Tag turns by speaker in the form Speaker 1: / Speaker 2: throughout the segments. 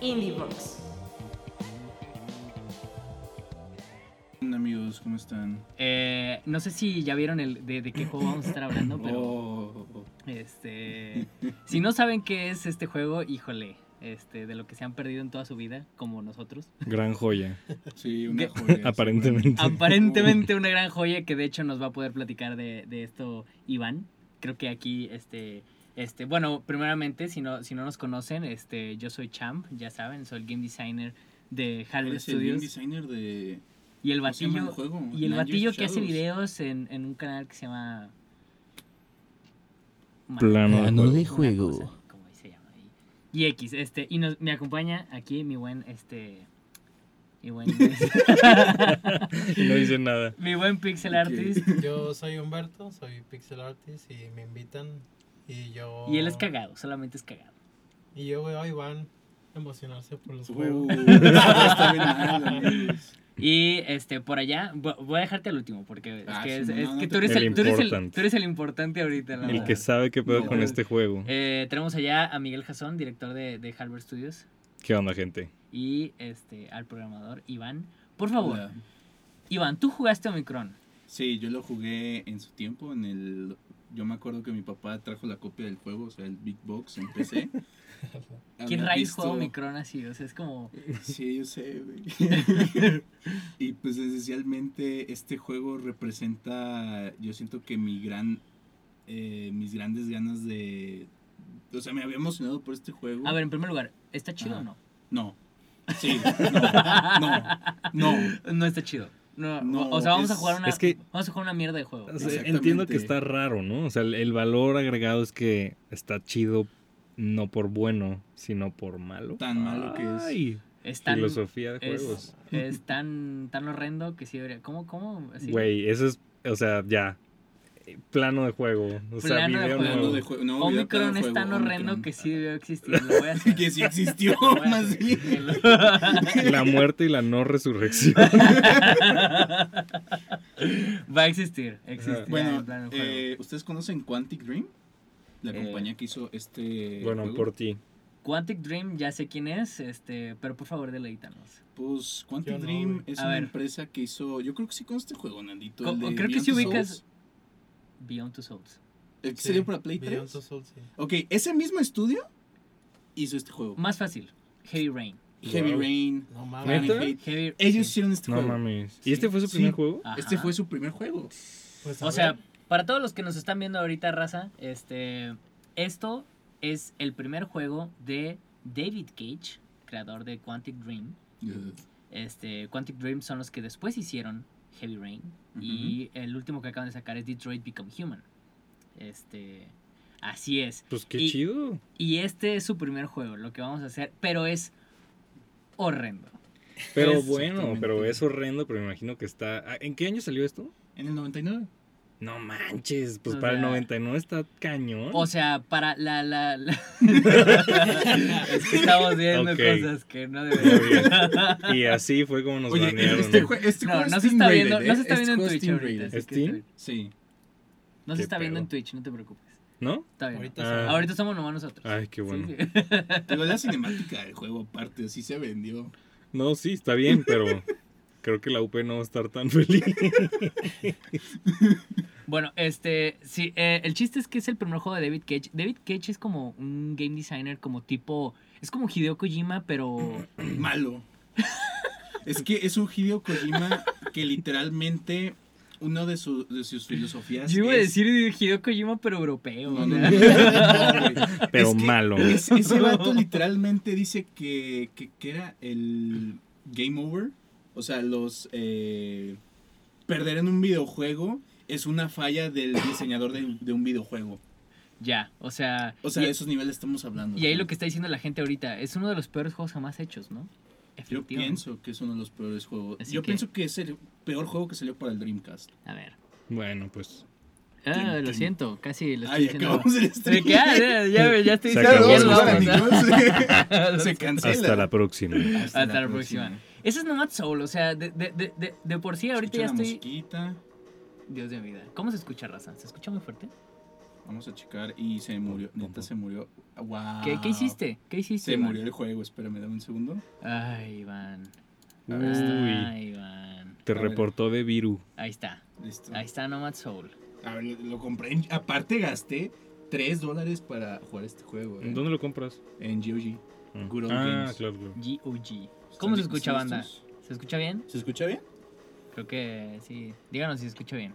Speaker 1: IndieVox.
Speaker 2: Hola amigos, ¿cómo están?
Speaker 3: Eh, no sé si ya vieron el de, de qué juego vamos a estar hablando, pero
Speaker 2: Oh,
Speaker 3: este, si no saben qué es este juego, híjole, este, de lo que se han perdido en toda su vida, como nosotros.
Speaker 4: Gran joya,
Speaker 2: sí, una joya.
Speaker 4: aparentemente.
Speaker 3: Aparentemente una gran joya que de hecho nos va a poder platicar de, de esto Iván. Creo que aquí, este, este, bueno, primeramente, si no, si no nos conocen, este, yo soy Champ, ya saben, soy el game designer de Halberd
Speaker 2: Es el game
Speaker 3: Studios.
Speaker 2: designer de...
Speaker 3: Y el
Speaker 2: ¿cómo se llama el
Speaker 3: batillo,
Speaker 2: juego?
Speaker 3: y el
Speaker 2: Ninja
Speaker 3: batillo que hace
Speaker 2: Shadows.
Speaker 3: videos en, en un canal que se llama... Ma-
Speaker 4: Plano de
Speaker 5: Plano
Speaker 4: juego.
Speaker 5: de
Speaker 3: una
Speaker 5: juego.
Speaker 3: cosa, ¿cómo se llama ahí? Y X, este, y nos, me acompaña aquí mi buen, este, mi buen,
Speaker 4: Y no dice nada.
Speaker 3: mi buen pixel
Speaker 2: Ok.
Speaker 3: artist.
Speaker 6: Yo soy Humberto, soy pixel artist y me invitan y yo...
Speaker 3: Y él es cagado, solamente es cagado.
Speaker 6: Y yo veo a Iván emocionarse por los
Speaker 2: Uh,
Speaker 6: juegos.
Speaker 2: está bien mal, amigos.
Speaker 3: Y este, por allá, vo- voy a dejarte al último, porque es
Speaker 2: Ah,
Speaker 3: que,
Speaker 2: sí,
Speaker 3: es,
Speaker 2: no,
Speaker 3: es
Speaker 2: no
Speaker 3: que
Speaker 2: te
Speaker 3: tú, eres el,
Speaker 4: preocupes.
Speaker 3: tú, eres el,
Speaker 4: Importante.
Speaker 3: tú eres el importante ahorita. La
Speaker 4: El
Speaker 3: verdad.
Speaker 4: que sabe qué pedo
Speaker 2: No.
Speaker 4: con este juego.
Speaker 3: Eh, tenemos allá a Miguel Jazón, director de, de Halberd Studios,
Speaker 4: ¿Qué onda, gente?
Speaker 3: y este, al programador Iván. Por favor,
Speaker 2: Hola.
Speaker 3: Iván, tú jugaste Omicron.
Speaker 2: Sí, yo lo jugué en su tiempo, en el... Yo me acuerdo que mi papá trajo la copia del juego, o sea, el Big Box en PC.
Speaker 3: ¿Quién
Speaker 2: Había
Speaker 3: rayos
Speaker 2: visto-
Speaker 3: juega Omicron así? O sea, es como...
Speaker 2: Sí, yo sé, güey. y pues esencialmente este juego representa, yo siento que mi gran, eh, mis grandes ganas de... O sea, me había emocionado por este juego.
Speaker 3: A ver, en primer lugar, ¿está chido
Speaker 2: Ajá.
Speaker 3: o no?
Speaker 2: No. Sí, no, no, no.
Speaker 3: No está chido. No,
Speaker 2: No,
Speaker 3: o sea, vamos a
Speaker 2: es-
Speaker 3: jugar una...
Speaker 4: es que-
Speaker 3: Vamos a jugar una mierda de juego.
Speaker 4: O sea,
Speaker 2: Exactamente.
Speaker 4: entiendo que está raro, ¿no? O sea, el, el valor agregado es que está chido no por bueno, sino por malo.
Speaker 2: Tan malo que es.
Speaker 4: Ay,
Speaker 3: Es tan,
Speaker 4: filosofía de
Speaker 3: es,
Speaker 4: juegos.
Speaker 3: es tan, tan horrendo que sí debería... ¿Cómo? ¿Cómo? Así.
Speaker 4: Güey, eso es, o sea, ya. eh, Plano de juego. O sea,
Speaker 3: Plano de
Speaker 4: video
Speaker 3: juego.
Speaker 2: Hablando
Speaker 4: nuevo.
Speaker 2: de juego- no, olvidar todo
Speaker 3: Omicron
Speaker 2: el
Speaker 3: es tan
Speaker 2: juego,
Speaker 3: horrendo
Speaker 2: Omicron.
Speaker 3: que sí debió existir. Lo voy a hacer.
Speaker 2: Que sí existió,
Speaker 3: Lo voy a
Speaker 2: más
Speaker 3: hacer.
Speaker 2: bien.
Speaker 4: La muerte y la no resurrección.
Speaker 3: Va a existir. Existe. ya,
Speaker 2: Bueno,
Speaker 3: en plan, el juego.
Speaker 2: eh, ¿ustedes conocen Quantic Dream? La
Speaker 3: Eh,
Speaker 2: compañía que hizo este
Speaker 4: bueno,
Speaker 2: juego.
Speaker 4: por ti.
Speaker 3: Quantic Dream, ya sé quién es, este, pero por favor deleítanos.
Speaker 2: Pues Quantic
Speaker 6: Yo no,
Speaker 2: Dream
Speaker 6: güey.
Speaker 2: es
Speaker 3: A
Speaker 2: una
Speaker 3: ver.
Speaker 2: empresa que hizo. Yo creo que sí con este juego, Nandito.
Speaker 3: Co-
Speaker 2: el de
Speaker 3: creo que
Speaker 2: Beyond
Speaker 3: sí
Speaker 2: Two
Speaker 3: ubicas-
Speaker 2: Souls,
Speaker 3: Beyond Two Souls.
Speaker 2: el que
Speaker 6: Sí,
Speaker 2: salió para Play
Speaker 6: Beyond
Speaker 2: 3.
Speaker 6: Two Souls, sí.
Speaker 2: Ok, ese mismo estudio hizo este juego.
Speaker 3: Más fácil. Heavy Rain.
Speaker 2: Heavy
Speaker 4: Wow.
Speaker 2: Rain.
Speaker 6: No
Speaker 4: ¿Neta?
Speaker 6: mames.
Speaker 2: Fahrenheit.
Speaker 3: Heavy
Speaker 2: Ellos
Speaker 3: sí.
Speaker 2: hicieron este
Speaker 4: No
Speaker 2: juego.
Speaker 4: mames.
Speaker 2: Sí,
Speaker 4: ¿Y este fue su
Speaker 2: sí.
Speaker 4: primer juego?
Speaker 3: Ajá.
Speaker 2: Este fue su primer juego.
Speaker 6: Pues, a
Speaker 3: O sea,
Speaker 6: ver,
Speaker 3: para todos los que nos están viendo ahorita, raza, este, esto es el primer juego de David Cage, creador de Quantic Dream. Este, Quantic Dream son los que después hicieron Heavy Rain. Y el último que acaban de sacar es Detroit Become Human. Este, así es.
Speaker 4: Pues qué
Speaker 3: Y-
Speaker 4: chido.
Speaker 3: Y este es su primer juego, lo que vamos a hacer, pero es horrendo.
Speaker 4: Pero
Speaker 3: es-
Speaker 4: bueno, pero
Speaker 2: Exactamente.
Speaker 4: es horrendo, pero me imagino que está... ah, ¿En qué año salió esto?
Speaker 2: En el 99.
Speaker 4: No manches, pues
Speaker 3: O
Speaker 4: para el
Speaker 3: sea-
Speaker 4: 99 está cañón.
Speaker 3: O sea, para la... la, la- es que estamos viendo
Speaker 4: Ok.
Speaker 3: cosas que no
Speaker 4: Muy bien.
Speaker 3: deberíamos.
Speaker 4: y así fue como nos
Speaker 2: Oye,
Speaker 4: banearon.
Speaker 2: este, jue- este
Speaker 3: No,
Speaker 2: juego
Speaker 3: no
Speaker 2: es
Speaker 3: se está
Speaker 2: Steam
Speaker 3: viendo,
Speaker 2: rated,
Speaker 3: no
Speaker 2: ¿eh?
Speaker 3: se
Speaker 2: Este
Speaker 3: está viendo en
Speaker 2: juego es
Speaker 3: Twitch
Speaker 2: Steam
Speaker 3: ahorita.
Speaker 2: rated.
Speaker 3: así que
Speaker 4: ¿Steam?
Speaker 3: está bien.
Speaker 2: Sí.
Speaker 3: No se
Speaker 4: Qué
Speaker 3: está viendo
Speaker 4: pedo.
Speaker 3: en Twitch, no te preocupes.
Speaker 4: ¿No?
Speaker 3: Está bien.
Speaker 6: ahorita
Speaker 4: Ah.
Speaker 6: se-
Speaker 3: Ahorita somos nomás nosotros.
Speaker 4: Ay, Ah, qué bueno.
Speaker 3: Sí,
Speaker 2: Digo, la cinemática del juego, aparte, así se vendió.
Speaker 4: No, sí, está bien, pero creo que la UP no va a estar tan feliz.
Speaker 3: sí. Bueno, este, sí, eh, el chiste es que es el primer juego de David Cage. David Cage es como un game designer como tipo, es como Hideo Kojima, pero
Speaker 2: malo. Es que es un Hideo Kojima que literalmente uno de, su- de sus filosofías.
Speaker 3: yo iba a
Speaker 2: es-
Speaker 3: decir Hideo Kojima pero europeo.
Speaker 2: No, no,
Speaker 3: o
Speaker 2: no,
Speaker 3: sea.
Speaker 2: no, güey.
Speaker 4: Pero
Speaker 2: Es que
Speaker 4: malo.
Speaker 2: es- ese vato literalmente dice que, que, que era el game over. O sea, los. eh, perder en un videojuego es una falla del diseñador de, de un videojuego.
Speaker 3: Ya, o sea,
Speaker 2: O sea,
Speaker 3: y,
Speaker 2: de esos niveles estamos hablando.
Speaker 3: y ahí lo que está diciendo la gente ahorita, es uno de los peores juegos jamás hechos, ¿no?
Speaker 2: Yo
Speaker 3: Efectivamente.
Speaker 2: pienso que es uno de los peores juegos.
Speaker 3: Así
Speaker 2: Yo
Speaker 3: que-
Speaker 2: pienso que es el peor juego que salió para el Dreamcast.
Speaker 3: A ver.
Speaker 4: Bueno, pues
Speaker 2: Tim,
Speaker 3: Ah, lo
Speaker 2: tim.
Speaker 3: siento, casi lo estoy
Speaker 2: Ay,
Speaker 3: diciendo.
Speaker 2: acabamos el
Speaker 3: De
Speaker 2: stream.
Speaker 3: que, ah, ya, ya, ya estoy
Speaker 4: Se
Speaker 3: diciendo
Speaker 4: acabó
Speaker 3: bien
Speaker 4: el
Speaker 3: lo
Speaker 4: juego,
Speaker 3: vamos,
Speaker 2: amigos.
Speaker 3: ¿no?
Speaker 2: Se cancela.
Speaker 4: hasta la próxima.
Speaker 2: Hasta
Speaker 3: Hasta la próxima. Ese es Nomad Soul, o sea, de, de, de, de, de por sí ahorita
Speaker 2: Escucha
Speaker 3: ya
Speaker 2: la
Speaker 3: estoy...
Speaker 2: mosquita.
Speaker 3: Dios de mi vida. ¿Cómo se escucha, raza? ¿Se escucha muy fuerte?
Speaker 2: Vamos a checar. Y se murió. Neta, se murió. Wow.
Speaker 3: ¿Qué, qué hiciste? ¿Qué hiciste?
Speaker 2: Ah, Se
Speaker 3: Iván?
Speaker 2: murió el juego. Espérame, dame un segundo.
Speaker 3: Ay, Iván.
Speaker 4: Uy,
Speaker 3: Ay, Iván.
Speaker 4: te
Speaker 2: A ver.
Speaker 4: reportó de Viru.
Speaker 3: Ahí está.
Speaker 2: Listo.
Speaker 3: Ahí está Nomad Soul.
Speaker 2: A ver, lo compré. en- aparte, gasté 3 dólares para jugar este juego. ¿eh?
Speaker 4: ¿Dónde lo compras?
Speaker 2: En GOG. Good old
Speaker 4: ah,
Speaker 2: games.
Speaker 4: claro, claro.
Speaker 3: GOG. ¿Cómo se
Speaker 2: ¿Están-
Speaker 3: escucha,
Speaker 2: están
Speaker 3: banda?
Speaker 2: listos?
Speaker 3: ¿Se escucha bien?
Speaker 2: ¿Se escucha bien?
Speaker 3: Creo que sí. Díganos si se escucha bien.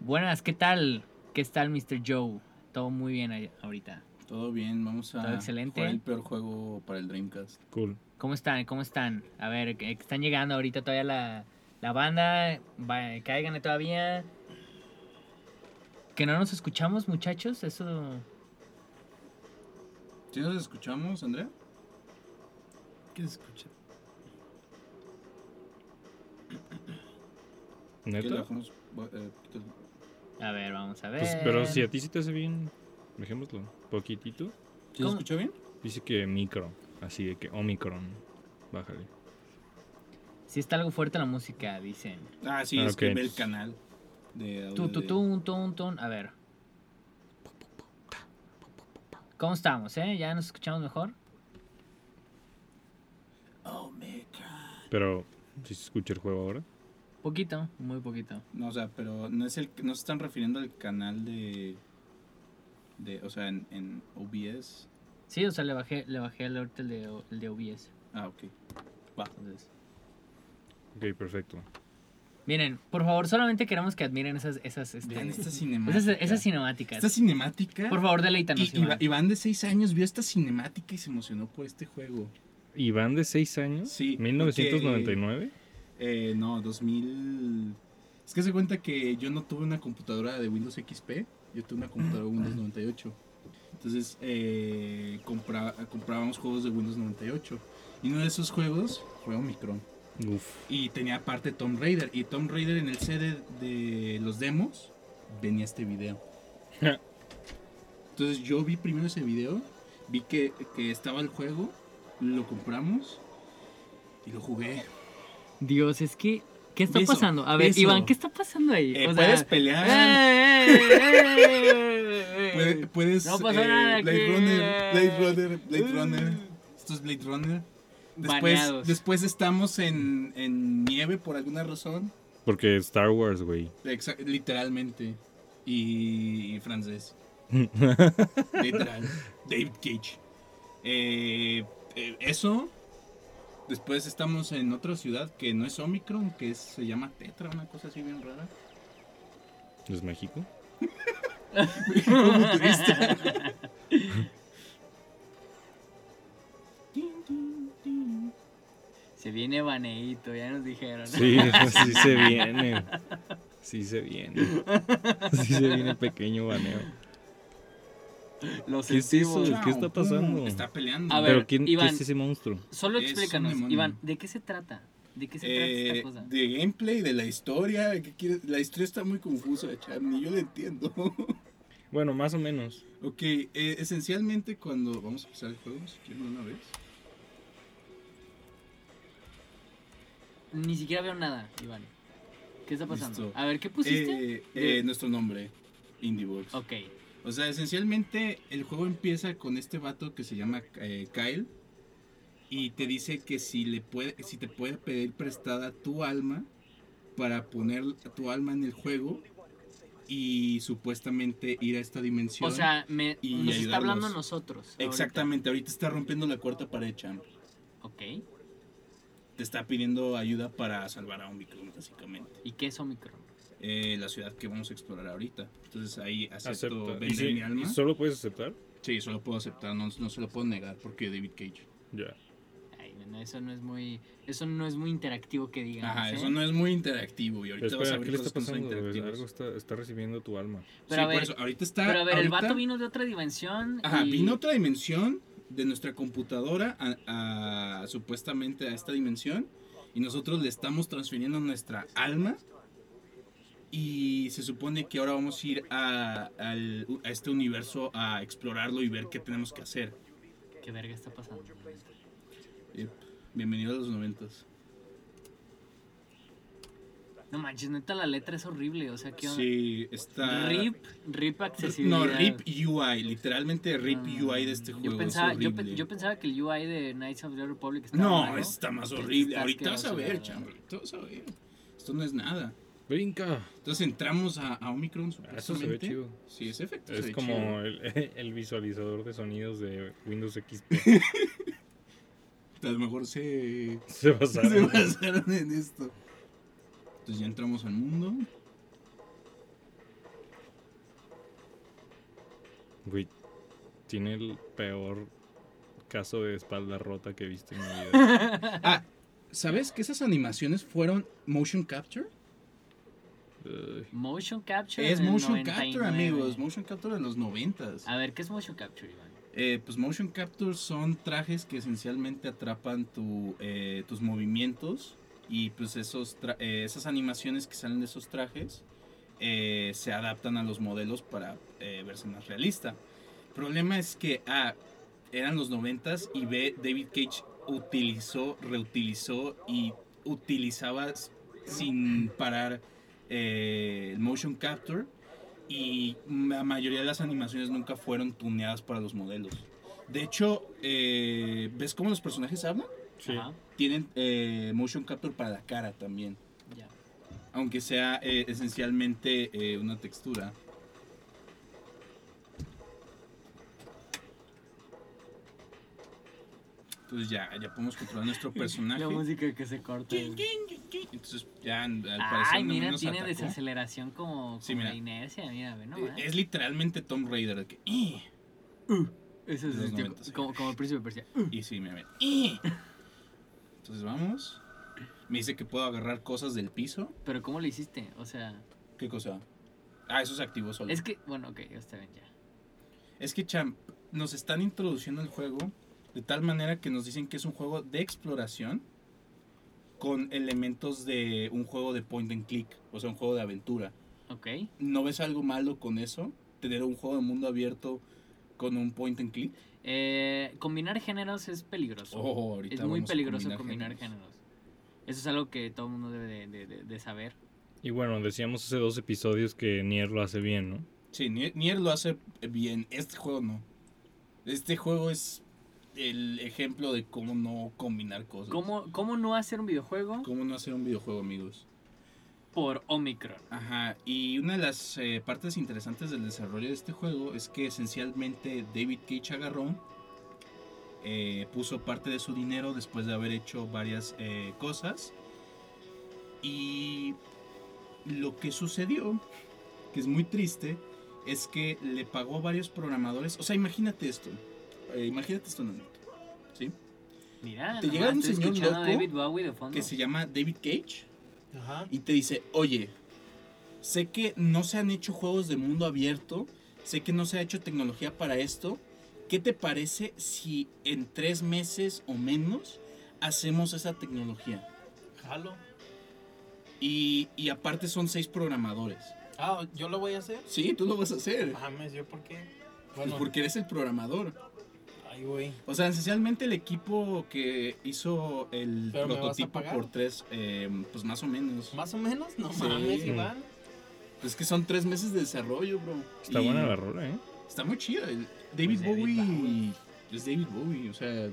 Speaker 3: Buenas, ¿qué tal? ¿Qué tal, Mr. Joe? Todo muy bien ahí- ahorita.
Speaker 2: Todo bien, vamos a
Speaker 3: Todo excelente. eh.
Speaker 2: jugar el peor juego para el Dreamcast.
Speaker 4: Cool.
Speaker 3: ¿Cómo están? ¿Cómo están? A ver, que- que están llegando ahorita todavía la, la banda. Va, cáiganle todavía. ¿Que no nos escuchamos, muchachos? Eso.
Speaker 2: ¿Sí nos escuchamos, Andrea?
Speaker 6: ¿Qué se escucha?
Speaker 2: ¿Qué le
Speaker 4: ¿Neta?
Speaker 2: bajamos? Bu- eh, poquito-
Speaker 3: A ver, vamos a ver.
Speaker 4: Pues, pero si a ti sí te hace bien, dejémoslo. Poquitito.
Speaker 2: ¿Sí se
Speaker 3: ¿Cómo?
Speaker 2: escucha bien?
Speaker 4: Dice que micro. Así de que Omicron. Bájale.
Speaker 3: Si está algo fuerte la música, dicen.
Speaker 2: Ah, sí,
Speaker 4: Ah,
Speaker 2: es que
Speaker 4: ok.
Speaker 2: ve el canal. De audio
Speaker 3: Tu, tu,
Speaker 2: de-
Speaker 3: tu, un, tu, un, tu, un. A ver. ¿Cómo estamos, eh? ¿Ya nos escuchamos mejor?
Speaker 2: Oh, my God.
Speaker 4: Pero, si se escucha el juego ahora?
Speaker 3: Poquito, muy poquito.
Speaker 2: No, o sea, pero no es el no se están refiriendo al canal de de o sea, en, en OBS.
Speaker 3: Sí, o sea, le bajé, le bajé el, ahorita el de, O- el de OBS.
Speaker 2: Ah, ok. Va.
Speaker 3: Entonces.
Speaker 4: Ok, perfecto.
Speaker 3: Miren, por favor, solamente queremos que admiren esas, esas, este,
Speaker 2: Vean esta
Speaker 3: esas,
Speaker 2: cinemática.
Speaker 3: esas cinemáticas.
Speaker 2: Esta cinemática.
Speaker 3: Por favor, deleítanos.
Speaker 2: Y- Iva-
Speaker 3: Iván.
Speaker 2: Iván de 6 años vio esta cinemática y se emocionó por este juego.
Speaker 4: ¿Iván de 6 años?
Speaker 2: Sí,
Speaker 4: ¿1999?
Speaker 2: Eh, no, 2000. Es que se cuenta que yo no tuve una computadora de Windows XP, yo tuve una computadora
Speaker 3: Mm.
Speaker 2: de Windows 98. Entonces eh, compra- comprábamos juegos de Windows 98. Y uno de esos juegos fue Omicron.
Speaker 4: Uf.
Speaker 2: Y tenía aparte Tom Raider. Y Tom Raider en el CD de los demos venía este video. Entonces yo vi primero ese video, vi que, que estaba el juego, lo compramos y lo jugué.
Speaker 3: Dios, es que. ¿Qué está
Speaker 2: Beso,
Speaker 3: pasando? A ver,
Speaker 2: beso.
Speaker 3: Iván, ¿qué está pasando ahí?
Speaker 2: Eh,
Speaker 3: O sea,
Speaker 2: puedes pelear.
Speaker 3: ¡eh, eh, eh, eh, eh!
Speaker 2: Puede- puedes.
Speaker 3: No pasó
Speaker 2: eh,
Speaker 3: nada
Speaker 2: Blade
Speaker 3: aquí.
Speaker 2: Runner, Blade Runner, Blade Runner. Esto es Blade Runner. Después,
Speaker 3: Baneados.
Speaker 2: después estamos en, en nieve por alguna razón.
Speaker 4: Porque Star Wars, güey.
Speaker 2: Exa- literalmente. Y, y francés. Literal. David Cage. Eh, eh, eso. Después estamos en otra ciudad que no es Omicron, que es- se llama Tetra, una cosa así bien rara.
Speaker 4: ¿Es México?
Speaker 2: Como turista. Tin, tin, tin.
Speaker 3: Se viene baneito, ya nos dijeron.
Speaker 4: Sí, sí se viene. Sí se viene. Sí se viene pequeño baneo.
Speaker 3: Lo
Speaker 4: ¿Qué es eso?
Speaker 3: sentimos.
Speaker 4: ¿Qué está
Speaker 2: Chao,
Speaker 4: pasando?
Speaker 2: Está peleando.
Speaker 3: A ver,
Speaker 4: ¿Pero quién, qué
Speaker 3: Iván.
Speaker 4: es ese monstruo?
Speaker 3: Solo
Speaker 2: Es un
Speaker 3: explícanos,
Speaker 2: demonio.
Speaker 3: Iván, ¿de qué se trata? ¿De qué se trata
Speaker 2: Eh,
Speaker 3: esta cosa?
Speaker 2: de gameplay, de la historia. ¿qué quieres? La historia está muy confusa, Cham, ni yo la entiendo.
Speaker 4: Bueno, más o menos.
Speaker 2: ok, eh, esencialmente cuando. Vamos a empezar el juego, si quieren, una vez.
Speaker 3: Ni siquiera veo nada, Iván. ¿Qué está pasando?
Speaker 2: Listo.
Speaker 3: A ver, ¿qué pusiste?
Speaker 2: Eh, eh,
Speaker 3: Eh.
Speaker 2: nuestro nombre, IndieBox.
Speaker 3: ok.
Speaker 2: O sea, esencialmente el juego empieza con este vato que se llama eh, Kyle y te dice que si le puede si te puede pedir prestada tu alma para poner tu alma en el juego y supuestamente ir a esta dimensión.
Speaker 3: O sea, me,
Speaker 2: Y
Speaker 3: nos está
Speaker 2: ayudarnos.
Speaker 3: hablando a nosotros. ahorita.
Speaker 2: exactamente, ahorita está rompiendo la cuarta pared, champ.
Speaker 3: Ok.
Speaker 2: Te está pidiendo ayuda para salvar a Omicron básicamente.
Speaker 3: ¿Y qué es Omicron?
Speaker 2: Eh, la ciudad que vamos a explorar ahorita. Entonces ahí acepto
Speaker 4: Acepta.
Speaker 2: vender mi alma.
Speaker 4: solo puedes aceptar?
Speaker 2: Sí, solo puedo aceptar, no, no se lo puedo negar porque David Cage.
Speaker 4: Ya.
Speaker 3: Ay, no, no, eso no es muy, eso no es muy interactivo que ¿eh? digan.
Speaker 2: Ajá, eso no es muy interactivo y ahorita vas a
Speaker 4: Espera,
Speaker 2: ver
Speaker 4: ¿qué le está
Speaker 2: cosas que no son
Speaker 4: pasando? güey?
Speaker 2: interactivas.
Speaker 4: Algo está, está recibiendo tu alma.
Speaker 3: Pero a
Speaker 2: sí, por
Speaker 3: ver-
Speaker 2: eso, ahorita está...
Speaker 3: Pero a ver, el
Speaker 2: ahorita-
Speaker 3: vato vino de otra dimensión.
Speaker 2: Ajá,
Speaker 3: y-
Speaker 2: vino otra dimensión de nuestra computadora a, a- supuestamente a esta dimensión y nosotros le estamos transfiriendo nuestra alma y se supone que ahora vamos a ir a, al- a este universo a explorarlo y ver qué tenemos que hacer. Eh,
Speaker 3: ¿Qué verga está pasando? la neta?
Speaker 2: Yep. Bienvenido a los noventas.
Speaker 3: No manches, neta, la letra es horrible. O sea, ¿qué onda?
Speaker 2: Sí, está.
Speaker 3: RIP, RIP accesibilidad.
Speaker 2: No, RIP UI, literalmente RIP
Speaker 3: No,
Speaker 2: UI de este juego.
Speaker 3: Mm, Yo
Speaker 2: es
Speaker 3: pensaba, yo, pe-
Speaker 2: horrible.
Speaker 3: yo pensaba que el UI de Knights of the Old Republic estaba
Speaker 2: No,
Speaker 3: malo.
Speaker 2: está más horrible.
Speaker 3: Está
Speaker 2: Ahorita vas a
Speaker 3: asqueroso, la
Speaker 2: ver,
Speaker 3: verdad.
Speaker 2: chamo. Ahorita vas a ver. Esto no es nada.
Speaker 4: Brinca.
Speaker 2: Entonces entramos a, a Omicron
Speaker 4: Ah, Eso se ve
Speaker 2: supuestamente.
Speaker 4: chido.
Speaker 2: Sí, ese efecto se
Speaker 4: Es
Speaker 2: ve
Speaker 4: como
Speaker 2: chido.
Speaker 4: el, el visualizador de sonidos de Windows XP.
Speaker 2: A lo mejor se,
Speaker 4: Se basaron.
Speaker 2: se basaron en esto. Entonces ya entramos al mundo.
Speaker 4: Güey, tiene el peor caso de espalda rota que he visto en mi vida.
Speaker 2: Ah, ¿sabes que esas animaciones fueron motion capture?
Speaker 4: Ay,
Speaker 3: Motion capture.
Speaker 2: Es
Speaker 3: en el
Speaker 2: motion capture,
Speaker 3: 99.
Speaker 2: amigos. Motion capture de los noventas.
Speaker 3: A ver, ¿qué es motion capture, Iván?
Speaker 2: Eh, pues motion capture son trajes que esencialmente atrapan tu, eh, tus movimientos y pues esos tra- eh, esas animaciones que salen de esos trajes eh, se adaptan a los modelos para eh, verse más realista. El problema es que A, eran los 90 y B, David Cage utilizó, reutilizó y utilizaba s- sin parar eh, el motion capture y la mayoría de las animaciones nunca fueron tuneadas para los modelos. De hecho, eh, ¿ves cómo los personajes hablan?
Speaker 4: sí.
Speaker 3: Ajá,
Speaker 2: Tienen eh, motion capture para la cara también,
Speaker 3: ya.
Speaker 2: aunque sea eh, esencialmente eh, una textura. Entonces ya, ya podemos controlar nuestro personaje.
Speaker 3: La música que se corta.
Speaker 2: Entonces ya al parecer
Speaker 3: Ay,
Speaker 2: no
Speaker 3: mira,
Speaker 2: nos
Speaker 3: tiene
Speaker 2: atacó.
Speaker 3: desaceleración como, como
Speaker 2: Sí, mira.
Speaker 3: de inercia. Mira, ve
Speaker 2: Eh,
Speaker 3: nomás.
Speaker 2: Es literalmente Tomb Raider. de que, "Eh",
Speaker 3: Eso es
Speaker 2: de los
Speaker 3: el tipo-
Speaker 2: 90, sí.
Speaker 3: como, como el príncipe de Persia.
Speaker 2: Y sí, me ve. "Eh". Entonces vamos. Me dice que puedo agarrar cosas del piso.
Speaker 3: Pero ¿cómo lo hiciste? O sea,
Speaker 2: ¿Qué cosa? Ah, eso se activó solo.
Speaker 3: es que, bueno, ok, está bien ya.
Speaker 2: Es que champ, nos están introduciendo el juego de tal manera que nos dicen que es un juego de exploración con elementos de un juego de point and click, o sea, un juego de aventura.
Speaker 3: Ok.
Speaker 2: ¿No ves algo malo con eso? Tener un juego de mundo abierto con un point and click.
Speaker 3: Eh, combinar géneros es peligroso.
Speaker 2: Oh, ahorita
Speaker 3: es muy
Speaker 2: vamos a
Speaker 3: peligroso
Speaker 2: combinar
Speaker 3: combinar,
Speaker 2: géneros.
Speaker 3: géneros. Eso es algo que todo el mundo debe de, de- de- de saber.
Speaker 4: Y bueno, decíamos hace dos episodios que Nier lo hace bien, ¿no?
Speaker 2: Sí, Nier, Nier lo hace bien. Este juego no. Este juego es el ejemplo de cómo no combinar cosas.
Speaker 3: ¿Cómo, cómo no hacer un videojuego
Speaker 2: Cómo no hacer un videojuego, amigos.
Speaker 3: por Omicron?
Speaker 2: Ajá, y una de las eh, partes interesantes del desarrollo de este juego es que esencialmente David Cage agarró, eh, puso parte de su dinero después de haber hecho varias eh, cosas. Y lo que sucedió, que es muy triste, es que le pagó a varios programadores. O sea, imagínate esto. eh, imagínate esto, Nanito, ¿sí?
Speaker 3: Mira,
Speaker 2: Te
Speaker 3: nomás
Speaker 2: llega un
Speaker 3: estoy
Speaker 2: señor
Speaker 3: escuchando a
Speaker 2: loco
Speaker 3: David Bowie de fondo.
Speaker 2: Que se llama David Cage.
Speaker 6: Ajá.
Speaker 2: y te dice, oye, sé que no se han hecho juegos de mundo abierto, sé que no se ha hecho tecnología para esto, ¿qué te parece si en tres meses o menos hacemos esa tecnología?
Speaker 6: Jalo.
Speaker 2: Y, y aparte son seis programadores.
Speaker 6: Ah, ¿yo lo voy a hacer?
Speaker 2: Sí, tú lo vas a hacer.
Speaker 6: Mames, ¿yo por qué?
Speaker 2: pues
Speaker 6: Ah, Bueno,
Speaker 2: porque eres el programador.
Speaker 6: ay, güey.
Speaker 2: O sea, esencialmente el equipo que hizo el
Speaker 6: Pero me vas a
Speaker 2: prototipo
Speaker 6: pagar.
Speaker 2: por tres, eh, pues más o menos.
Speaker 6: Más o menos, no
Speaker 2: Sí.
Speaker 6: mames, Iván.
Speaker 2: Es que son tres meses de desarrollo, bro.
Speaker 4: Está
Speaker 2: Y-
Speaker 4: buena la rola, ¿eh?
Speaker 2: Está muy chida. el- David
Speaker 3: Pues David
Speaker 2: Bowie
Speaker 6: Bowie.
Speaker 2: es David Bowie, o sea,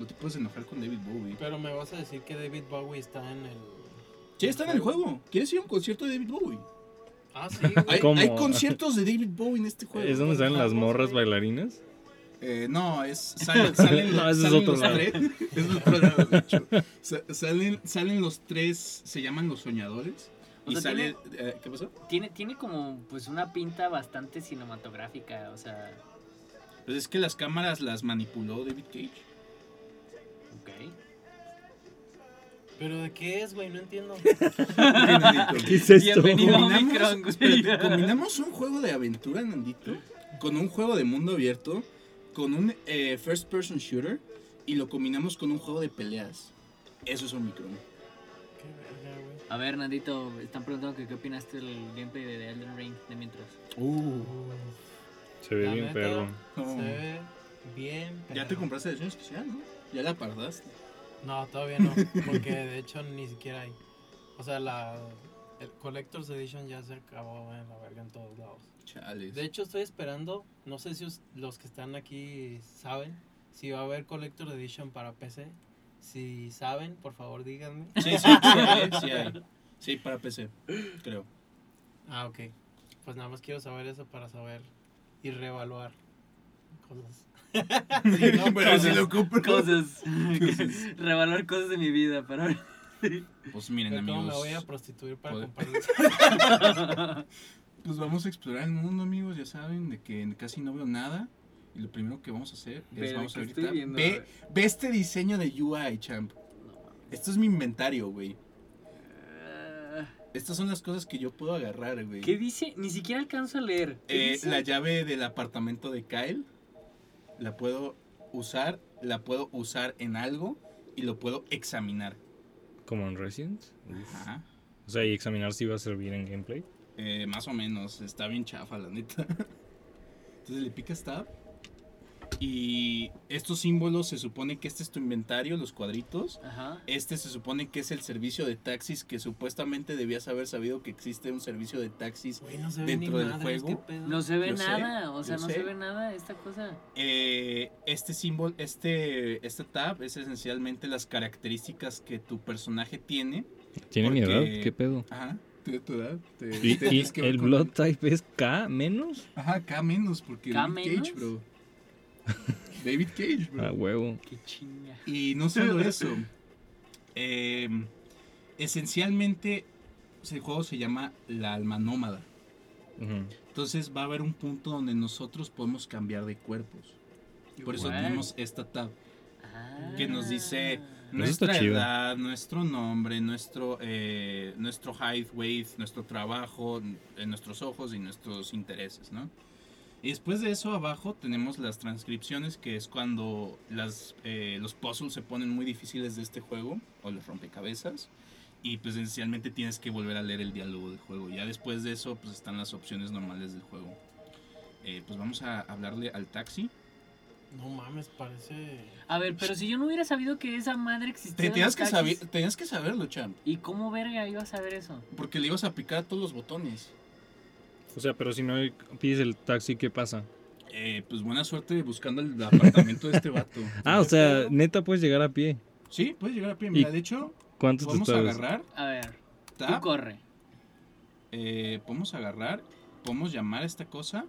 Speaker 2: no te puedes enojar con David Bowie.
Speaker 6: Pero me vas a decir que David Bowie está en el.
Speaker 2: Ya está en el juego. ¿Quieres ir a un concierto de David Bowie?
Speaker 6: Ah, sí. güey.
Speaker 2: Hay,
Speaker 4: ¿Cómo?
Speaker 2: hay conciertos de David Bowie en este juego.
Speaker 4: ¿Es donde salen las morras bailarinas?
Speaker 2: Eh, no, es salen, salen,
Speaker 4: No, ese es
Speaker 2: salen
Speaker 4: otro
Speaker 2: los
Speaker 4: lado.
Speaker 2: tres. Es otro lado, de hecho. Sa- salen, salen los tres, se llaman los soñadores.
Speaker 3: O
Speaker 2: y
Speaker 3: sea,
Speaker 2: sale. eh, ¿Qué pasó?
Speaker 3: Tiene, tiene como pues una pinta bastante cinematográfica, o sea,
Speaker 2: Pues es que las cámaras las manipuló David Cage.
Speaker 3: ok.
Speaker 6: ¿Pero de qué es, güey? No entiendo.
Speaker 2: ¿Qué
Speaker 4: es
Speaker 3: Bienvenido a
Speaker 2: Combinamos-
Speaker 3: Omicron, güey.
Speaker 2: Espérate, combinamos un juego de aventura, Nandito, con un juego de mundo abierto, con un eh, first person shooter y lo combinamos con un juego de peleas. Eso es Omicron.
Speaker 6: Qué verga, güey.
Speaker 3: A ver, Nandito, están preguntando que qué opinaste del gameplay de The Elden Ring de mientras.
Speaker 6: Uf,
Speaker 4: Se ve
Speaker 6: La
Speaker 4: bien
Speaker 6: neta.
Speaker 4: perro.
Speaker 6: Se ve bien.
Speaker 2: Ya te
Speaker 6: pero-
Speaker 2: compraste edición especial, ¿no? Ya la pardaste.
Speaker 6: No, todavía no. Porque de hecho ni siquiera hay. O sea, la, el Collector's Edition ya se acabó en la verga en todos lados.
Speaker 2: Chales.
Speaker 6: De hecho, estoy esperando, no sé si os- los que están aquí saben, si va a haber Collector Edition para PC. Si saben, por favor díganme.
Speaker 2: Sí, sí, sí, hay, sí, hay. Sí, para PC, creo.
Speaker 6: Ah, ok. Pues nada más quiero saber eso para saber y reevaluar cosas. Sí, no,
Speaker 2: Pero si
Speaker 6: cosas.
Speaker 2: lo compro.
Speaker 3: Cosas. Revaluar cosas de mi vida para ver.
Speaker 2: Pues miren,
Speaker 6: Pero ¿Cómo me
Speaker 2: amigos.
Speaker 6: voy a prostituir para
Speaker 2: Poder-
Speaker 6: comprar
Speaker 2: Pues vamos a explorar el mundo, amigos. Ya saben de que casi no veo nada. Y lo primero que vamos a hacer es
Speaker 3: Ve lo
Speaker 2: vamos a
Speaker 3: que
Speaker 2: ahorita.
Speaker 3: estoy viendo,
Speaker 2: ve,
Speaker 3: güey.
Speaker 2: ve este diseño de UI, champ. Esto es mi inventario, güey.
Speaker 3: Ah,
Speaker 2: Estas son las cosas que yo puedo agarrar, güey.
Speaker 3: ¿Qué dice? Ni siquiera alcanzo a leer. ¿Qué
Speaker 2: Eh,
Speaker 3: dice?
Speaker 2: la llave del apartamento de Kyle la puedo usar, la puedo usar en algo y lo puedo examinar.
Speaker 4: Como en Resident.
Speaker 2: Ajá.
Speaker 4: O sea, y examinar si va a servir en gameplay.
Speaker 2: Eh, más o menos, está bien chafa, la neta. Entonces le picas tab. Y estos símbolos se supone que este es tu inventario, los cuadritos.
Speaker 3: Ajá.
Speaker 2: Este se supone que es el servicio de taxis que supuestamente debías haber sabido que existe un servicio de taxis.
Speaker 6: Güey, no se ve
Speaker 2: Dentro
Speaker 6: ni
Speaker 2: del
Speaker 6: madres,
Speaker 2: juego.
Speaker 6: qué pedo.
Speaker 3: No se ve
Speaker 2: Yo sé,
Speaker 3: nada, o sea,
Speaker 2: yo
Speaker 3: no
Speaker 2: sé.
Speaker 3: se ve nada esta cosa.
Speaker 2: Eh, este símbolo, este, este tab es esencialmente las características que tu personaje tiene.
Speaker 4: ¿Tiene mi
Speaker 2: Porque-
Speaker 4: edad? ¿Qué pedo?
Speaker 2: Ajá. ¿Tiene tu edad? Te-
Speaker 4: ¿Y,
Speaker 2: te
Speaker 4: y
Speaker 2: tienes que ver
Speaker 4: el
Speaker 2: con-
Speaker 4: blood type es K menos?
Speaker 2: Ajá, K menos, porque
Speaker 3: ¿K
Speaker 2: David Cage,
Speaker 3: menos?
Speaker 2: bro. David Cage, bro.
Speaker 4: Ah, huevo.
Speaker 3: Qué chinga.
Speaker 2: Y no solo eso. eh, esencialmente, el juego se llama La Alma Nómada.
Speaker 4: Ujú.
Speaker 2: Entonces va a haber un punto donde nosotros podemos cambiar de cuerpos. Por eso
Speaker 3: Guau.
Speaker 2: tenemos esta tab. que nos dice,
Speaker 3: Ah.
Speaker 4: Eso está
Speaker 2: Nuestra
Speaker 4: chido.
Speaker 2: edad, nuestro nombre, nuestro, eh, nuestro height, weight, nuestro trabajo, eh, nuestros ojos y nuestros intereses, ¿no? Y después de eso abajo tenemos las transcripciones, que es cuando las, eh, los puzzles se ponen muy difíciles de este juego, o los rompecabezas, y pues esencialmente tienes que volver a leer el diálogo del juego. Ya después de eso pues están las opciones normales del juego. Eh, pues vamos a hablarle al taxi.
Speaker 6: No mames, parece.
Speaker 3: A ver, pero si yo no hubiera sabido que esa madre existía.
Speaker 2: Te,
Speaker 3: en los
Speaker 2: tenías, que
Speaker 3: taxis,
Speaker 2: saber, tenías que saberlo, champ,
Speaker 3: ¿Y cómo verga iba a saber eso?
Speaker 2: porque le ibas a picar a todos los botones.
Speaker 4: O sea, pero si no pides el taxi, ¿qué pasa?
Speaker 2: Eh, pues buena suerte buscando el apartamento de este vato.
Speaker 4: Ah, o sea, neta puedes llegar a pie.
Speaker 2: Sí, puedes llegar a pie. Mira, de hecho,
Speaker 4: ¿Cuánto te
Speaker 2: podemos
Speaker 4: tardas?
Speaker 2: agarrar,
Speaker 3: A ver, tú
Speaker 2: tap,
Speaker 3: corre.
Speaker 2: eh, podemos agarrar, podemos llamar a esta cosa.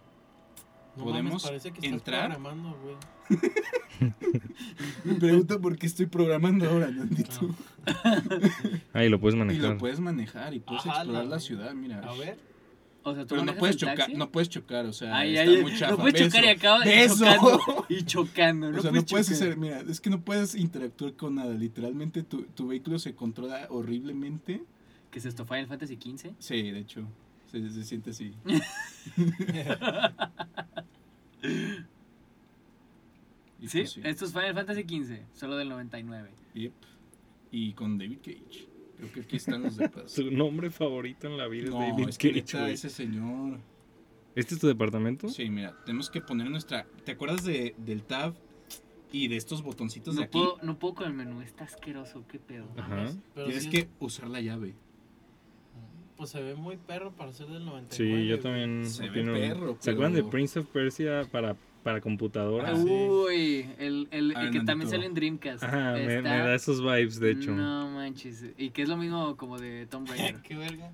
Speaker 6: No
Speaker 2: Podemos
Speaker 6: mames, parece que estás
Speaker 2: entrar.
Speaker 6: programando, güey.
Speaker 2: Me pregunta por qué estoy programando ahora, Nandito.
Speaker 6: Ah,
Speaker 4: Ahí lo puedes
Speaker 2: Y lo
Speaker 4: manejar.
Speaker 2: puedes manejar y puedes
Speaker 6: Ajá,
Speaker 2: explorar
Speaker 6: la-
Speaker 2: la ciudad, mira.
Speaker 6: a ver.
Speaker 3: O sea, tú
Speaker 2: Pero no
Speaker 3: manejas
Speaker 2: puedes
Speaker 3: el
Speaker 2: chocar,
Speaker 3: taxi?
Speaker 2: no puedes chocar, o sea,
Speaker 3: Ay,
Speaker 2: está
Speaker 3: ay,
Speaker 2: muy
Speaker 3: ay,
Speaker 2: chafa.
Speaker 3: No puedes
Speaker 2: Ve
Speaker 3: chocar y
Speaker 2: eso.
Speaker 3: acaba
Speaker 2: Ve
Speaker 3: y
Speaker 2: eso.
Speaker 3: chocando. Y chocando. No
Speaker 2: o sea,
Speaker 3: puedes
Speaker 2: no puedes
Speaker 3: chocar.
Speaker 2: hacer, mira, es que no puedes interactuar con nada, literalmente tu, tu vehículo se controla horriblemente.
Speaker 3: ¿Que se esto Final Fantasy XV?
Speaker 2: Sí, de hecho, se, se siente así. Y
Speaker 3: Sí,
Speaker 2: pues sí.
Speaker 3: esto es Final Fantasy XV, solo del 99.
Speaker 2: Yep. Y con David Cage. Creo que aquí están los de paz.
Speaker 4: Tu nombre favorito en la vida
Speaker 2: No,
Speaker 4: es David
Speaker 2: es que
Speaker 4: Cage.
Speaker 2: neta,
Speaker 4: güey.
Speaker 2: ese señor.
Speaker 4: ¿Este es tu departamento?
Speaker 2: Sí, mira, tenemos que poner nuestra. ¿Te acuerdas de, del tab y de estos botoncitos de
Speaker 3: No
Speaker 2: aquí?
Speaker 3: puedo, no puedo con el menú, está asqueroso, qué pedo.
Speaker 4: Ajá.
Speaker 6: Pues, Pero
Speaker 2: Tienes
Speaker 6: sí
Speaker 2: que usar la llave.
Speaker 6: Pues se ve muy perro para ser del 99.
Speaker 4: Sí, yo
Speaker 6: güey.
Speaker 4: también
Speaker 2: Se ve
Speaker 4: opino.
Speaker 2: perro,
Speaker 4: ¿Se acuerdan de
Speaker 2: pero-
Speaker 4: Prince of Persia para, para computadora?
Speaker 6: Ah, sí.
Speaker 3: Uy, el, el,
Speaker 2: A
Speaker 3: el
Speaker 2: ver,
Speaker 3: que
Speaker 2: Nandito.
Speaker 3: también sale en Dreamcast.
Speaker 4: Ajá, me, me
Speaker 3: Está-
Speaker 4: da esos vibes, de hecho.
Speaker 3: No manches. Y que es lo mismo como de Tomb Raider.
Speaker 6: Qué verga.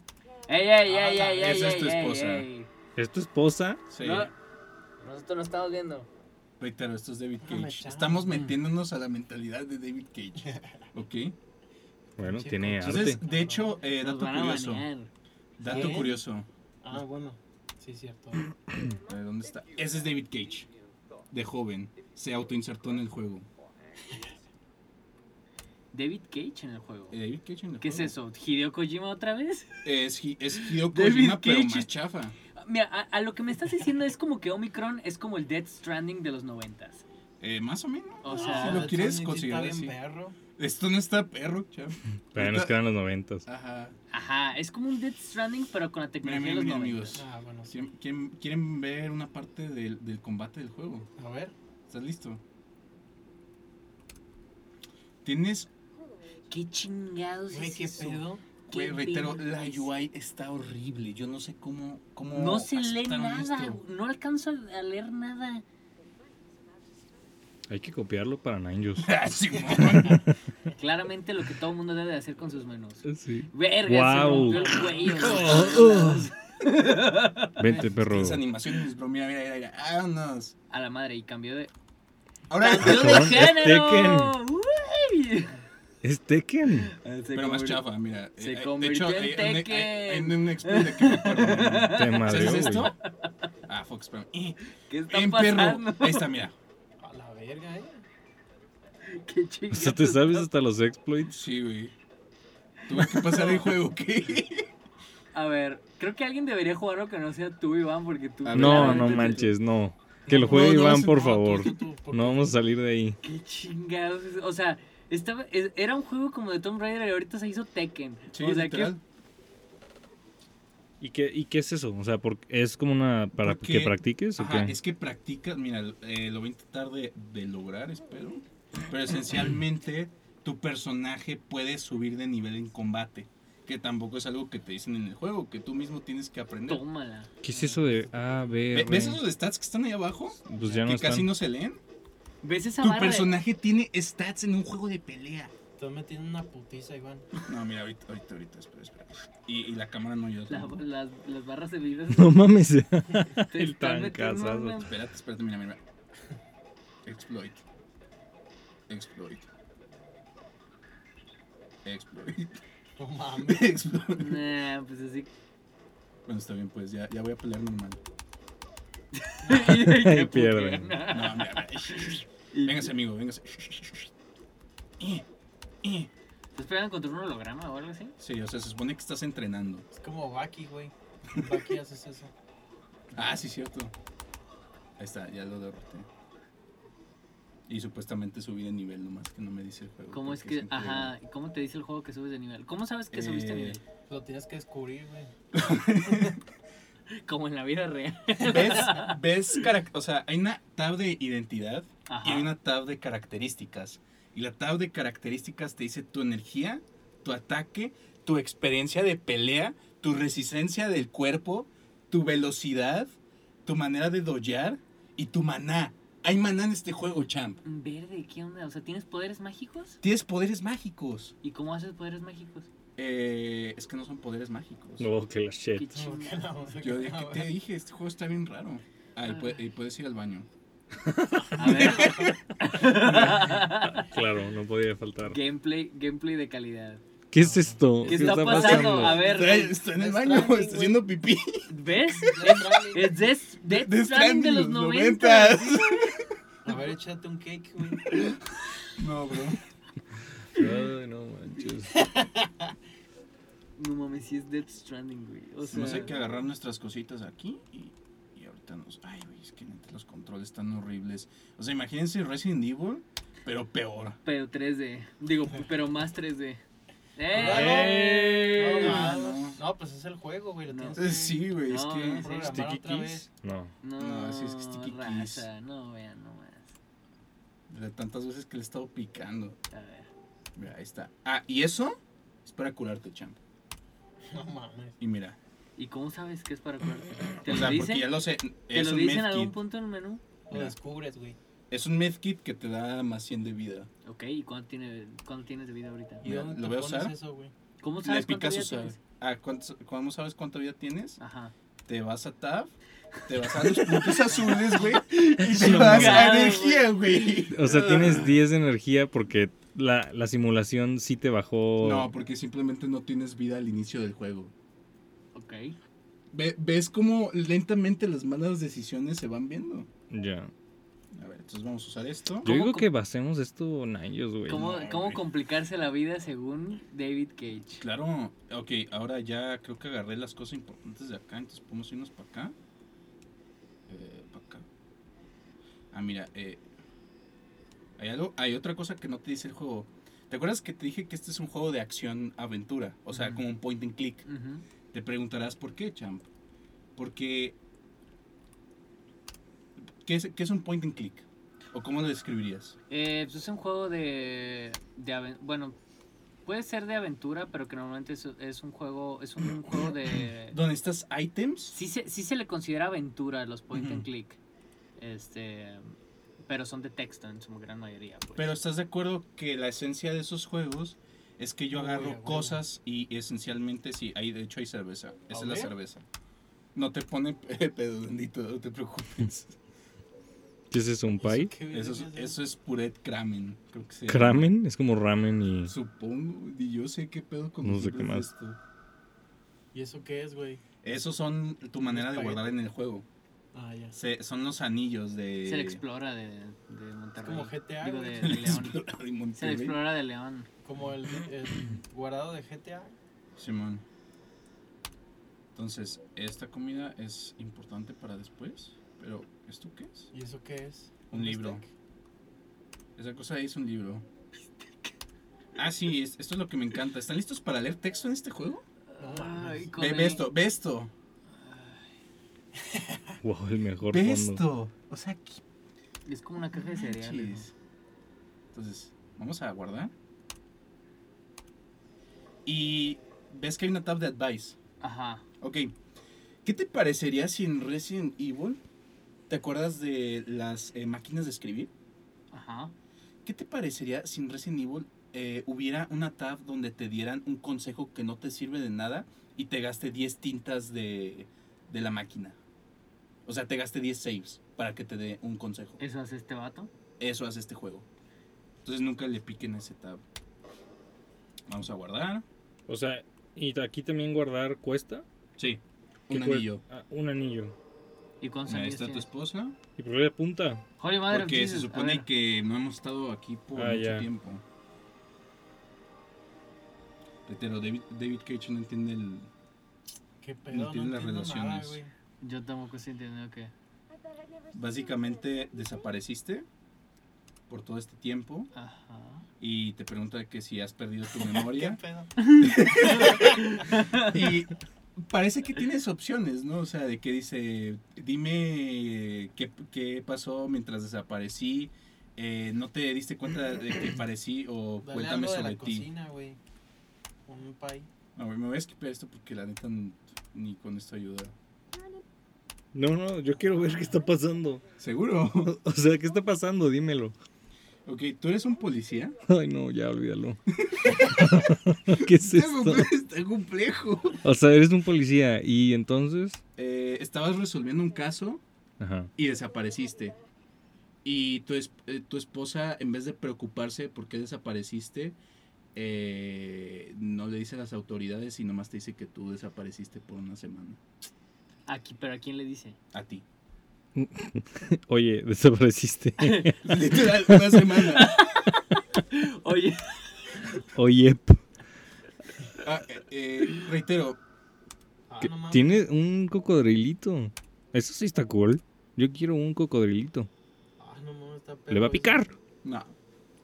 Speaker 3: ¡Ey, ey,
Speaker 6: Ah,
Speaker 3: ey,
Speaker 6: la-
Speaker 3: ey, ey!
Speaker 2: esa es tu
Speaker 3: ey, ey,
Speaker 2: esposa.
Speaker 3: ey.
Speaker 4: ¿Es tu esposa?
Speaker 2: Sí.
Speaker 3: No, nosotros lo estamos viendo.
Speaker 2: Reitero, esto es David
Speaker 6: Ah,
Speaker 2: Cage.
Speaker 6: me chavo.
Speaker 2: Estamos
Speaker 6: Mm.
Speaker 2: metiéndonos a la mentalidad de David Cage. ¿Ok?
Speaker 4: Bueno,
Speaker 6: Chico.
Speaker 4: tiene
Speaker 2: Entonces,
Speaker 4: arte.
Speaker 2: de hecho, eh,
Speaker 3: Nos
Speaker 2: dato
Speaker 3: van a
Speaker 2: curioso.
Speaker 3: banear.
Speaker 2: Dato
Speaker 6: ¿Qué?
Speaker 2: curioso.
Speaker 6: Ah, bueno. Sí, cierto.
Speaker 2: Ah, A ver, ¿dónde está? Ese es David Cage. De joven. Se autoinsertó en el juego.
Speaker 3: David Cage en el juego.
Speaker 2: Eh, David Cage en el
Speaker 3: ¿Qué es
Speaker 2: juego.
Speaker 3: eso? ¿Hideo Kojima otra vez?
Speaker 2: Es, Hi- es Hideo
Speaker 3: David
Speaker 2: Kojima, pero
Speaker 3: Cage.
Speaker 2: más chafa.
Speaker 3: Mira, a, a lo que me estás diciendo es como que Omicron es como el Death Stranding de los noventas.
Speaker 2: Eh, más o menos.
Speaker 3: O
Speaker 2: si
Speaker 3: sea,
Speaker 2: lo quieres
Speaker 6: Sonic sí
Speaker 2: considerar
Speaker 6: Ah, Está
Speaker 2: así.
Speaker 6: bien perro.
Speaker 2: Esto no está perro, chaval.
Speaker 4: Todavía nos
Speaker 2: ahorita-
Speaker 4: quedan los noventas.
Speaker 2: Ajá.
Speaker 3: ajá, es como un Death Stranding pero con la
Speaker 2: Mira,
Speaker 3: tecnología
Speaker 2: mira,
Speaker 3: de los
Speaker 2: mira,
Speaker 3: noventas.
Speaker 2: amigos.
Speaker 6: Ah, bueno, sí.
Speaker 2: ¿Quieren, quieren, quieren ver una parte del, del combate del juego?
Speaker 6: A ver.
Speaker 2: ¿Estás listo? Tienes
Speaker 3: ¿Qué chingados
Speaker 6: Güey,
Speaker 3: es
Speaker 6: qué
Speaker 2: Pues
Speaker 3: eso?
Speaker 6: pedo.
Speaker 2: Güey,
Speaker 3: qué
Speaker 2: reitero,
Speaker 3: verga
Speaker 2: la
Speaker 3: es.
Speaker 2: UI está horrible. Yo no sé cómo. cómo
Speaker 3: No se lee
Speaker 2: aceptaron
Speaker 3: nada,
Speaker 2: esto.
Speaker 3: no alcanzo a leer nada.
Speaker 4: Hay que copiarlo para Ninjos.
Speaker 2: Ah, Simón.
Speaker 3: Claramente lo que todo mundo debe de hacer con sus menús.
Speaker 4: sí.
Speaker 3: Verga,
Speaker 4: Guau.
Speaker 3: se rompió el cuello.
Speaker 4: Vente,
Speaker 2: Ah,
Speaker 4: perro.
Speaker 2: Las animaciones, bro. Mira, mira, mira, mira. Ah, Vámonos.
Speaker 3: A la madre, y cambió de.
Speaker 2: Ahora.
Speaker 3: ¡Cambió de
Speaker 4: Ah, cabrón,
Speaker 3: género! ¡Uy!
Speaker 4: Es Tekken.
Speaker 2: Pero más chafa, mira. Eh,
Speaker 3: se
Speaker 2: eh, de
Speaker 3: convirtió
Speaker 2: hecho,
Speaker 3: en
Speaker 2: hay, hay- hay- hay
Speaker 3: Tekken.
Speaker 2: un expo de que me acuerdo.
Speaker 4: Te madreó,
Speaker 2: ¿Sabes esto?
Speaker 4: güey.
Speaker 2: Ah, Fox, perdón. Eh,
Speaker 3: ¿Qué está
Speaker 2: En perro.
Speaker 3: pasando?
Speaker 2: Ahí está, mira.
Speaker 6: A la verga, eh.
Speaker 3: ¿Qué
Speaker 4: O
Speaker 3: chingados
Speaker 4: sea, te sabes
Speaker 3: está-
Speaker 4: hasta los exploits.
Speaker 2: Sí, güey. Tuve que pasar el juego, ¿qué?
Speaker 3: A ver, creo que alguien debería jugarlo que no sea tú, Iván, porque tú.
Speaker 2: A ver,
Speaker 4: No,
Speaker 2: Claramente
Speaker 4: no
Speaker 3: claramente te-
Speaker 4: manches, no. Que lo
Speaker 2: No,
Speaker 4: juegue
Speaker 2: no,
Speaker 4: Iván,
Speaker 2: ese-
Speaker 4: por
Speaker 2: no,
Speaker 4: favor.
Speaker 6: Tú, tú, porque-
Speaker 4: No vamos a salir de ahí.
Speaker 3: ¿Qué chingados? es- O sea, estaba, es- era un juego como de Tomb Raider y ahorita se hizo Tekken.
Speaker 2: Sí,
Speaker 3: o sea,
Speaker 2: literal.
Speaker 3: que
Speaker 4: ¿Y qué, ¿Y qué es eso? O sea, por- ¿es como una... para
Speaker 2: Porque-
Speaker 4: que practiques o
Speaker 2: Ajá,
Speaker 4: qué?
Speaker 2: es que practicas, mira, eh, lo voy a intentar de, de lograr, espero. Pero esencialmente tu personaje puede subir de nivel en combate, que tampoco es algo que te dicen en el juego, que tú mismo tienes que aprender.
Speaker 3: tómala.
Speaker 4: ¿Qué es eso de A, B,
Speaker 2: Ve- ¿Ves
Speaker 4: R?
Speaker 2: esos stats que están ahí abajo?
Speaker 4: Pues ya no
Speaker 2: que casi
Speaker 4: están.
Speaker 2: no se leen.
Speaker 3: ¿Ves esa
Speaker 2: Tu
Speaker 3: barra? de-
Speaker 2: personaje tiene stats en un juego de pelea.
Speaker 6: Estás metiendo una putiza, Iván.
Speaker 2: No, mira, ahorita, ahorita, ahorita, espera, espera. Y, y la cámara no ayuda.
Speaker 3: la-
Speaker 2: tampoco.
Speaker 3: las, las barras de vibras.
Speaker 4: No mames.
Speaker 3: te
Speaker 4: el
Speaker 3: están metiendo
Speaker 4: trancazazo.
Speaker 3: una-
Speaker 2: Espérate, espérate, mira, mira. Exploit. Exploit. Exploit.
Speaker 6: No mames.
Speaker 2: Exploit.
Speaker 3: Nah, pues así.
Speaker 2: Bueno, está bien, pues ya, ya voy a pelear normal.
Speaker 4: Ahí pierden.
Speaker 2: No, mira, mira. Véngase, amigo, véngase. Eh, eh.
Speaker 3: ¿Estás pegando contra un holograma o algo así?
Speaker 2: Sí, o sea, se supone que estás entrenando.
Speaker 6: Es como Baki, güey. Baki haces eso.
Speaker 2: Ah, sí, cierto. Ahí está, ya lo derroté. Y supuestamente subí de nivel, nomás que no me dice el juego.
Speaker 3: ¿Cómo es
Speaker 2: porque
Speaker 3: que,
Speaker 2: siempre-
Speaker 3: ajá, cómo te dice el juego que subes de nivel? ¿Cómo sabes que subiste de
Speaker 2: Eh,
Speaker 3: nivel?
Speaker 6: Lo tienes que descubrir, güey.
Speaker 3: Como en la vida real.
Speaker 2: ¿Ves? ¿Ves? carac- O sea, hay una tab de identidad y
Speaker 3: Ajá.
Speaker 2: hay una tab de características. Y la tab de características te dice tu energía, tu ataque, tu experiencia de pelea, tu resistencia del cuerpo, tu velocidad, tu manera de dollar y tu maná. Hay maná en este juego, champ.
Speaker 3: Verde, ¿qué onda? O sea, ¿tienes poderes mágicos?
Speaker 2: Tienes poderes mágicos.
Speaker 3: ¿Y cómo haces poderes mágicos?
Speaker 2: Eh, es que no son poderes mágicos.
Speaker 4: No, que la
Speaker 3: Qué
Speaker 4: shit.
Speaker 6: ¿Por qué
Speaker 3: chingada.
Speaker 6: la música?
Speaker 2: Yo dije, te dije, este juego está bien raro. Ah, y pue- y puedes ir al baño.
Speaker 3: A ver.
Speaker 4: Claro, no podía faltar.
Speaker 3: gameplay, gameplay de calidad.
Speaker 4: ¿Qué es esto?
Speaker 3: ¿Qué, está, pasando? A ver,
Speaker 2: Está, está en el baño,
Speaker 6: Stranding,
Speaker 2: está
Speaker 6: güey.
Speaker 2: haciendo pipí.
Speaker 3: ¿ves?
Speaker 6: Death
Speaker 3: Es
Speaker 6: Rally.
Speaker 3: Death, Death
Speaker 2: Death
Speaker 3: Stranding de
Speaker 2: Stranding
Speaker 3: los
Speaker 2: de los
Speaker 3: 90.
Speaker 2: noventas.
Speaker 6: A ver, échate un cake, güey.
Speaker 2: No, bro.
Speaker 4: Ay, no manches.
Speaker 3: No mames, sí es Death Stranding, güey. O sea,
Speaker 2: Nos Pues hay que agarrar nuestras cositas aquí y, y ahorita nos. Ay, güey, es que neta los controles están horribles. O sea, imagínense Resident Evil, pero peor.
Speaker 3: Pero 3D. Digo, pero más 3D.
Speaker 4: ¡Eh!
Speaker 2: Ah,
Speaker 6: No,
Speaker 2: no.
Speaker 6: no. no, pues es el juego, güey. Lo
Speaker 3: No.
Speaker 6: tienes
Speaker 2: Eh,
Speaker 6: que
Speaker 2: Sí, Este, güey, es
Speaker 3: No,
Speaker 2: que
Speaker 3: sí.
Speaker 2: Sticky
Speaker 6: Programar otra
Speaker 2: Keys,
Speaker 6: vez.
Speaker 4: No.
Speaker 3: No,
Speaker 2: No, sí, es que Sticky Keys.
Speaker 3: raza, no vean nomás.
Speaker 2: de tantas veces que le he estado picando.
Speaker 3: A ver.
Speaker 2: Mira, ahí está. Ah, y eso es para curarte, champ.
Speaker 6: No mames.
Speaker 2: Y mira,
Speaker 3: ¿Y cómo sabes que es para curarte? ¿Te
Speaker 2: o
Speaker 3: lo
Speaker 2: sea,
Speaker 3: dicen?
Speaker 2: porque ya lo sé.
Speaker 3: ¿Te
Speaker 2: Es
Speaker 3: lo
Speaker 2: un
Speaker 3: dicen en
Speaker 2: medkit.
Speaker 3: algún punto en el menú?
Speaker 6: Lo
Speaker 2: Mira.
Speaker 6: descubres, güey.
Speaker 2: Es un medkit que te da más 100 de vida.
Speaker 3: Ok, ¿y cuánto, tiene, cuánto tienes de vida ahorita?
Speaker 6: ¿Y
Speaker 2: Mira,
Speaker 6: dónde
Speaker 2: ¿lo
Speaker 6: te
Speaker 2: voy a
Speaker 6: pones
Speaker 2: usar?
Speaker 6: eso, güey?
Speaker 3: ¿Cómo
Speaker 2: Le
Speaker 3: sabes cuánto
Speaker 2: picas
Speaker 3: vida
Speaker 2: usar.
Speaker 3: tienes?
Speaker 2: Ah, ¿cuántos- ¿Cómo sabes cuánta vida tienes?
Speaker 3: Ajá.
Speaker 2: te vas a Tab, te vas a los puntos azules, güey, y te vas a
Speaker 3: Chingado,
Speaker 2: energía, güey.
Speaker 4: O sea, tienes 10 de energía porque la, la simulación sí te bajó.
Speaker 2: No, porque simplemente no tienes vida al inicio del juego.
Speaker 3: Ok.
Speaker 2: Ve- ¿Ves cómo lentamente las malas decisiones se van viendo?
Speaker 4: Ya.
Speaker 2: A ver, entonces vamos a usar esto.
Speaker 4: Yo
Speaker 3: ¿Cómo
Speaker 4: digo
Speaker 3: co-
Speaker 4: que basemos esto en años, güey.
Speaker 3: ¿Cómo,
Speaker 2: Pues no,
Speaker 3: cómo
Speaker 2: güey.
Speaker 3: complicarse la vida según David Cage?
Speaker 2: Claro, ok, ahora ya creo que agarré las cosas importantes de acá, entonces podemos irnos para acá. Eh, para acá. Ah, mira, eh, hay, algo, hay otra cosa que no te dice el juego. ¿Te acuerdas que te dije que este es un juego de acción-aventura? O sea,
Speaker 3: Ujú.
Speaker 2: como un point and click.
Speaker 3: Ujú.
Speaker 2: Te preguntarás por qué, champ. Porque. ¿Qué es, qué es un point and click? ¿O cómo lo describirías?
Speaker 3: Eh, pues es un juego de, de aven- bueno, Puede ser de aventura, pero que normalmente es, es un juego, es un, un juego de...
Speaker 2: Donde estas items.
Speaker 3: Sí se, sí se le considera aventura a los point
Speaker 2: Ujú.
Speaker 3: and click. Este, pero son de texto en su gran mayoría. pues.
Speaker 2: Pero estás de acuerdo que la esencia de esos juegos es que yo
Speaker 6: Uy,
Speaker 2: agarro
Speaker 6: a huevo.
Speaker 2: cosas y esencialmente sí, hay, de hecho hay cerveza.
Speaker 6: ¿A
Speaker 2: Esa es la
Speaker 6: ver?
Speaker 2: cerveza. No te pone pedo, bendito, no te preocupes.
Speaker 4: ¿Qué es eso? ¿Un pie?
Speaker 6: qué
Speaker 2: Eso es,
Speaker 6: verga,
Speaker 2: eso es puret kramen, creo que se llama.
Speaker 4: ¿Kramen? Es como ramen y...
Speaker 2: Supongo, y yo sé qué pedo con
Speaker 4: No
Speaker 2: los
Speaker 4: sé qué
Speaker 2: nombres de
Speaker 4: más.
Speaker 2: esto.
Speaker 6: ¿Y eso qué es, güey?
Speaker 2: Esos son tu manera de
Speaker 6: Espagueti.
Speaker 2: guardar en el juego.
Speaker 6: Ah, ya.
Speaker 2: Se- son los anillos de...
Speaker 3: Se le explora de, de Monterrey.
Speaker 6: como GTA,
Speaker 3: Digo,
Speaker 6: güey.
Speaker 3: de,
Speaker 2: Se le
Speaker 3: de León.
Speaker 2: explora de
Speaker 3: Se le
Speaker 2: Monterrey.
Speaker 3: explora de León.
Speaker 6: Como el, el guardado de GTA.
Speaker 2: Simón. Entonces, esta comida es importante para después, pero ¿esto qué es?
Speaker 6: ¿Y eso qué es?
Speaker 2: Un libro.
Speaker 6: bistec.
Speaker 2: Esa cosa ahí es un libro. Ah, sí, es- esto es lo que me encanta. ¿Están listos para leer texto en este juego?
Speaker 6: No mames.
Speaker 3: Ay, con
Speaker 2: Ve,
Speaker 3: el-
Speaker 2: ve esto, ve esto.
Speaker 4: Wow, el mejor
Speaker 2: Ve
Speaker 4: fondo.
Speaker 2: esto. O sea, ¿qué
Speaker 3: Es como una caja de cereales.
Speaker 2: manches? Entonces, vamos a guardar. Y ves que hay una tab de advice.
Speaker 3: ¿no? Ajá.
Speaker 2: Ok. ¿Qué te parecería si en Resident Evil te acuerdas de las eh, máquinas de escribir?
Speaker 3: Ajá.
Speaker 2: ¿Qué te parecería si en Resident Evil eh, hubiera una tab donde te dieran un consejo que no te sirve de nada y te gaste 10 tintas de, de la máquina? O sea, te gaste 10 saves para que te dé un consejo.
Speaker 3: Eso hace este vato.
Speaker 2: Eso hace este juego. Entonces nunca le piquen ese tab. Vamos a guardar.
Speaker 4: O sea, y aquí también guardar cuesta.
Speaker 2: Sí.
Speaker 4: ¿Qué
Speaker 2: Un
Speaker 4: cue-
Speaker 2: anillo.
Speaker 4: Ah, un anillo.
Speaker 3: ¿Y cuántos
Speaker 2: Ahí
Speaker 3: años
Speaker 2: está tu
Speaker 3: tiene?
Speaker 2: esposa.
Speaker 4: ¿Y por qué le punta?
Speaker 3: Holy Mother of
Speaker 2: Porque se
Speaker 3: Jesus. A
Speaker 2: supone
Speaker 3: ver.
Speaker 2: que no hemos estado aquí por
Speaker 4: Ah,
Speaker 2: mucho
Speaker 4: ya.
Speaker 2: tiempo. Reitero, David, David Cage no entiende el...
Speaker 6: ¿Qué pedo?
Speaker 2: No
Speaker 6: No
Speaker 2: tiene las
Speaker 6: entiendo nada,
Speaker 2: relaciones.
Speaker 6: güey.
Speaker 3: Yo tampoco estoy entendiendo que...
Speaker 2: Básicamente desapareciste por todo este tiempo
Speaker 3: Ajá.
Speaker 2: y te pregunta que si has perdido tu
Speaker 6: ¿Qué
Speaker 2: memoria.
Speaker 6: pedo?
Speaker 2: y parece que tienes opciones, ¿no? O sea, de que dice, dime eh, qué, qué pasó mientras desaparecí, eh, no te diste cuenta de que parecí o
Speaker 6: Dale
Speaker 2: cuéntame
Speaker 6: algo de
Speaker 2: sobre
Speaker 6: la
Speaker 2: ti.
Speaker 6: cocina, güey. Un pie.
Speaker 2: No, güey, me voy a esquipear esto porque la neta n- ni con esto ayuda.
Speaker 4: No, no, yo quiero ver qué está pasando.
Speaker 2: ¿Seguro?
Speaker 4: O, o sea, ¿qué está pasando? Dímelo.
Speaker 2: Ok, ¿tú eres un policía?
Speaker 4: Ay, no, ya olvídalo. ¿Qué es esto?
Speaker 2: Está complejo.
Speaker 4: O sea, eres un policía y entonces...
Speaker 2: Eh, estabas resolviendo un caso
Speaker 4: Ajá.
Speaker 2: y desapareciste. Y tu, es- eh, tu esposa, en vez de preocuparse por qué desapareciste, eh, no le dice a las autoridades y nomás te dice que tú desapareciste por una semana.
Speaker 3: Aquí, pero ¿a quién le dice?
Speaker 2: A ti.
Speaker 4: Oye, desapareciste.
Speaker 2: Literal, una semana.
Speaker 3: Oye.
Speaker 4: Oye,
Speaker 2: Ah, eh, eh, reitero,
Speaker 6: Ah,
Speaker 4: que-
Speaker 6: no mames.
Speaker 4: tiene un cocodrilito. Eso sí está cool. Yo quiero un cocodrilito.
Speaker 6: Ah, no mames, está pedo.
Speaker 4: Le va a
Speaker 6: eso.
Speaker 4: picar.
Speaker 2: no.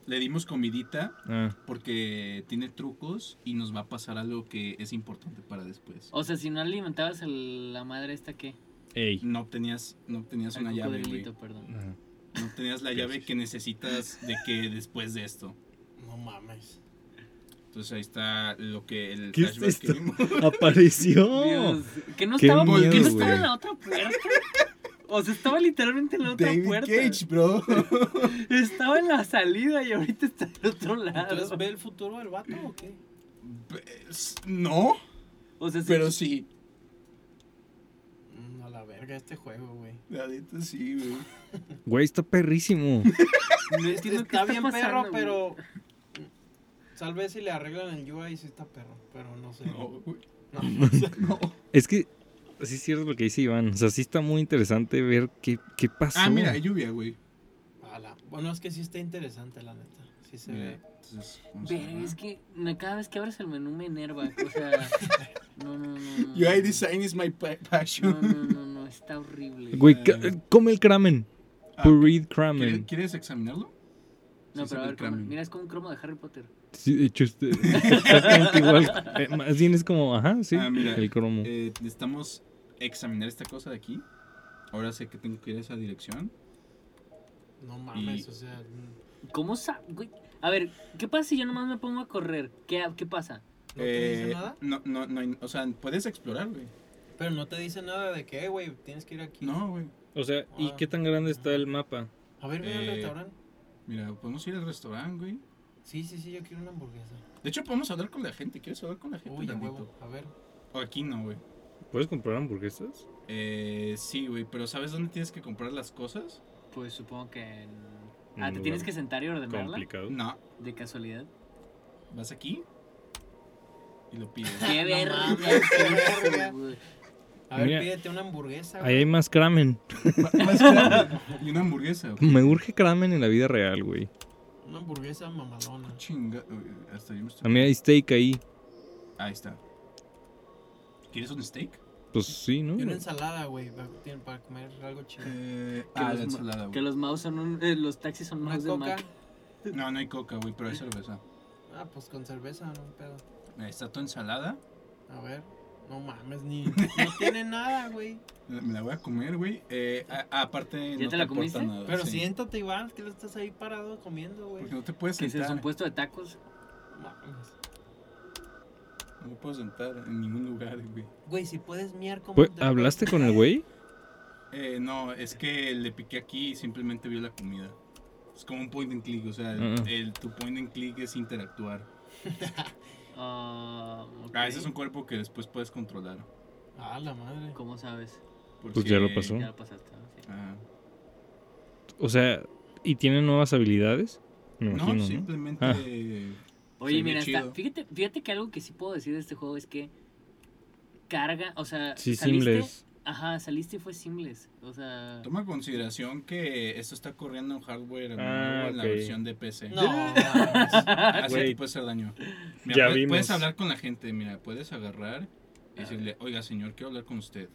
Speaker 2: Le dimos comidita
Speaker 4: Ah,
Speaker 2: porque tiene trucos y nos va a pasar algo que es importante para después.
Speaker 3: O sea, si no alimentabas el- la madre esta, ¿qué?
Speaker 4: ey.
Speaker 2: No obtenías, no obtenías
Speaker 3: Al
Speaker 2: una llave, güey.
Speaker 3: cocodrilito, perdón.
Speaker 4: Ajá.
Speaker 2: No obtenías la llave que necesitas de que después de esto.
Speaker 6: No mames.
Speaker 2: Entonces ahí está lo que el
Speaker 4: ¿Qué es
Speaker 2: flashback que
Speaker 4: esto?
Speaker 2: vimos.
Speaker 4: Apareció.
Speaker 3: Dios, que no
Speaker 4: Oh, Qué
Speaker 3: estaba, que
Speaker 4: miedo,
Speaker 3: no estaba
Speaker 4: güey.
Speaker 3: en la otra puerta. O sea, estaba literalmente en la otra puerta.
Speaker 2: bro.
Speaker 3: Estaba en la salida y ahorita está del otro lado.
Speaker 6: ¿Entonces ve el futuro del vato o qué?
Speaker 2: Pues, No,
Speaker 3: O sea, sí,
Speaker 2: pero sí.
Speaker 6: Mm, A la verga este juego, güey.
Speaker 2: La neta sí, güey.
Speaker 4: Güey, está perrísimo.
Speaker 3: no entiendo qué
Speaker 6: Está bien perro,
Speaker 3: pasando, güey.
Speaker 6: pero... Tal vez si le arreglan el UI sí está perro, pero no sé.
Speaker 2: No, güey.
Speaker 6: No, no sé.
Speaker 4: Es que sí es cierto lo que dice Iván. O sea, sí está muy interesante ver qué, qué pasó.
Speaker 2: Ah, mira, hay lluvia, güey.
Speaker 6: A la- Bueno, es que sí está interesante, la neta. Sí se
Speaker 2: Mira,
Speaker 6: ve.
Speaker 2: entonces, vamos a
Speaker 3: Verga,
Speaker 2: ver.
Speaker 3: es que me- cada vez que abres el menú me enerva. O sea, no, no, no. no.
Speaker 2: UI design is my pa-
Speaker 3: No,
Speaker 2: passion.
Speaker 3: no, no, no, está horrible.
Speaker 4: Güey, ca- come el kramen.
Speaker 2: Ah,
Speaker 4: Purid
Speaker 2: ¿quiere-
Speaker 4: kramen.
Speaker 2: ¿Quieres examinarlo?
Speaker 3: no,
Speaker 2: Sí,
Speaker 3: pero a
Speaker 2: sí,
Speaker 3: ver, cómo-
Speaker 2: Kramen.
Speaker 3: mira, es como un cromo de Harry Potter.
Speaker 4: Sí, de hecho, este- exactamente igual. Eh, más bien es como, ajá, sí,
Speaker 2: Ah, mira,
Speaker 4: el cromo.
Speaker 2: Eh, necesitamos examinar esta cosa de aquí. Ahora sé que tengo que ir a esa dirección.
Speaker 6: No mames,
Speaker 2: Y-
Speaker 6: o sea.
Speaker 3: ¿Cómo sa- güey? A ver, ¿qué pasa si yo nomás me pongo a correr? ¿Qué, qué pasa?
Speaker 6: No te dice
Speaker 2: Eh,
Speaker 6: nada.
Speaker 2: No, no, no, hay- o sea, puedes explorar, güey.
Speaker 6: Pero no te dice nada de que, "Eh, güey, tienes que ir aquí.
Speaker 2: No, güey.
Speaker 4: O sea, ¿y
Speaker 6: Ah.
Speaker 4: qué tan grande está el mapa?
Speaker 6: A ver, ve al
Speaker 2: Eh.
Speaker 6: restaurante.
Speaker 2: Mira, podemos ir al restaurante, güey.
Speaker 6: Sí, sí, sí, yo quiero una hamburguesa.
Speaker 2: De hecho, podemos hablar con la gente. ¿Quieres hablar con la gente?
Speaker 6: Uy, a
Speaker 2: tantito?
Speaker 6: huevo. A ver.
Speaker 2: O aquí no, güey.
Speaker 4: ¿Puedes comprar hamburguesas?
Speaker 2: Eh, sí, güey, pero ¿sabes dónde tienes que comprar las cosas?
Speaker 3: Pues supongo que en-
Speaker 4: Un
Speaker 3: Ah, ¿te
Speaker 4: lugar
Speaker 3: tienes que sentar y ordenarla?
Speaker 4: Complicado.
Speaker 2: No,
Speaker 3: De casualidad.
Speaker 2: vas aquí y lo pides.
Speaker 3: ¡Qué
Speaker 6: No
Speaker 3: verga!
Speaker 6: mames,
Speaker 3: qué
Speaker 6: qué
Speaker 3: verga,
Speaker 6: verga.
Speaker 3: güey!
Speaker 6: A ver,
Speaker 4: Mira.
Speaker 6: pídete una hamburguesa.
Speaker 4: Ahí
Speaker 6: güey.
Speaker 4: hay más Kramen.
Speaker 2: Va- vas con- y una hamburguesa, güey.
Speaker 4: Me urge Kramen en la vida real, güey.
Speaker 6: Una hamburguesa mamalona.
Speaker 2: Chinga. güey, Hasta yo me
Speaker 4: A
Speaker 2: estoy...
Speaker 4: mí hay steak ahí.
Speaker 2: Ahí está. ¿Quieres un steak?
Speaker 4: Pues sí, ¿no?
Speaker 6: Y
Speaker 2: Mm.
Speaker 6: una ensalada, güey, pa- tienen para comer algo chido.
Speaker 2: Eh,
Speaker 3: Que
Speaker 2: ah,
Speaker 3: los
Speaker 2: la
Speaker 3: ma-
Speaker 2: ensalada,
Speaker 3: Que
Speaker 2: güey.
Speaker 3: los mouse son un- eh, los taxis son
Speaker 6: Una
Speaker 3: mouse de
Speaker 6: coca.
Speaker 3: Mac.
Speaker 2: No, no hay coca, güey, pero hay cerveza.
Speaker 6: Ah, pues con cerveza, no hay pedo.
Speaker 2: Ahí Eh, está tu ensalada.
Speaker 6: A ver. No mames, ni. No tiene nada, güey.
Speaker 2: Me la voy a comer, güey. Eh, a- a- aparte, no
Speaker 3: te la comiste?
Speaker 2: aporta nada.
Speaker 6: Pero
Speaker 2: sí.
Speaker 6: siéntate, Iván, que lo estás ahí parado comiendo, güey.
Speaker 2: Porque no te puedes
Speaker 3: Que ese es
Speaker 2: sentar.
Speaker 3: un puesto de tacos.
Speaker 6: No mames.
Speaker 2: No me puedo sentar en ningún lugar, güey.
Speaker 6: Güey, si puedes miar como.
Speaker 4: Pues,
Speaker 6: un dragón.
Speaker 4: ¿Hablaste con el güey?
Speaker 2: Eh, no, es que le piqué aquí y simplemente vio la comida. Es como un point and click, o sea,
Speaker 4: Ah.
Speaker 2: el, tu point and click es interactuar.
Speaker 3: Ah, ok.
Speaker 2: Ah, ese es un cuerpo que después puedes controlar.
Speaker 6: Ah, la madre.
Speaker 3: ¿Cómo sabes?
Speaker 2: porque-
Speaker 4: Pues ya lo
Speaker 2: ¿Mm?
Speaker 4: pasó.
Speaker 3: Ya lo pasaste. ¿no? Sí.
Speaker 2: Ah.
Speaker 4: O sea, ¿y tiene nuevas habilidades? Me
Speaker 2: No,
Speaker 4: imagino, ¿no?
Speaker 2: simplemente...
Speaker 4: Ah.
Speaker 2: Se
Speaker 3: Oye,
Speaker 2: ve
Speaker 3: mira, está-
Speaker 2: chido.
Speaker 3: fíjate, fíjate que algo que sí puedo decir de este juego es que carga, o sea,
Speaker 4: Sí,
Speaker 3: saliste,
Speaker 4: simples.
Speaker 3: Ajá, saliste y fue simples. O sea,
Speaker 2: Toma en consideración que esto está corriendo en hardware nuevo
Speaker 4: Ah,
Speaker 2: en la
Speaker 4: ok.
Speaker 2: versión de PC.
Speaker 6: No, mames.
Speaker 2: Así
Speaker 4: Güey.
Speaker 2: te puede hacer daño. Mira,
Speaker 4: Ya
Speaker 2: puedes,
Speaker 4: vimos.
Speaker 2: puedes hablar con la gente, mira, puedes agarrar
Speaker 3: Ah.
Speaker 2: y decirle, oiga señor, quiero hablar con usted.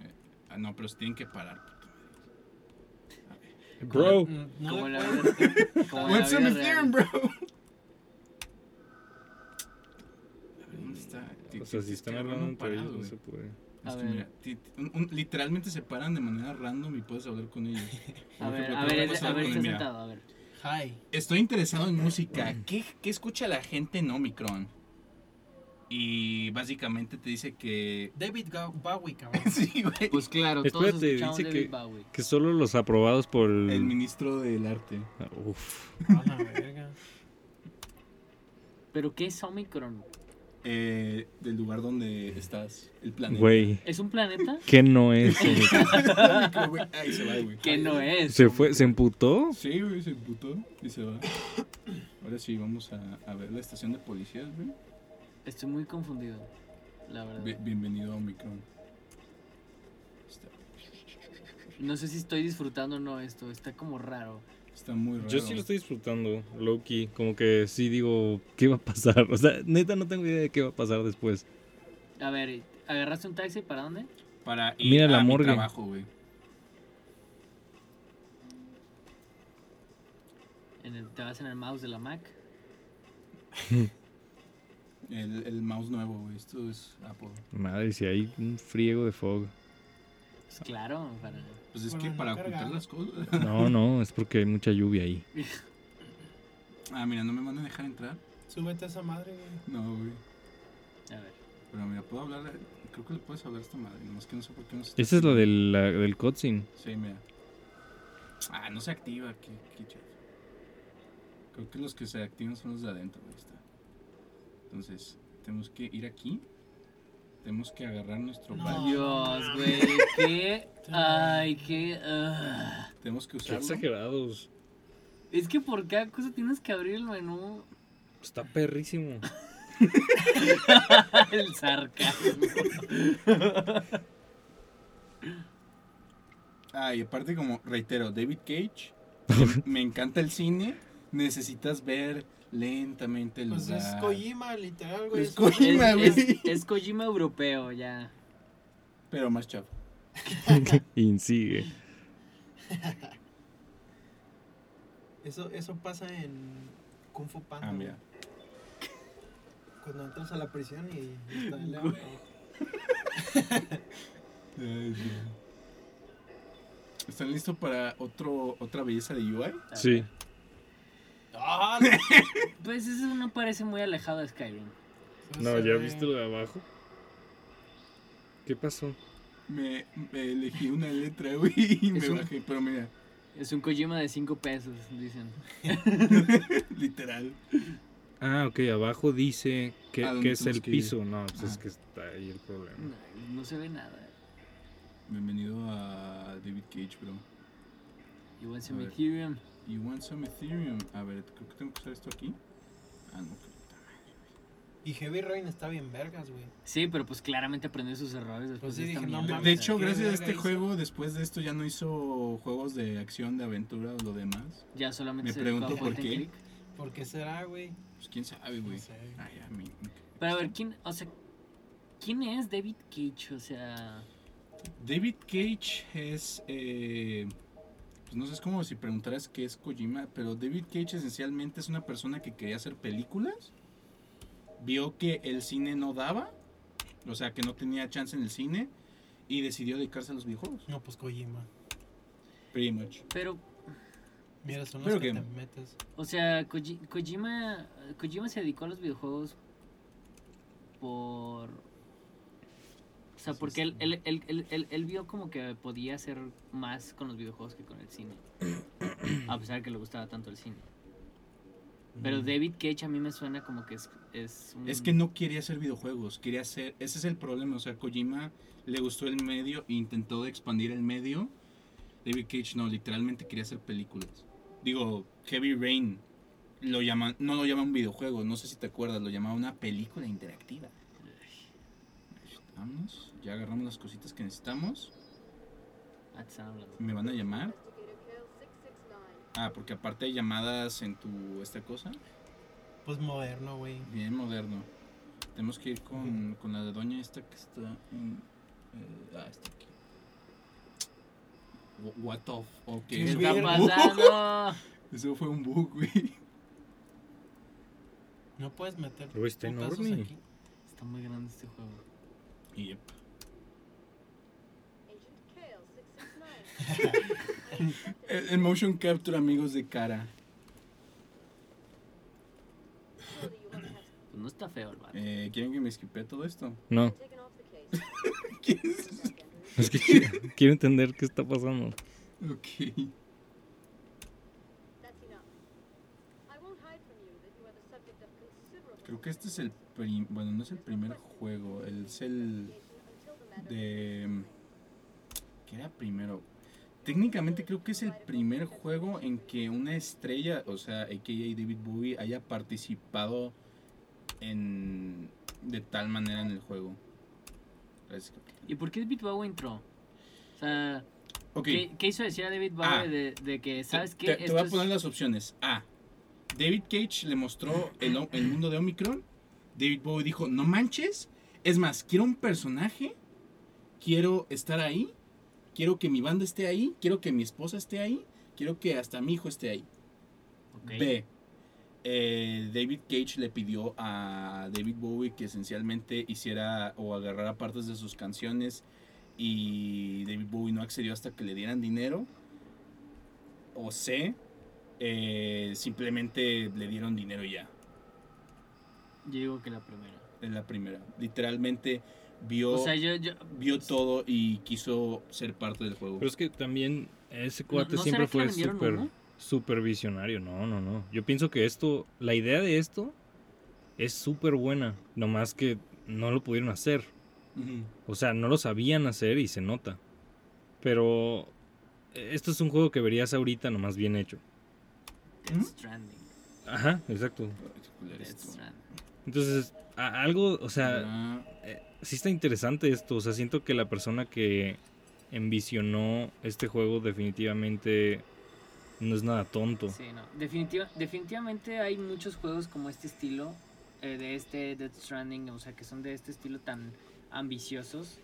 Speaker 2: Eh, ah, no, pero se tienen que parar. puta madre. A ver.
Speaker 4: Bro.
Speaker 6: Mm, No
Speaker 3: como
Speaker 6: le
Speaker 3: la
Speaker 6: puedes-
Speaker 3: vida- como la
Speaker 2: What's
Speaker 3: vida
Speaker 2: in the
Speaker 3: real.
Speaker 2: film, bro? ¿Dónde está?
Speaker 4: O sea, si están hablando entre ellos, no se puede.
Speaker 3: A
Speaker 2: Es que
Speaker 3: ver.
Speaker 2: mira, ti- ti- un- un- literalmente se paran de manera random y puedes hablar con ellos. Por
Speaker 3: A ver,
Speaker 2: ejemplo,
Speaker 3: a
Speaker 2: te
Speaker 3: ver,
Speaker 2: puedes
Speaker 3: es- a
Speaker 2: hablar
Speaker 3: ver,
Speaker 2: con
Speaker 3: está
Speaker 2: él, mira,
Speaker 3: sentado, a ver.
Speaker 6: Hi.
Speaker 2: Estoy interesado en música. ¿Qué, qué escucha la gente en Omicron? Y básicamente te dice que.
Speaker 6: David Ga- Bowie, cabrón.
Speaker 2: sí, güey.
Speaker 3: Pues claro,
Speaker 4: todos
Speaker 3: todos
Speaker 4: Espérate,
Speaker 3: escuchamos
Speaker 4: escuchamos dice
Speaker 3: David
Speaker 4: David que- Que solo los aprobados por el...
Speaker 2: El ministro del arte.
Speaker 4: Ah, Uf.
Speaker 6: A la verga.
Speaker 3: ¿Pero qué es Omicron?
Speaker 2: eh, del lugar donde estás. El planeta.
Speaker 4: Güey,
Speaker 3: ¿Es un planeta?
Speaker 4: ¿qué no es?
Speaker 2: Omicron, güey. Ahí se va, güey.
Speaker 3: que no es.
Speaker 4: ¿Se fue? ¿Se emputó?
Speaker 2: Sí, güey, se emputó y se va. Ahora sí, vamos a, a ver la estación de policías, güey.
Speaker 3: Estoy muy confundido, la
Speaker 2: Bi-
Speaker 3: verdad.
Speaker 2: bienvenido a Omicron. Está,
Speaker 3: No sé si estoy disfrutando o no esto, está como raro.
Speaker 2: está muy raro.
Speaker 4: Yo sí lo estoy disfrutando, Loki. Como que sí digo, ¿qué va a pasar? O sea, neta no tengo idea de qué va a pasar después.
Speaker 3: A ver, ¿agarraste un taxi para dónde?
Speaker 2: Para ir
Speaker 4: Mira
Speaker 2: a
Speaker 4: la
Speaker 2: mi
Speaker 4: morgue.
Speaker 2: trabajo, güey.
Speaker 3: En el- te vas en el mouse de la Mac.
Speaker 2: El, el mouse nuevo, güey. Esto es Apple.
Speaker 4: Madre, si hay un friego de fog.
Speaker 3: Pues claro, para...
Speaker 2: Pues es
Speaker 6: Para
Speaker 2: que
Speaker 6: no
Speaker 2: para
Speaker 6: cargar.
Speaker 2: ocultar las cosas.
Speaker 4: No, no, es porque hay mucha lluvia ahí.
Speaker 2: Ah, mira, ¿no me van a dejar entrar?
Speaker 6: Súbete a esa madre, güey.
Speaker 2: No, güey.
Speaker 3: A ver.
Speaker 2: Pero mira, puedo hablar. Creo que le puedes hablar a esta madre. Nomás que no sé por qué no se.
Speaker 4: Esa es la del, la del cutscene.
Speaker 2: Sí, mira. Ah, no se activa. Qué, qué chafa. Creo que los que se activan son los de adentro. Ahí está. Entonces, tenemos que ir aquí. Tenemos que agarrar nuestro
Speaker 6: No.
Speaker 2: balde.
Speaker 3: Dios, güey, qué... Ay, qué... ah.
Speaker 2: Tenemos que usarlo.
Speaker 4: exagerados.
Speaker 3: Es que por cada cosa tienes que abrir el menú.
Speaker 4: Está perrísimo.
Speaker 3: el sarcasmo.
Speaker 2: Ah, y aparte, como reitero, David Cage. me- me encanta el cine. Necesitas ver lentamente el
Speaker 6: Pues es
Speaker 2: lugar.
Speaker 6: Kojima, literal, güey.
Speaker 2: Es
Speaker 6: Es-
Speaker 2: Koji-
Speaker 3: Es,
Speaker 2: Kojima, güey.
Speaker 3: es- es Kojima europeo, ya.
Speaker 2: Pero más chafa.
Speaker 4: Insigue.
Speaker 6: Eso, eso pasa en Kung Fu Panda.
Speaker 2: Ah,
Speaker 6: güey.
Speaker 2: mira.
Speaker 6: Cuando entras a la prisión y. está el-
Speaker 2: Ay, no. ¿Están listos para otro, otra belleza de UI?
Speaker 4: Sí.
Speaker 6: ¡Ah! no,
Speaker 3: Pues eso no parece muy alejado de Skyrim.
Speaker 6: se
Speaker 4: No,
Speaker 6: ve-
Speaker 4: ¿ya viste lo de abajo? ¿Qué pasó?
Speaker 2: Me, me elegí una letra, güey, y me
Speaker 3: Es un-
Speaker 2: bajé, pero mira,
Speaker 3: Es un Kojima de 5 pesos, dicen.
Speaker 2: literal.
Speaker 4: Ah, ok, abajo dice que,
Speaker 2: ¿A dónde
Speaker 4: que es
Speaker 2: tenemos
Speaker 4: el
Speaker 2: que ir?
Speaker 4: piso. No, pues es
Speaker 2: Ah.
Speaker 4: que está ahí el problema.
Speaker 3: No, no se ve nada.
Speaker 2: Bienvenido a David Cage, bro.
Speaker 3: You want some
Speaker 2: A ver.
Speaker 3: Ethereum?
Speaker 2: You want some Ethereum? A ver, creo que tengo que usar esto aquí. Ah, no, qué puta madre.
Speaker 6: Y Heavy Rain está bien vergas, güey.
Speaker 3: Sí, pero pues claramente aprendió sus errores después
Speaker 6: Pues sí,
Speaker 3: de esta
Speaker 6: dije, no
Speaker 3: mierda.
Speaker 2: De,
Speaker 6: mames,
Speaker 2: de hecho,
Speaker 6: ¿qué
Speaker 2: gracias a
Speaker 6: verga
Speaker 2: este
Speaker 6: hizo?
Speaker 2: juego, después de esto ya no hizo juegos de acción, de aventura o lo demás.
Speaker 3: ya solamente
Speaker 2: me
Speaker 3: se
Speaker 2: pregunto
Speaker 3: dedicó a
Speaker 2: por
Speaker 3: point and
Speaker 2: qué.
Speaker 3: click.
Speaker 6: ¿Por qué será, güey?
Speaker 2: Pues quién sabe, güey.
Speaker 6: No sé.
Speaker 2: Ay, a mí.
Speaker 3: Pero a ver, ¿quién, o sea, ¿quién es David Cage? O sea,
Speaker 2: David Cage es. eh, pues no sé, es como si preguntaras qué es Kojima, pero David Cage esencialmente es una persona que quería hacer películas. Vio que el cine no daba, o sea, que no tenía chance en el cine, y decidió dedicarse a los videojuegos.
Speaker 6: No, pues Kojima.
Speaker 2: Pretty much.
Speaker 3: pero,
Speaker 6: Mira, son
Speaker 2: Pero
Speaker 6: los que
Speaker 2: que-
Speaker 6: te metes.
Speaker 3: o sea, Koji- Kojima, Kojima se dedicó a los videojuegos por... O sea,
Speaker 6: Sí,
Speaker 3: porque
Speaker 6: sí.
Speaker 3: él, él, él, él, él- él vio como que podía hacer más con los videojuegos que con el cine. A pesar de que le gustaba tanto el cine. Pero
Speaker 6: Mm.
Speaker 3: David Cage a mí me suena como que es, es un...
Speaker 2: Es que no quería hacer videojuegos, quería hacer. Ese es el problema, o sea, Kojima le gustó el medio e intentó de expandir el medio. David Cage no, literalmente quería hacer películas. Digo, Heavy Rain lo llama, no lo llama un videojuego, no sé si te acuerdas, lo llamaba una película interactiva. Vamos, ya agarramos las cositas que necesitamos.
Speaker 3: Ah, te están hablando.
Speaker 2: Me van a llamar. Ah, porque aparte hay llamadas en tu esta cosa.
Speaker 6: Pues moderno, güey.
Speaker 2: Bien moderno. Tenemos que ir con, con la de doña esta que está en. eh, ah, está aquí. Wh- What the f- ok.
Speaker 6: ¿Qué
Speaker 3: ¿Qué
Speaker 2: Eso
Speaker 3: está
Speaker 2: fue un
Speaker 6: verga?
Speaker 2: bug.
Speaker 3: pasando?
Speaker 2: Eso fue un bug, güey.
Speaker 6: No puedes meter
Speaker 4: Pero está
Speaker 6: putazos
Speaker 4: enorme.
Speaker 6: aquí.
Speaker 3: Está muy grande este juego.
Speaker 2: Y yep. el, el motion capture, amigos de cara.
Speaker 3: Pues no está feo el vato.
Speaker 2: Eh, ¿Quieren que me skipee todo esto?
Speaker 4: No,
Speaker 2: ¿Qué
Speaker 4: es que quiero, quiero entender qué está pasando.
Speaker 2: Ok. Creo que este es el. prim- bueno, no es el primer juego. el- es el. de- ¿Qué era primero? Técnicamente creo que es el primer juego en que una estrella, o sea, a.k.a. David Bowie, haya participado en de tal manera en el juego. Gracias, Capitán.
Speaker 3: ¿Y por qué David Bowie entró? O sea,
Speaker 2: Ok,
Speaker 3: ¿qué, qué hizo decir a David Bowie
Speaker 2: Ah.
Speaker 3: de, de que, ¿sabes
Speaker 2: te,
Speaker 3: qué?
Speaker 2: te voy a
Speaker 3: es-
Speaker 2: poner las opciones. A. David Cage le mostró el, o- el mundo de Omicron. David Bowie dijo, no manches. Es más, quiero un personaje. Quiero estar ahí. Quiero que mi banda esté ahí. Quiero que mi esposa esté ahí. Quiero que hasta mi hijo esté ahí.
Speaker 3: Ok.
Speaker 2: B. eh, David Cage le pidió a David Bowie que esencialmente hiciera o agarrara partes de sus canciones y David Bowie no accedió hasta que le dieran dinero. O C. eh, simplemente le dieron dinero y ya.
Speaker 3: Yo digo que la primera.
Speaker 2: En la primera. Literalmente vio,
Speaker 3: O sea, pues yo... yo
Speaker 2: vio todo y quiso ser parte del juego.
Speaker 4: Pero es que también ese cuate
Speaker 3: no será
Speaker 4: siempre
Speaker 3: que le
Speaker 4: fue
Speaker 3: vendieron
Speaker 4: súper
Speaker 3: humo?
Speaker 4: súper visionario. No, no, no. Yo pienso que esto, la idea de esto es súper buena. Nomás que no lo pudieron hacer.
Speaker 2: Ujú.
Speaker 4: O sea, no lo sabían hacer y se nota. Pero eh, esto es un juego que verías ahorita nomás bien hecho.
Speaker 3: Death
Speaker 2: ¿Mm?
Speaker 3: Stranding.
Speaker 4: Ajá, exacto.
Speaker 2: Ay, qué culero
Speaker 3: Death
Speaker 2: esto.
Speaker 3: Stranding.
Speaker 4: Entonces, a- algo, o sea,
Speaker 2: Ah,
Speaker 4: sí está interesante esto. O sea, siento que la persona que envisionó este juego definitivamente no es nada tonto.
Speaker 3: Sí, no. Definitiva- definitivamente hay muchos juegos como este estilo, eh, de este Death Stranding, o sea, que son de este estilo tan ambiciosos.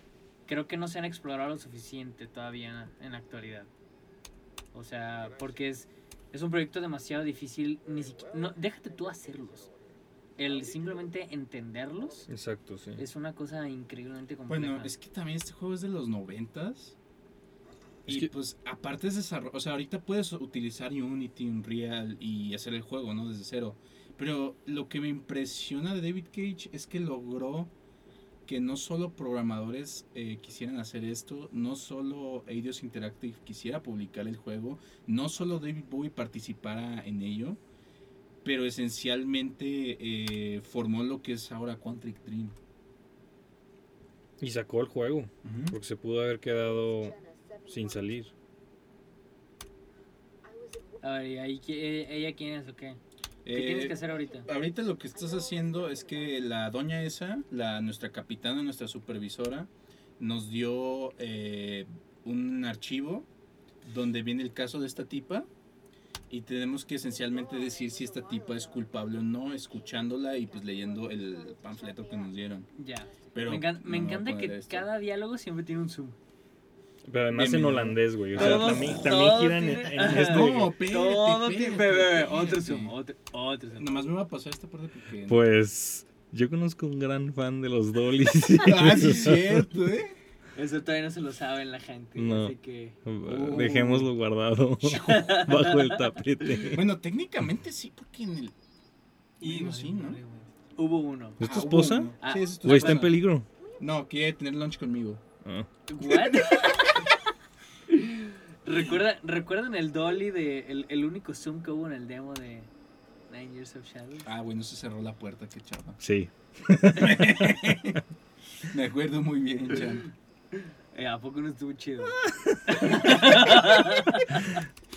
Speaker 3: Creo que no se han explorado lo suficiente todavía en la actualidad. O sea, porque es, es un proyecto demasiado difícil. Ni siquiera, no, déjate tú hacerlos. El simplemente entenderlos
Speaker 4: Exacto, sí.
Speaker 3: es una cosa increíblemente compleja.
Speaker 2: Bueno, es que también este juego es de los noventas.
Speaker 4: Es
Speaker 2: y
Speaker 4: que-
Speaker 2: pues aparte es desarrollo, o sea, ahorita puedes utilizar Unity, Unreal y hacer el juego, ¿no? Desde cero. Pero lo que me impresiona de David Cage es que logró que no solo programadores eh, quisieran hacer esto, no solo Eidos Interactive quisiera publicar el juego, no solo David Bowie participara en ello, pero esencialmente eh, formó lo que es ahora Quantic Dream.
Speaker 4: Y sacó el juego, porque se pudo haber quedado
Speaker 1: sin
Speaker 4: sin
Speaker 1: salir.
Speaker 4: salir.
Speaker 3: A ver, ¿y ahí qui- eh, ella quién es o qué? ¿Qué
Speaker 2: Eh,
Speaker 3: tienes que hacer ahorita?
Speaker 2: Ahorita lo que estás haciendo es que la doña esa, la nuestra capitana, nuestra supervisora, nos dio eh, un archivo donde viene el caso de esta tipa y tenemos que esencialmente decir si esta tipa es culpable o no, escuchándola y pues leyendo el panfleto que nos dieron.
Speaker 3: Ya.
Speaker 2: Pero
Speaker 3: me encan- me
Speaker 2: no voy a
Speaker 3: encanta
Speaker 2: poner
Speaker 3: que
Speaker 2: esto.
Speaker 3: cada diálogo siempre tiene un zoom.
Speaker 4: Pero además
Speaker 2: Bienvenido.
Speaker 4: en holandés, güey. O sea,
Speaker 3: Todos-
Speaker 4: también,
Speaker 3: todos
Speaker 4: también giran en,
Speaker 3: tienen-
Speaker 4: en este.
Speaker 2: No, espérate,
Speaker 3: Todo
Speaker 2: espérate,
Speaker 3: tiene. bebé, bebé, Otro
Speaker 2: espérate.
Speaker 3: zoom, otro, otro zoom.
Speaker 2: Nomás me va a pasar esta parte porque...
Speaker 4: Pues yo conozco un gran fan de los Dolis.
Speaker 2: Ah, sí es cierto, ¿eh?
Speaker 3: Eso todavía no se lo sabe la gente.
Speaker 4: No.
Speaker 3: Así que.
Speaker 4: Dejémoslo guardado bajo el tapete.
Speaker 2: Bueno, técnicamente sí, porque en el...
Speaker 6: Y
Speaker 2: Bueno, sí, ¿no?
Speaker 6: madre, güey.
Speaker 3: Hubo uno.
Speaker 4: ¿Es
Speaker 2: Ah,
Speaker 4: tu
Speaker 2: hubo
Speaker 4: esposa?
Speaker 2: uno. Sí, es tu
Speaker 4: Güey, está en
Speaker 2: esposa.
Speaker 4: peligro.
Speaker 2: No, quiere tener lunch conmigo.
Speaker 4: Ah.
Speaker 3: ¿What? ¿Recuerda, ¿Recuerdan el dolly de el, el único zoom que hubo en el demo de Nine Years of Shadows?
Speaker 2: Ah, bueno, se cerró la puerta, qué chava.
Speaker 4: Sí.
Speaker 2: Me acuerdo muy bien, Chan.
Speaker 3: Eh, ¿A poco no estuvo chido?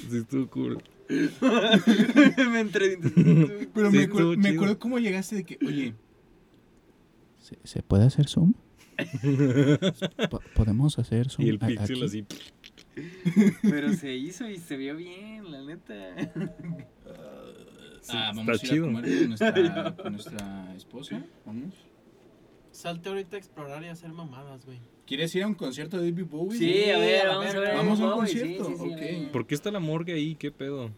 Speaker 4: Sí, estuvo cool.
Speaker 3: me entré.
Speaker 2: Pero
Speaker 4: Sí,
Speaker 2: me, acuer-
Speaker 4: estuvo
Speaker 2: me
Speaker 4: chido.
Speaker 2: acuerdo cómo llegaste de que, oye,
Speaker 5: ¿Se, se puede hacer Zoom? Po- ¿Podemos hacer Zoom?
Speaker 4: Y el
Speaker 5: a-
Speaker 4: pixel
Speaker 5: aquí?
Speaker 4: así.
Speaker 3: Pero se hizo y se vio bien, la neta.
Speaker 4: Sí,
Speaker 2: ah,
Speaker 4: está
Speaker 2: vamos a ir
Speaker 4: chido.
Speaker 2: a comer con nuestra, con nuestra esposa. Vamos.
Speaker 6: Salte ahorita a explorar y a hacer mamadas, güey.
Speaker 2: ¿Quieres ir a un concierto de David Bowie?
Speaker 3: Sí, a ver, vamos a ver.
Speaker 2: Vamos a un
Speaker 3: Bowie, sí,
Speaker 2: concierto,
Speaker 3: sí, sí, a
Speaker 2: ok.
Speaker 3: ver.
Speaker 4: ¿Por qué está la morgue ahí? ¿Qué pedo?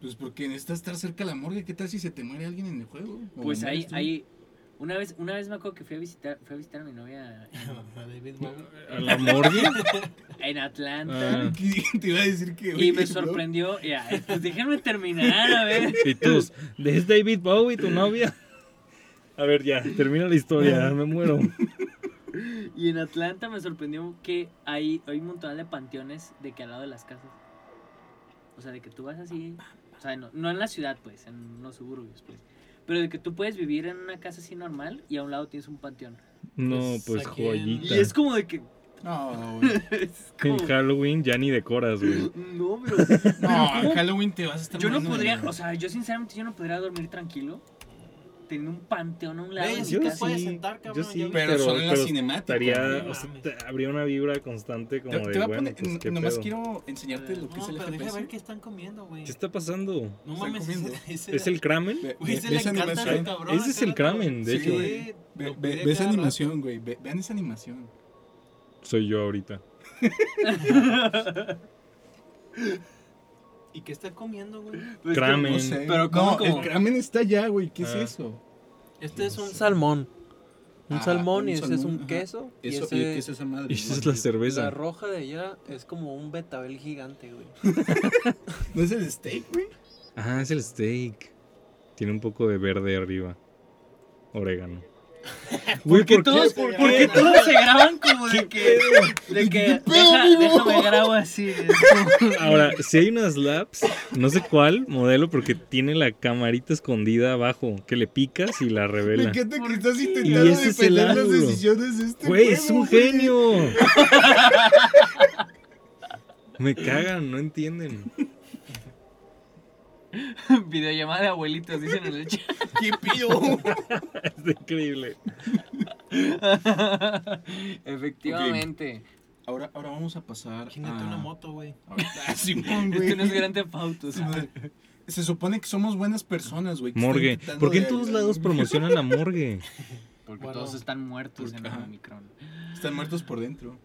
Speaker 2: Pues porque necesitas estar cerca de la morgue. ¿Qué tal si se te muere alguien en el juego? ¿O
Speaker 3: Pues
Speaker 2: mueres
Speaker 3: ahí,
Speaker 2: tú?
Speaker 3: ahí. Una vez, una vez me acuerdo que fui a visitar, fui a visitar a mi novia
Speaker 6: A David Bowie.
Speaker 4: ¿A la morgue?
Speaker 3: en Atlanta.
Speaker 4: Ah.
Speaker 2: ¿Qué? Te iba a decir que.
Speaker 3: Y
Speaker 2: oye,
Speaker 3: me
Speaker 2: bro,
Speaker 3: sorprendió. Ya, pues déjenme terminar, a ver.
Speaker 4: Y tú, ¿es David Bowie tu novia? A ver, ya, termina la historia, me muero.
Speaker 3: Y en Atlanta me sorprendió que hay, hay un montón de panteones de que al lado de las casas. O sea, de que tú vas así. O sea, no, no en la ciudad, pues, en los suburbios, pues. Pero de que tú puedes vivir en una casa así normal y a un lado tienes un panteón.
Speaker 4: No, pues
Speaker 6: Pues, ¿a quién?
Speaker 4: joyita.
Speaker 3: Y es como de que.
Speaker 2: No, güey.
Speaker 3: es como-
Speaker 4: En Halloween ya ni decoras, güey.
Speaker 3: no, pero.
Speaker 2: No, en
Speaker 3: ¿cómo?
Speaker 2: Halloween te vas a estar
Speaker 3: Yo no
Speaker 2: muriendo de
Speaker 3: podría.
Speaker 2: miedo.
Speaker 3: O sea, yo sinceramente yo no podría dormir tranquilo teniendo un panteón a un lado
Speaker 6: Güey,
Speaker 3: de
Speaker 6: si
Speaker 3: mi
Speaker 4: Yo
Speaker 6: te
Speaker 3: casa.
Speaker 6: puedes
Speaker 4: sí,
Speaker 6: sentar, cabrón.
Speaker 4: yo sí,
Speaker 6: ya vi-
Speaker 2: pero,
Speaker 4: pero-
Speaker 2: solo en la
Speaker 4: pero
Speaker 2: cinemática.
Speaker 4: Estaría,
Speaker 6: no
Speaker 4: o sea,
Speaker 6: mames.
Speaker 4: te- habría una vibra constante como
Speaker 2: Te,
Speaker 4: de,
Speaker 2: te voy a
Speaker 4: bueno,
Speaker 2: poner.
Speaker 4: pues qué
Speaker 2: nomás
Speaker 4: pedo.
Speaker 2: quiero enseñarte lo que
Speaker 6: No,
Speaker 2: es el
Speaker 6: pero deja
Speaker 2: GPS.
Speaker 6: ver qué están comiendo, güey.
Speaker 4: ¿Qué está pasando?
Speaker 6: No
Speaker 2: están
Speaker 6: mames,
Speaker 2: comiendo.
Speaker 6: ese- ese-
Speaker 4: ¿Es el Kramen?
Speaker 2: Ve-
Speaker 6: Güey,
Speaker 2: ve-
Speaker 6: se
Speaker 2: ve
Speaker 6: le
Speaker 2: esa
Speaker 6: encanta
Speaker 2: animación.
Speaker 6: al cabrón.
Speaker 4: Ese es el Kramen, de
Speaker 2: Sí,
Speaker 4: hecho.
Speaker 2: güey. Ve, ve- ve esa animación, güey. Ve- vean esa animación.
Speaker 4: Soy yo ahorita.
Speaker 6: ¿Y qué está comiendo, güey?
Speaker 3: Pues,
Speaker 4: Kramen.
Speaker 2: No sé.
Speaker 3: Pero ¿cómo,
Speaker 2: no,
Speaker 3: cómo?
Speaker 2: el Kramen está allá, güey. ¿Qué es
Speaker 4: Ah.
Speaker 2: eso?
Speaker 6: Este es un
Speaker 4: sé.
Speaker 6: salmón. Un
Speaker 2: Ah,
Speaker 6: salmón
Speaker 2: un
Speaker 6: y ese es
Speaker 2: salmón,
Speaker 6: un
Speaker 2: ajá.
Speaker 6: queso. Y
Speaker 2: Eso,
Speaker 6: ese,
Speaker 2: ¿Qué es esa madre?
Speaker 4: Y esa es la
Speaker 6: la
Speaker 4: cerveza.
Speaker 6: roja de allá es como un betabel gigante, güey.
Speaker 2: ¿No es el steak, güey?
Speaker 4: Ah, es el steak. Tiene un poco de verde arriba. Orégano. Güey,
Speaker 3: Porque todos,
Speaker 6: ¿Por qué?
Speaker 3: porque todos se graban como de que, de que deja, déjame grabo así. es como-
Speaker 4: Ahora, si hay unas labs, no sé cuál modelo, porque tiene la camarita escondida abajo, que le picas y la
Speaker 2: Me
Speaker 4: revela.
Speaker 2: encanta
Speaker 3: ¿Por
Speaker 2: que estás
Speaker 3: qué?
Speaker 2: intentando
Speaker 4: Y ese es el
Speaker 2: defender las
Speaker 4: ángulo.
Speaker 2: decisiones de este
Speaker 4: Güey, es
Speaker 2: juego,
Speaker 4: un
Speaker 2: güey.
Speaker 4: genio. Me cagan, no entienden.
Speaker 3: Videollamada de abuelitos, dicen en el chat.
Speaker 2: ¡Qué pío!
Speaker 4: Es increíble.
Speaker 3: Efectivamente.
Speaker 2: Ahora, ahora vamos a pasar
Speaker 6: Imagínate
Speaker 2: a...
Speaker 6: una moto, güey.
Speaker 2: a ver. Ah, Simón, güey.
Speaker 3: Esto no es grande pautos.
Speaker 2: Se supone que somos buenas personas, güey. que están
Speaker 4: Morgue.
Speaker 2: intentando
Speaker 4: ¿Por qué en
Speaker 2: de
Speaker 4: todos
Speaker 2: ayudar,
Speaker 4: lados
Speaker 2: güey?
Speaker 4: promocionan la morgue?
Speaker 3: Porque
Speaker 6: Bueno.
Speaker 3: todos están muertos en
Speaker 2: Porque,
Speaker 3: el
Speaker 2: ajá.
Speaker 3: Omicron.
Speaker 2: Están muertos por dentro.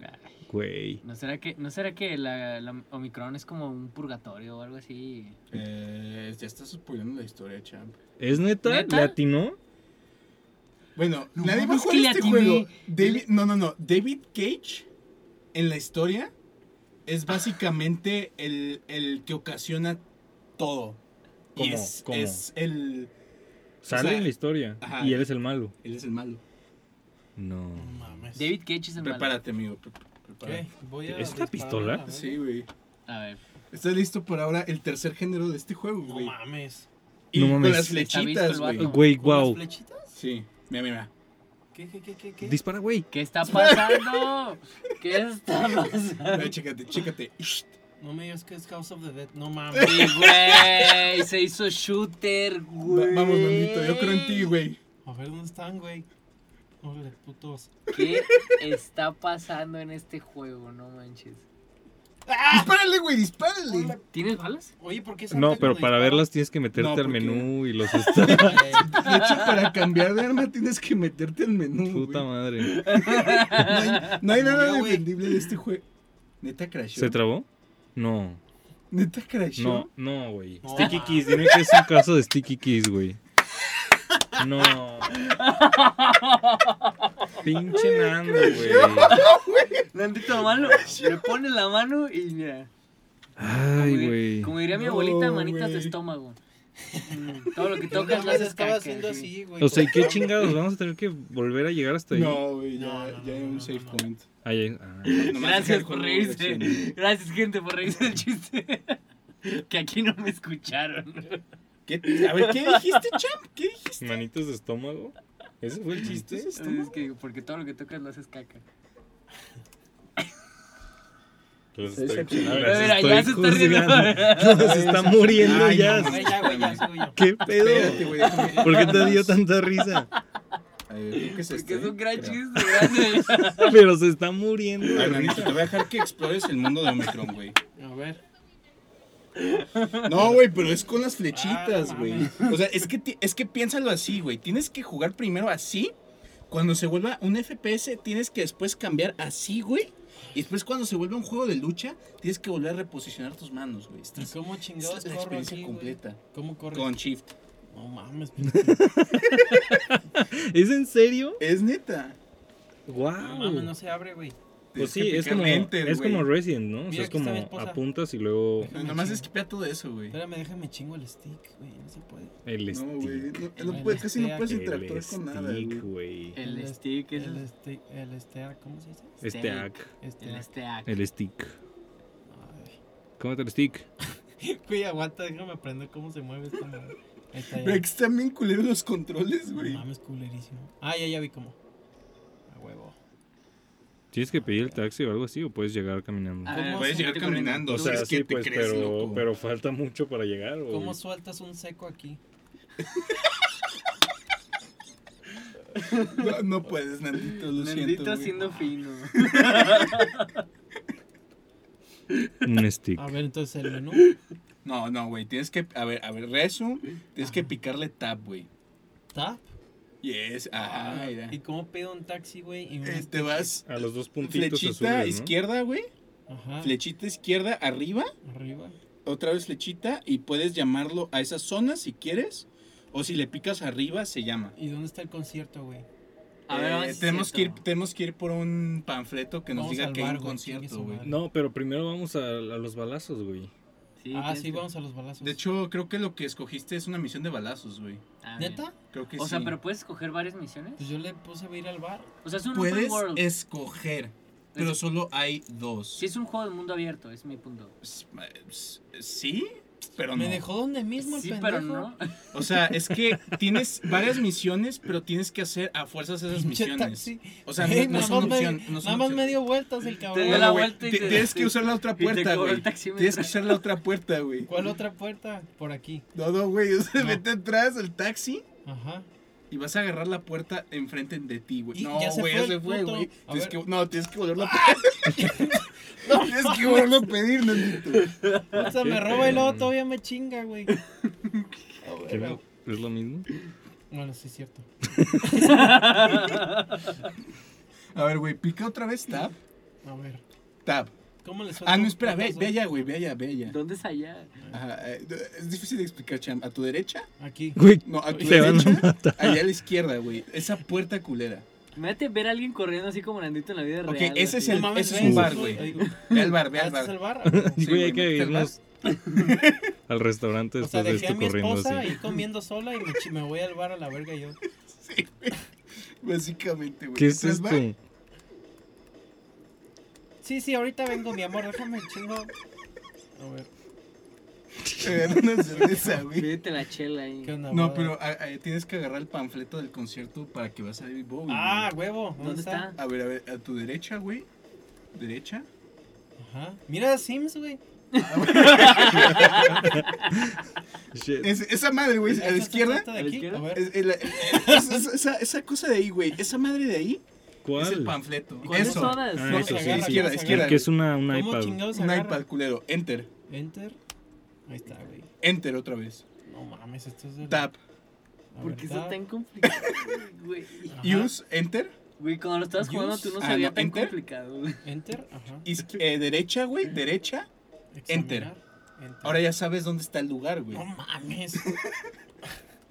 Speaker 3: Ay,
Speaker 4: Güey.
Speaker 3: ¿No será que, no será que la, la Omicron es como un purgatorio o algo así?
Speaker 2: Eh, ya estás spoileando la historia, champ.
Speaker 4: ¿Es neta?
Speaker 3: ¿Neta?
Speaker 4: ¿Le atinó?
Speaker 2: Bueno,
Speaker 3: No
Speaker 2: nadie va a
Speaker 3: mames,
Speaker 2: jugar
Speaker 3: que le
Speaker 2: este
Speaker 3: atiné.
Speaker 2: juego. David, no, no, no. David Cage en la historia
Speaker 3: Ah.
Speaker 2: es básicamente el, el que ocasiona todo. Y
Speaker 4: ¿Cómo?
Speaker 2: es,
Speaker 4: ¿Cómo?
Speaker 2: es el.
Speaker 4: Sale
Speaker 2: o sea,
Speaker 4: en la historia
Speaker 2: ajá.
Speaker 4: y él es el malo.
Speaker 2: Él es el malo.
Speaker 4: No.
Speaker 6: No mames.
Speaker 3: David Cage es el malo.
Speaker 2: Prepárate, amigo. pre- prepárate.
Speaker 6: Ok, voy a
Speaker 4: ¿Es una
Speaker 6: dispararle
Speaker 4: pistola?
Speaker 6: a la vez.
Speaker 2: Sí, güey.
Speaker 3: A ver.
Speaker 2: Estás listo por ahora el tercer género de este juego,
Speaker 6: No
Speaker 2: güey.
Speaker 6: mames.
Speaker 2: y
Speaker 4: No
Speaker 2: con
Speaker 4: mames.
Speaker 2: las
Speaker 4: Está
Speaker 3: visto el
Speaker 2: flechitas, güey.
Speaker 3: vato.
Speaker 4: Güey,
Speaker 6: ¿Con las
Speaker 4: wow.
Speaker 6: flechitas?
Speaker 2: Sí, mira, mira.
Speaker 6: ¿Qué, qué, qué, qué, qué?
Speaker 4: Dispara, güey.
Speaker 3: ¿Qué está pasando? ¿Qué está pasando?
Speaker 2: mira. Ve, chécate, chécate. Shh,
Speaker 6: No me digas que es House of the Dead. No
Speaker 3: Sí,
Speaker 6: mames.
Speaker 3: güey. Se hizo shooter,
Speaker 2: va-
Speaker 3: güey.
Speaker 2: Vamos, mamito, yo creo en ti, güey.
Speaker 6: A ver dónde están, güey. Órale, putos.
Speaker 3: ¿Qué está pasando en este juego? No manches. Ah.
Speaker 2: Dispárale, güey, dispárale.
Speaker 3: ¿Tienes balas?
Speaker 6: Oye, ¿por qué
Speaker 4: No, pero para verlas tienes que meterte
Speaker 2: No,
Speaker 4: al
Speaker 2: porque-
Speaker 4: menú y los está.
Speaker 2: De hecho, para cambiar de arma tienes que meterte al menú.
Speaker 4: Puta
Speaker 2: güey. No
Speaker 4: madre.
Speaker 2: hay, no hay nada
Speaker 6: Murió, güey.
Speaker 2: defendible de este juego. Neta crashó.
Speaker 4: ¿Se trabó? No.
Speaker 2: Neta crashó.
Speaker 4: No, no, güey.
Speaker 6: No.
Speaker 4: Sticky Kiss, dime que es un caso de Sticky Kiss, güey. No. Pinche Nando, güey.
Speaker 3: Nandito malo. Le pones la mano y mira. Como
Speaker 4: Ay,
Speaker 3: dir-
Speaker 4: güey.
Speaker 3: Como diría mi
Speaker 2: No,
Speaker 3: abuelita, manitas de
Speaker 2: güey.
Speaker 3: estómago. Mm, Todo lo que
Speaker 6: Yo
Speaker 3: tocas
Speaker 6: nada
Speaker 3: lo
Speaker 6: más
Speaker 3: haces
Speaker 6: estaba
Speaker 3: caca.
Speaker 6: haciendo
Speaker 3: sí.
Speaker 6: así, güey.
Speaker 4: O sea, ¿y
Speaker 6: con
Speaker 4: qué
Speaker 6: la-
Speaker 4: chingados? Vamos a tener que volver a llegar hasta ahí.
Speaker 2: No, güey, ya,
Speaker 6: No, no,
Speaker 2: ya hay
Speaker 6: no,
Speaker 2: un
Speaker 6: no,
Speaker 2: safe
Speaker 6: no.
Speaker 2: point.
Speaker 4: Ahí, ah.
Speaker 2: Nomás deja
Speaker 3: Gracias
Speaker 2: el
Speaker 3: por
Speaker 2: juego de
Speaker 3: reírse.
Speaker 2: acción.
Speaker 3: Gracias, gente, por reírse del chiste. Que aquí no me escucharon.
Speaker 2: ¿Qué? A ver, ¿qué dijiste, champ? ¿Qué dijiste?
Speaker 4: Manitas de estómago. ¿Ese fue el chiste?
Speaker 3: Es que porque todo lo que tocas lo haces caca.
Speaker 4: Los
Speaker 2: Ese
Speaker 4: estoy,
Speaker 2: pinche-
Speaker 4: las
Speaker 3: Mira, ya se está
Speaker 4: estoy
Speaker 3: riendo.
Speaker 4: juzgando. Los está muriendo
Speaker 2: Ay,
Speaker 4: ya.
Speaker 2: no,
Speaker 6: Güey, ya, güey, ya, sigo yo.
Speaker 4: ¿Qué
Speaker 2: Espérate,
Speaker 4: pedo?
Speaker 2: güey, déjame.
Speaker 4: ¿Por qué te dio tanta risa?
Speaker 2: A ver, creo que es este,
Speaker 3: Porque es un gran
Speaker 2: creo.
Speaker 3: chiste, gracias.
Speaker 4: Pero se está muriendo.
Speaker 2: A
Speaker 4: de
Speaker 2: ver,
Speaker 4: risa.
Speaker 2: Nanito, te voy a dejar que explores el mundo de Omicron, güey.
Speaker 6: A ver.
Speaker 2: No, güey, pero es con las flechitas,
Speaker 6: Ah,
Speaker 2: güey.
Speaker 6: mames.
Speaker 2: O sea, es que, ti- es que piénsalo así, güey. Tienes que jugar primero así. Cuando se vuelva un FPS, tienes que después cambiar así, güey. Y después cuando se vuelva un juego de lucha, tienes que volver a reposicionar tus manos, güey. Esta
Speaker 6: ¿Y
Speaker 2: es,
Speaker 6: cómo
Speaker 2: esta
Speaker 6: chingados
Speaker 2: es la
Speaker 6: corro
Speaker 2: experiencia
Speaker 6: aquí, güey?
Speaker 2: completa.
Speaker 6: ¿Cómo corro?
Speaker 2: Con Shift.
Speaker 6: No mames.
Speaker 4: ¿Es en serio?
Speaker 2: Es neta.
Speaker 6: No mames,
Speaker 4: ¡Wow!
Speaker 6: no se abre, güey.
Speaker 2: Tienes
Speaker 4: Pues sí,
Speaker 2: que
Speaker 4: es como,
Speaker 2: picarle enter,
Speaker 4: es
Speaker 2: güey.
Speaker 4: como Resident, ¿no? O
Speaker 6: Mira,
Speaker 4: sea, es
Speaker 6: aquí está mi
Speaker 4: como
Speaker 6: esposa.
Speaker 4: apuntas y luego
Speaker 2: Pero Nomás esquipea todo eso, güey. Este,
Speaker 6: Espérame, déjame chingo el stick, güey. No se puede.
Speaker 4: el
Speaker 2: No, güey.
Speaker 4: stick.
Speaker 2: no-
Speaker 6: El
Speaker 2: no puedes- casi no puedes
Speaker 6: stick,
Speaker 2: interactuar
Speaker 4: El
Speaker 2: con nada,
Speaker 4: stick,
Speaker 2: güey.
Speaker 4: güey.
Speaker 3: El stick es
Speaker 6: el
Speaker 3: el,
Speaker 6: stick, el steak, ¿cómo se dice?
Speaker 4: Este hack.
Speaker 6: Este.
Speaker 3: el stack.
Speaker 4: El stick. Cómete el stick.
Speaker 6: Ay. Güey, aguanta, déjame aprender cómo se mueve esta madre. Ahí está
Speaker 2: Pero
Speaker 6: ya.
Speaker 2: que están bien culeros los controles,
Speaker 6: No
Speaker 2: güey.
Speaker 6: mames, culerísimo. Ah, ya, ya vi cómo. A huevo.
Speaker 4: ¿Tienes que pedir el taxi o algo así o puedes llegar caminando?
Speaker 3: A ver,
Speaker 6: ¿Cómo
Speaker 2: Puedes
Speaker 6: se-
Speaker 2: llegar
Speaker 3: te corriendo?
Speaker 2: caminando,
Speaker 4: O
Speaker 2: o sea,
Speaker 4: sea,
Speaker 2: es que
Speaker 4: sí,
Speaker 2: te
Speaker 4: pues,
Speaker 2: crees,
Speaker 4: pero,
Speaker 2: loco.
Speaker 4: pero falta mucho para llegar, güey.
Speaker 6: ¿Cómo sueltas un seco aquí?
Speaker 2: No, no puedes, Nandito, lo siento.
Speaker 3: Nandito
Speaker 2: güey.
Speaker 3: siendo fino.
Speaker 4: Un stick.
Speaker 6: A ver, entonces el menú.
Speaker 2: No, no, güey, tienes que, a ver, a ver, rezo, tienes que picarle tab, güey.
Speaker 6: Tap.
Speaker 2: Yes, ajá, mira.
Speaker 6: ¿Y cómo pido un taxi, güey? Y un
Speaker 2: Eh,
Speaker 6: este,
Speaker 2: te
Speaker 6: stick?
Speaker 2: vas
Speaker 4: A los dos
Speaker 6: Pues,
Speaker 4: puntitos
Speaker 2: flechita
Speaker 4: azules, ¿no?
Speaker 2: izquierda, güey,
Speaker 6: Ajá.
Speaker 2: flechita izquierda arriba,
Speaker 6: Arriba.
Speaker 2: otra vez flechita y puedes llamarlo a esas zonas si quieres o si le picas arriba se llama.
Speaker 6: ¿Y dónde está el concierto, güey?
Speaker 3: A ver,
Speaker 2: Eh,
Speaker 3: vamos a
Speaker 2: tenemos que ir,
Speaker 3: cierto.
Speaker 2: tenemos que ir por un panfleto que nos
Speaker 6: Vamos
Speaker 2: diga
Speaker 6: al
Speaker 2: que hay
Speaker 6: bar,
Speaker 2: un
Speaker 6: güey, chingue
Speaker 2: concierto,
Speaker 6: su
Speaker 2: güey.
Speaker 6: madre.
Speaker 4: No, pero primero vamos a, a los balazos, güey.
Speaker 3: Sí,
Speaker 6: ah,
Speaker 3: tienes
Speaker 6: sí,
Speaker 3: que-
Speaker 6: vamos a los balazos.
Speaker 2: De hecho, creo que lo que escogiste es una misión de balazos, güey.
Speaker 3: Ah, bien.
Speaker 6: ¿Neta?
Speaker 2: Creo que
Speaker 3: O
Speaker 2: sí.
Speaker 3: sea, pero puedes escoger varias misiones.
Speaker 6: Pues yo le puse a ir al bar.
Speaker 3: O sea, es un open
Speaker 2: puedes
Speaker 3: world.
Speaker 2: escoger, pero
Speaker 3: Es-
Speaker 2: solo hay dos.
Speaker 3: Sí, es un juego de mundo abierto, es mi punto.
Speaker 2: S- s- Sí, pero no.
Speaker 6: Me dejó donde mismo el
Speaker 3: Sí,
Speaker 6: pendejo.
Speaker 3: pero no.
Speaker 2: O sea, es que tienes varias misiones, pero tienes que hacer a fuerzas esas
Speaker 6: Pues, Pinche
Speaker 2: misiones.
Speaker 6: taxi.
Speaker 2: O sea,
Speaker 6: Ey,
Speaker 2: no, no
Speaker 6: nada
Speaker 2: son
Speaker 6: más me-
Speaker 2: opción. No son
Speaker 6: Nada más
Speaker 2: opción.
Speaker 6: me dio vueltas el
Speaker 3: dio
Speaker 6: cabrón.
Speaker 2: No,
Speaker 3: la
Speaker 2: güey,
Speaker 3: vuelta y
Speaker 2: ti-
Speaker 3: te-
Speaker 2: Tienes
Speaker 3: y-
Speaker 2: que usar la otra
Speaker 3: te
Speaker 2: puerta,
Speaker 3: cobró el
Speaker 2: güey.
Speaker 3: taxímetro.
Speaker 2: Tienes que usar la otra puerta, güey.
Speaker 6: ¿Cuál otra puerta? Por aquí.
Speaker 2: No, no, güey. O sea,
Speaker 6: No.
Speaker 2: vete atrás del taxi
Speaker 6: Ajá.
Speaker 2: y vas a agarrar la puerta enfrente de ti, güey.
Speaker 6: Y
Speaker 2: No,
Speaker 6: ya se
Speaker 2: güey,
Speaker 6: fue
Speaker 2: ya se
Speaker 6: el
Speaker 2: fue,
Speaker 6: puto.
Speaker 2: güey.
Speaker 6: A
Speaker 2: Tienes
Speaker 6: ver.
Speaker 2: que- No, tienes que volverlo a pedir. Tienes que volverlo a pedir, Nandito.
Speaker 6: O sea, me roba y luego todavía me chinga, güey. A ver,
Speaker 4: ¿Qué
Speaker 6: a-
Speaker 4: no? ¿Es lo mismo?
Speaker 6: Bueno, sí es cierto.
Speaker 2: A ver, güey, pica otra vez tab.
Speaker 6: A ver.
Speaker 2: Tab.
Speaker 6: ¿Cómo le suelto?
Speaker 2: Ah, no,
Speaker 6: un
Speaker 2: espera, ve,
Speaker 6: putazo?
Speaker 2: ve allá, güey, ve allá, ve allá.
Speaker 3: ¿Dónde es allá?
Speaker 2: Ajá, eh, es difícil de explicar, Cham. ¿A tu derecha?
Speaker 6: Aquí.
Speaker 4: Güey,
Speaker 2: No, a tu
Speaker 4: te van a
Speaker 2: derecha.
Speaker 4: matar.
Speaker 2: Allá a la izquierda, güey. Esa puerta culera.
Speaker 3: Mete ver a alguien corriendo así como Nandito en la vida
Speaker 2: Ok,
Speaker 3: real.
Speaker 2: ese es
Speaker 3: así.
Speaker 2: el-
Speaker 6: No mames,
Speaker 2: ese es
Speaker 6: ve,
Speaker 2: un
Speaker 6: eso
Speaker 2: bar,
Speaker 6: es-
Speaker 2: güey.
Speaker 6: digo,
Speaker 2: Ve al bar, ve
Speaker 6: ¿ah,
Speaker 2: al
Speaker 6: este es el
Speaker 2: bar.
Speaker 6: bar?
Speaker 4: Sí,
Speaker 2: Sí,
Speaker 4: güey,
Speaker 2: güey,
Speaker 4: hay que
Speaker 2: métete al bar.
Speaker 4: irnos al restaurante
Speaker 6: O sea,
Speaker 4: después de
Speaker 6: dejé a
Speaker 4: esto
Speaker 6: mi
Speaker 4: corriendo
Speaker 6: esposa
Speaker 4: así.
Speaker 6: ahí comiendo sola y me, chi- me voy al bar a la verga yo.
Speaker 2: Básicamente, güey.
Speaker 4: ¿Qué es
Speaker 2: Entras,
Speaker 4: esto?
Speaker 2: va,
Speaker 6: Sí, sí, ahorita vengo, mi amor, déjame el chingo. A ver,
Speaker 2: te dan una cerveza, güey.
Speaker 3: Pídete la chela ahí.
Speaker 6: ¿qué onda?
Speaker 2: No,
Speaker 6: brother?
Speaker 2: pero a- a- tienes que agarrar el panfleto del concierto para que vas a David Bowie.
Speaker 6: Ah,
Speaker 2: güey.
Speaker 6: huevo, ¿dónde,
Speaker 3: ¿Dónde
Speaker 6: está?
Speaker 3: está?
Speaker 2: A ver, a ver, a tu derecha, güey. Derecha.
Speaker 6: Ajá. Mira a Sims, güey.
Speaker 4: Shit.
Speaker 2: Es- esa madre, güey, a la
Speaker 6: Esta
Speaker 2: izquierda.
Speaker 6: esta de
Speaker 3: ¿A la
Speaker 6: aquí,
Speaker 3: izquierda?
Speaker 6: A ver.
Speaker 2: Es- es la- es- es- esa, esa cosa de ahí, güey. Esa madre de ahí es el
Speaker 4: ¿Cuál?
Speaker 2: panfleto.
Speaker 3: ¿Cuáles
Speaker 2: Eso.
Speaker 3: todas?
Speaker 4: Ah,
Speaker 2: No,
Speaker 4: eso sí,
Speaker 2: izquierda,
Speaker 4: sí.
Speaker 2: izquierda,
Speaker 6: El
Speaker 2: izquierda.
Speaker 4: El que es una, un
Speaker 6: ¿Cómo
Speaker 4: iPad.
Speaker 6: chingados
Speaker 2: Un
Speaker 6: agarra?
Speaker 2: iPad culero. Enter.
Speaker 6: Enter. Ahí está, güey.
Speaker 2: Enter otra vez.
Speaker 6: No mames, esto es de...
Speaker 2: Tap.
Speaker 6: A ver,
Speaker 3: Porque está
Speaker 6: tap.
Speaker 3: tan complicado, güey.
Speaker 6: Ajá.
Speaker 2: Use. Enter.
Speaker 3: Güey, cuando lo estabas jugando
Speaker 6: Use-
Speaker 3: tú no
Speaker 2: ah,
Speaker 3: sabía
Speaker 2: no,
Speaker 3: tan
Speaker 2: enter.
Speaker 3: complicado. güey.
Speaker 6: Enter, ajá.
Speaker 2: Is- eh, derecha, güey. Derecha. Enter.
Speaker 6: Examinar, Enter.
Speaker 2: Ahora ya sabes dónde está el lugar, güey.
Speaker 6: No mames.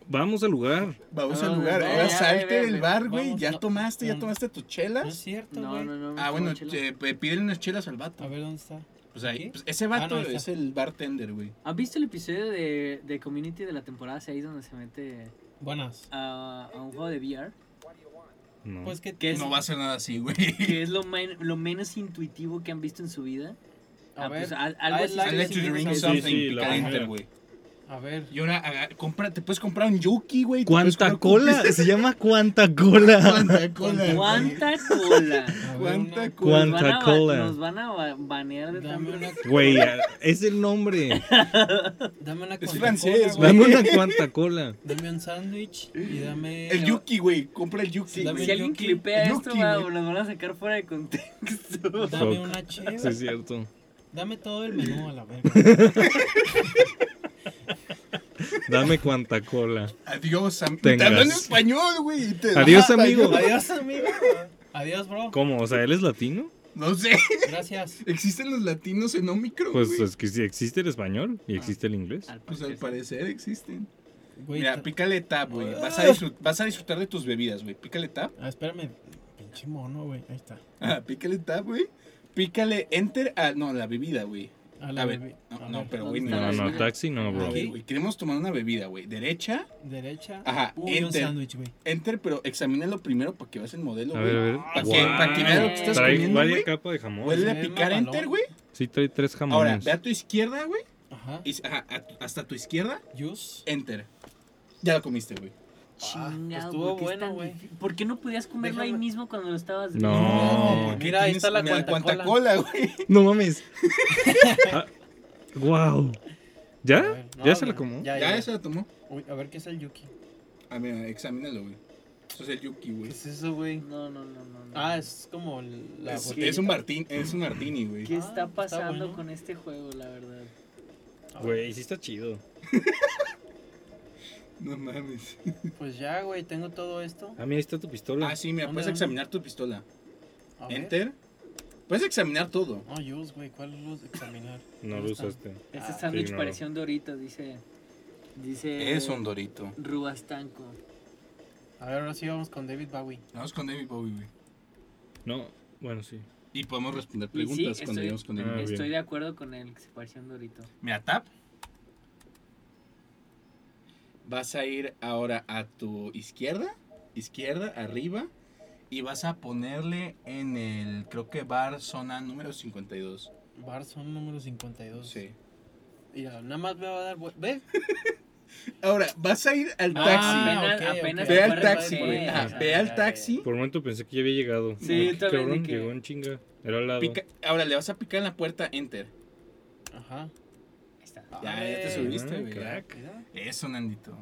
Speaker 4: Vamos al lugar.
Speaker 2: Vamos
Speaker 3: No,
Speaker 2: al
Speaker 3: no,
Speaker 2: lugar.
Speaker 3: no,
Speaker 2: Ahora
Speaker 3: ya,
Speaker 2: salte
Speaker 3: ve, ve,
Speaker 2: del
Speaker 3: ve.
Speaker 2: bar, güey.
Speaker 6: Vamos,
Speaker 2: Ya
Speaker 6: no.
Speaker 2: tomaste, ya
Speaker 6: No.
Speaker 2: tomaste tus
Speaker 6: No es
Speaker 2: chelas.
Speaker 6: cierto,
Speaker 3: No,
Speaker 6: güey.
Speaker 3: no, no. me
Speaker 2: Ah,
Speaker 3: tomo
Speaker 2: bueno,
Speaker 3: chela.
Speaker 2: eh, p- pídele unas chelas al
Speaker 6: A
Speaker 2: vato.
Speaker 6: ver dónde está.
Speaker 2: Pues ahí,
Speaker 6: ¿Aquí?
Speaker 2: pues ese
Speaker 6: Ah,
Speaker 2: vato
Speaker 6: no, ahí está.
Speaker 2: es el bartender, güey.
Speaker 3: ¿Han visto el episodio de, de Community de la temporada 6 donde se mete
Speaker 6: Buenas.
Speaker 3: a, a un juego de VR?
Speaker 4: No.
Speaker 6: Pues que
Speaker 3: ¿Qué es?
Speaker 2: No va a ser nada así, güey.
Speaker 3: Que es lo, men- lo menos intuitivo que han visto en su vida.
Speaker 6: A
Speaker 3: Ah, pues,
Speaker 6: ver,
Speaker 3: a- algo
Speaker 6: I
Speaker 3: así
Speaker 6: like
Speaker 2: I like
Speaker 3: se
Speaker 2: to
Speaker 3: me
Speaker 2: drink
Speaker 3: hace
Speaker 4: Sí,
Speaker 2: something.
Speaker 3: que-
Speaker 4: sí, la
Speaker 2: Pica
Speaker 4: primera.
Speaker 2: enter, güey.
Speaker 6: a ver.
Speaker 2: Y ahora aga- compra, te puedes comprar un Yuki, güey. te puedes
Speaker 6: pues,
Speaker 4: ¿Cuánta
Speaker 2: comprar un-
Speaker 4: cola? Se llama cuánta cola.
Speaker 2: ¿Cuánta cola? güey?
Speaker 3: ¿Cuánta cola?
Speaker 6: A ver,
Speaker 2: ¿Cuánta cola?
Speaker 3: Nos van
Speaker 6: una-
Speaker 3: a, ba-
Speaker 4: cola.
Speaker 3: nos van a ba- banear de
Speaker 6: Dame
Speaker 3: tanto.
Speaker 6: una,
Speaker 4: Güey, es el nombre.
Speaker 6: dame una
Speaker 2: Es
Speaker 6: Coca-Cola,
Speaker 2: francés,
Speaker 6: güey.
Speaker 4: Dame una cuánta cola.
Speaker 6: Dame un sándwich y dame.
Speaker 2: El Yuki, güey. Compra el Yuki,
Speaker 3: Si,
Speaker 6: Dame
Speaker 3: si
Speaker 2: güey.
Speaker 6: el
Speaker 3: alguien
Speaker 6: Yuki.
Speaker 3: clipea
Speaker 2: El
Speaker 3: esto,
Speaker 2: Yuki,
Speaker 3: va,
Speaker 2: güey.
Speaker 3: nos van a sacar fuera de contexto.
Speaker 6: Dame
Speaker 4: Fuck.
Speaker 6: una chela.
Speaker 4: Sí, es cierto.
Speaker 6: Dame todo el menú a la verga.
Speaker 4: Dame cuánta cola.
Speaker 2: Adiós, amigo. Te
Speaker 4: Tengas.
Speaker 2: hablan en español, güey. y te-
Speaker 4: Adiós,
Speaker 2: Ah,
Speaker 4: amigo.
Speaker 6: Adiós, amigo. Adiós, bro.
Speaker 4: ¿Cómo? O sea, ¿él es latino?
Speaker 2: No sé.
Speaker 6: Gracias.
Speaker 2: ¿Existen los latinos en Omicron,
Speaker 4: Pues
Speaker 2: güey?
Speaker 4: es que sí existe el español y existe el inglés.
Speaker 2: Pues al parecer existen.
Speaker 6: Güey,
Speaker 2: Mira,
Speaker 6: ta-
Speaker 2: pícale tap, güey.
Speaker 6: Ah.
Speaker 2: Vas, a disfrut- vas a disfrutar de tus bebidas, güey. Pícale tap.
Speaker 6: Ah, espérame. Pinche mono, güey. Ahí está.
Speaker 2: Ah, pícale tap, güey. Pícale enter a... No, la bebida, güey.
Speaker 6: A la
Speaker 2: A ver.
Speaker 6: bebé.
Speaker 2: No,
Speaker 6: A
Speaker 2: no,
Speaker 6: ver.
Speaker 2: pero, güey,
Speaker 4: No,
Speaker 2: no.
Speaker 4: no, no, taxi no,
Speaker 2: A
Speaker 4: bro.
Speaker 2: ver, güey, Queremos tomar una bebida, güey. Derecha,
Speaker 6: Derecha.
Speaker 2: Ajá,
Speaker 6: Uy, un
Speaker 2: enter.
Speaker 6: sándwich, güey.
Speaker 2: enter, pero examínalo primero para que veas el modelo,
Speaker 4: A
Speaker 2: güey.
Speaker 4: ver, a ver.
Speaker 2: Para que, pa' que veas lo que
Speaker 3: Wow.
Speaker 2: estás
Speaker 4: Trae
Speaker 2: comiendo,
Speaker 4: varias
Speaker 2: güey.
Speaker 4: capas de jamón.
Speaker 2: Vuelve a
Speaker 6: Se ve
Speaker 2: picar
Speaker 6: mamalón.
Speaker 2: enter, güey.
Speaker 4: Sí, trae tres
Speaker 2: Ahora,
Speaker 4: jamones.
Speaker 2: ve a tu izquierda, güey.
Speaker 6: Ajá.
Speaker 2: y- ajá, a- hasta tu izquierda,
Speaker 6: Juice.
Speaker 2: enter. Ya lo comiste, güey.
Speaker 3: Chingado,
Speaker 6: Ah, estuvo
Speaker 3: ¿por qué es
Speaker 6: bueno,
Speaker 3: tan
Speaker 6: güey.
Speaker 3: difícil? ¿Por qué no podías comerlo ahí
Speaker 6: Déjame-
Speaker 3: mismo cuando lo estabas
Speaker 4: No.
Speaker 2: No, porque
Speaker 6: Ah, Mira, ahí
Speaker 2: tienes-
Speaker 6: está la
Speaker 2: mira,
Speaker 6: cuanta
Speaker 2: cola, güey.
Speaker 4: No mames. wow.
Speaker 6: A
Speaker 4: Ah, ¿Ya?
Speaker 6: ver, no,
Speaker 4: ¿Ya se
Speaker 6: no,
Speaker 4: la comió?
Speaker 6: Ya,
Speaker 2: Ya
Speaker 6: ya.
Speaker 2: eso lo tomó.
Speaker 6: Uy, a ver qué es el Yuki.
Speaker 2: A ver, examínalo, güey. Eso es el Yuki,
Speaker 6: ¿Qué
Speaker 2: güey.
Speaker 6: es eso, güey?
Speaker 3: No, no, no, no. no.
Speaker 6: Ah, es como la
Speaker 2: Es,
Speaker 6: botella.
Speaker 2: es un Martín, es un Martini, güey.
Speaker 3: ¿Qué
Speaker 6: Ah,
Speaker 3: está
Speaker 6: está
Speaker 3: pasando
Speaker 6: bueno.
Speaker 3: con este juego, la verdad?
Speaker 4: Güey, sí está chido.
Speaker 2: No mames.
Speaker 6: Pues ya, güey, tengo todo esto.
Speaker 4: Ah, mira, ahí está tu pistola.
Speaker 2: Ah, sí, mira,
Speaker 6: ¿Dónde,
Speaker 2: puedes
Speaker 6: dónde?
Speaker 2: examinar tu pistola.
Speaker 6: A ver.
Speaker 2: Enter. Puedes examinar todo.
Speaker 6: No, use, güey, ¿cuál luz examinar?
Speaker 4: No
Speaker 6: ¿Dónde
Speaker 4: lo
Speaker 6: está?
Speaker 4: usaste.
Speaker 3: Este
Speaker 6: Ah,
Speaker 3: sándwich
Speaker 4: ignoro.
Speaker 3: pareció un Dorito, dice. Dice.
Speaker 2: Es un dorito.
Speaker 3: Rubastanco.
Speaker 6: A ver, ahora sí vamos con David Bowie.
Speaker 2: Vamos con David Bowie, güey.
Speaker 4: No, bueno, sí.
Speaker 2: Y podemos responder
Speaker 3: Y sí,
Speaker 2: preguntas cuando
Speaker 3: estoy-
Speaker 2: lleguemos con
Speaker 4: Ah,
Speaker 2: David.
Speaker 4: bien.
Speaker 3: Estoy de acuerdo con él, que se pareció un Dorito.
Speaker 2: Mira, tap. Vas a ir ahora a tu izquierda, izquierda, arriba, y vas a ponerle en el, creo que bar zona número 52.
Speaker 6: Bar son número 52.
Speaker 2: Sí.
Speaker 6: Mira, nada más me va a dar. vuel- ¿Ve?
Speaker 2: Ahora, vas a ir al
Speaker 6: Ah,
Speaker 2: taxi.
Speaker 3: apenas,
Speaker 6: ok, ok.
Speaker 3: apenas
Speaker 2: Ve
Speaker 3: se
Speaker 2: al
Speaker 3: fue
Speaker 2: taxi,
Speaker 3: a
Speaker 2: güey.
Speaker 3: recorrer,
Speaker 2: Ajá,
Speaker 3: o sea,
Speaker 2: Ve
Speaker 6: ya,
Speaker 2: al
Speaker 6: ya,
Speaker 2: taxi.
Speaker 4: Por un momento pensé que ya había llegado.
Speaker 3: Sí, yo
Speaker 4: Ay,
Speaker 3: también
Speaker 4: cabrón,
Speaker 3: dije-
Speaker 4: llegó en chinga. Era al lado.
Speaker 2: pica- ahora le vas a picar en la puerta Enter.
Speaker 6: Ajá.
Speaker 3: ahí está.
Speaker 2: Ya, ya te
Speaker 6: Ah,
Speaker 2: subiste, güey.
Speaker 4: crack.
Speaker 6: Mira.
Speaker 2: Eso, Nandito.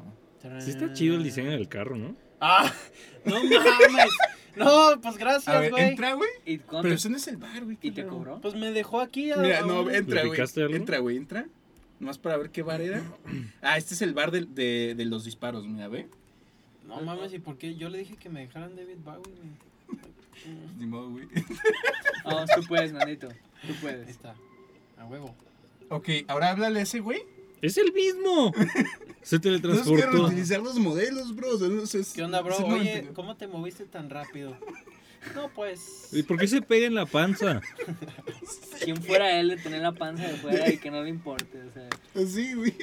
Speaker 4: Sí está chido el diseño del carro, ¿no?
Speaker 6: ¡Ah! ¡No mames! No, pues
Speaker 2: A
Speaker 6: gracias,
Speaker 2: ver,
Speaker 6: güey.
Speaker 2: entra, güey.
Speaker 3: ¿Y, cuánto-
Speaker 2: Pero eso no es el bar, güey. qué
Speaker 3: ¿Y te
Speaker 2: raro.
Speaker 3: cobró?
Speaker 6: Pues me dejó aquí. A,
Speaker 2: Mira,
Speaker 6: a
Speaker 2: no,
Speaker 6: un-
Speaker 2: entra,
Speaker 4: ¿Le
Speaker 2: güey.
Speaker 4: picaste algo?
Speaker 2: Entra, güey, entra. Nomás para ver qué bar era. Ah, este es el bar del- de, de los disparos, mira, ve.
Speaker 6: No mames, ¿y por qué? Yo le dije que me dejaran David Bowie,
Speaker 2: Pues,
Speaker 6: güey.
Speaker 2: Ni modo, güey.
Speaker 3: Vamos, tú puedes, manito. Tú
Speaker 6: Ahí
Speaker 3: puedes.
Speaker 6: está. A huevo.
Speaker 2: Ok, ahora háblale a ese güey.
Speaker 4: ¡Es el mismo! Se
Speaker 2: Tenemos que
Speaker 4: teletransportó.
Speaker 2: reutilizar los modelos, bro. o sea, no sé, es-
Speaker 6: ¿Qué onda, bro?
Speaker 2: es el
Speaker 6: Oye,
Speaker 2: 99.
Speaker 6: ¿cómo te moviste tan rápido? No, pues.
Speaker 4: ¿Y por qué se pega en la panza?
Speaker 3: Quien fuera él de tener la panza de fuera y que no le importe. O sea,
Speaker 2: Ah, Sí, güey.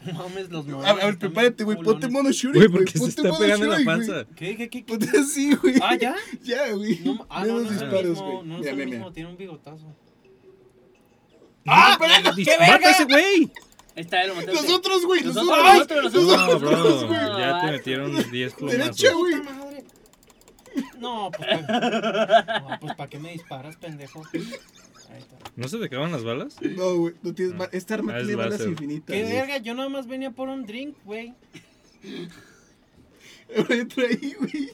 Speaker 6: No Mames, los
Speaker 2: A, a ver,
Speaker 6: modelos. están
Speaker 2: prepárate,
Speaker 6: bien
Speaker 2: güey. Ponte
Speaker 6: culones.
Speaker 2: mono shooting.
Speaker 4: Güey, ¿por qué se
Speaker 2: ponte
Speaker 4: está
Speaker 2: mono
Speaker 4: pegando en la
Speaker 2: shooting, güey.
Speaker 4: panza?
Speaker 6: ¿Qué, qué, qué, qué?
Speaker 2: Ponte así, güey.
Speaker 6: Ah, ya.
Speaker 2: Ya, güey.
Speaker 6: No, ah, no,
Speaker 2: Menos
Speaker 6: no, es el
Speaker 2: disparos,
Speaker 6: mismo.
Speaker 2: güey.
Speaker 6: No, no es
Speaker 2: Mira,
Speaker 6: el
Speaker 2: mira,
Speaker 6: mismo,
Speaker 2: mira.
Speaker 6: tiene un bigotazo.
Speaker 2: ¡Ah, pero
Speaker 4: ¡Mata a ese güey!
Speaker 3: está el motel.
Speaker 2: Los otros, güey. Los
Speaker 3: Nosotros,
Speaker 2: otros. ¡Ay!
Speaker 3: nosotros, nosotros.
Speaker 4: No, bro,
Speaker 3: güey.
Speaker 4: ya te metieron 10 plomazos.
Speaker 2: Derecha, güey.
Speaker 6: ¡Puta madre! No, pues. pa- no, pues, ¿para qué me disparas, pendejo? Ahí está.
Speaker 4: ¿No se te acaban las balas?
Speaker 2: No, güey. No tienes ba- Esta arma
Speaker 4: Ah, es
Speaker 2: tiene balas
Speaker 4: láser.
Speaker 2: infinitas.
Speaker 6: ¿Qué
Speaker 2: güey.
Speaker 6: verga? Yo nada más venía por un drink, güey.
Speaker 2: Ahora entra ahí, güey.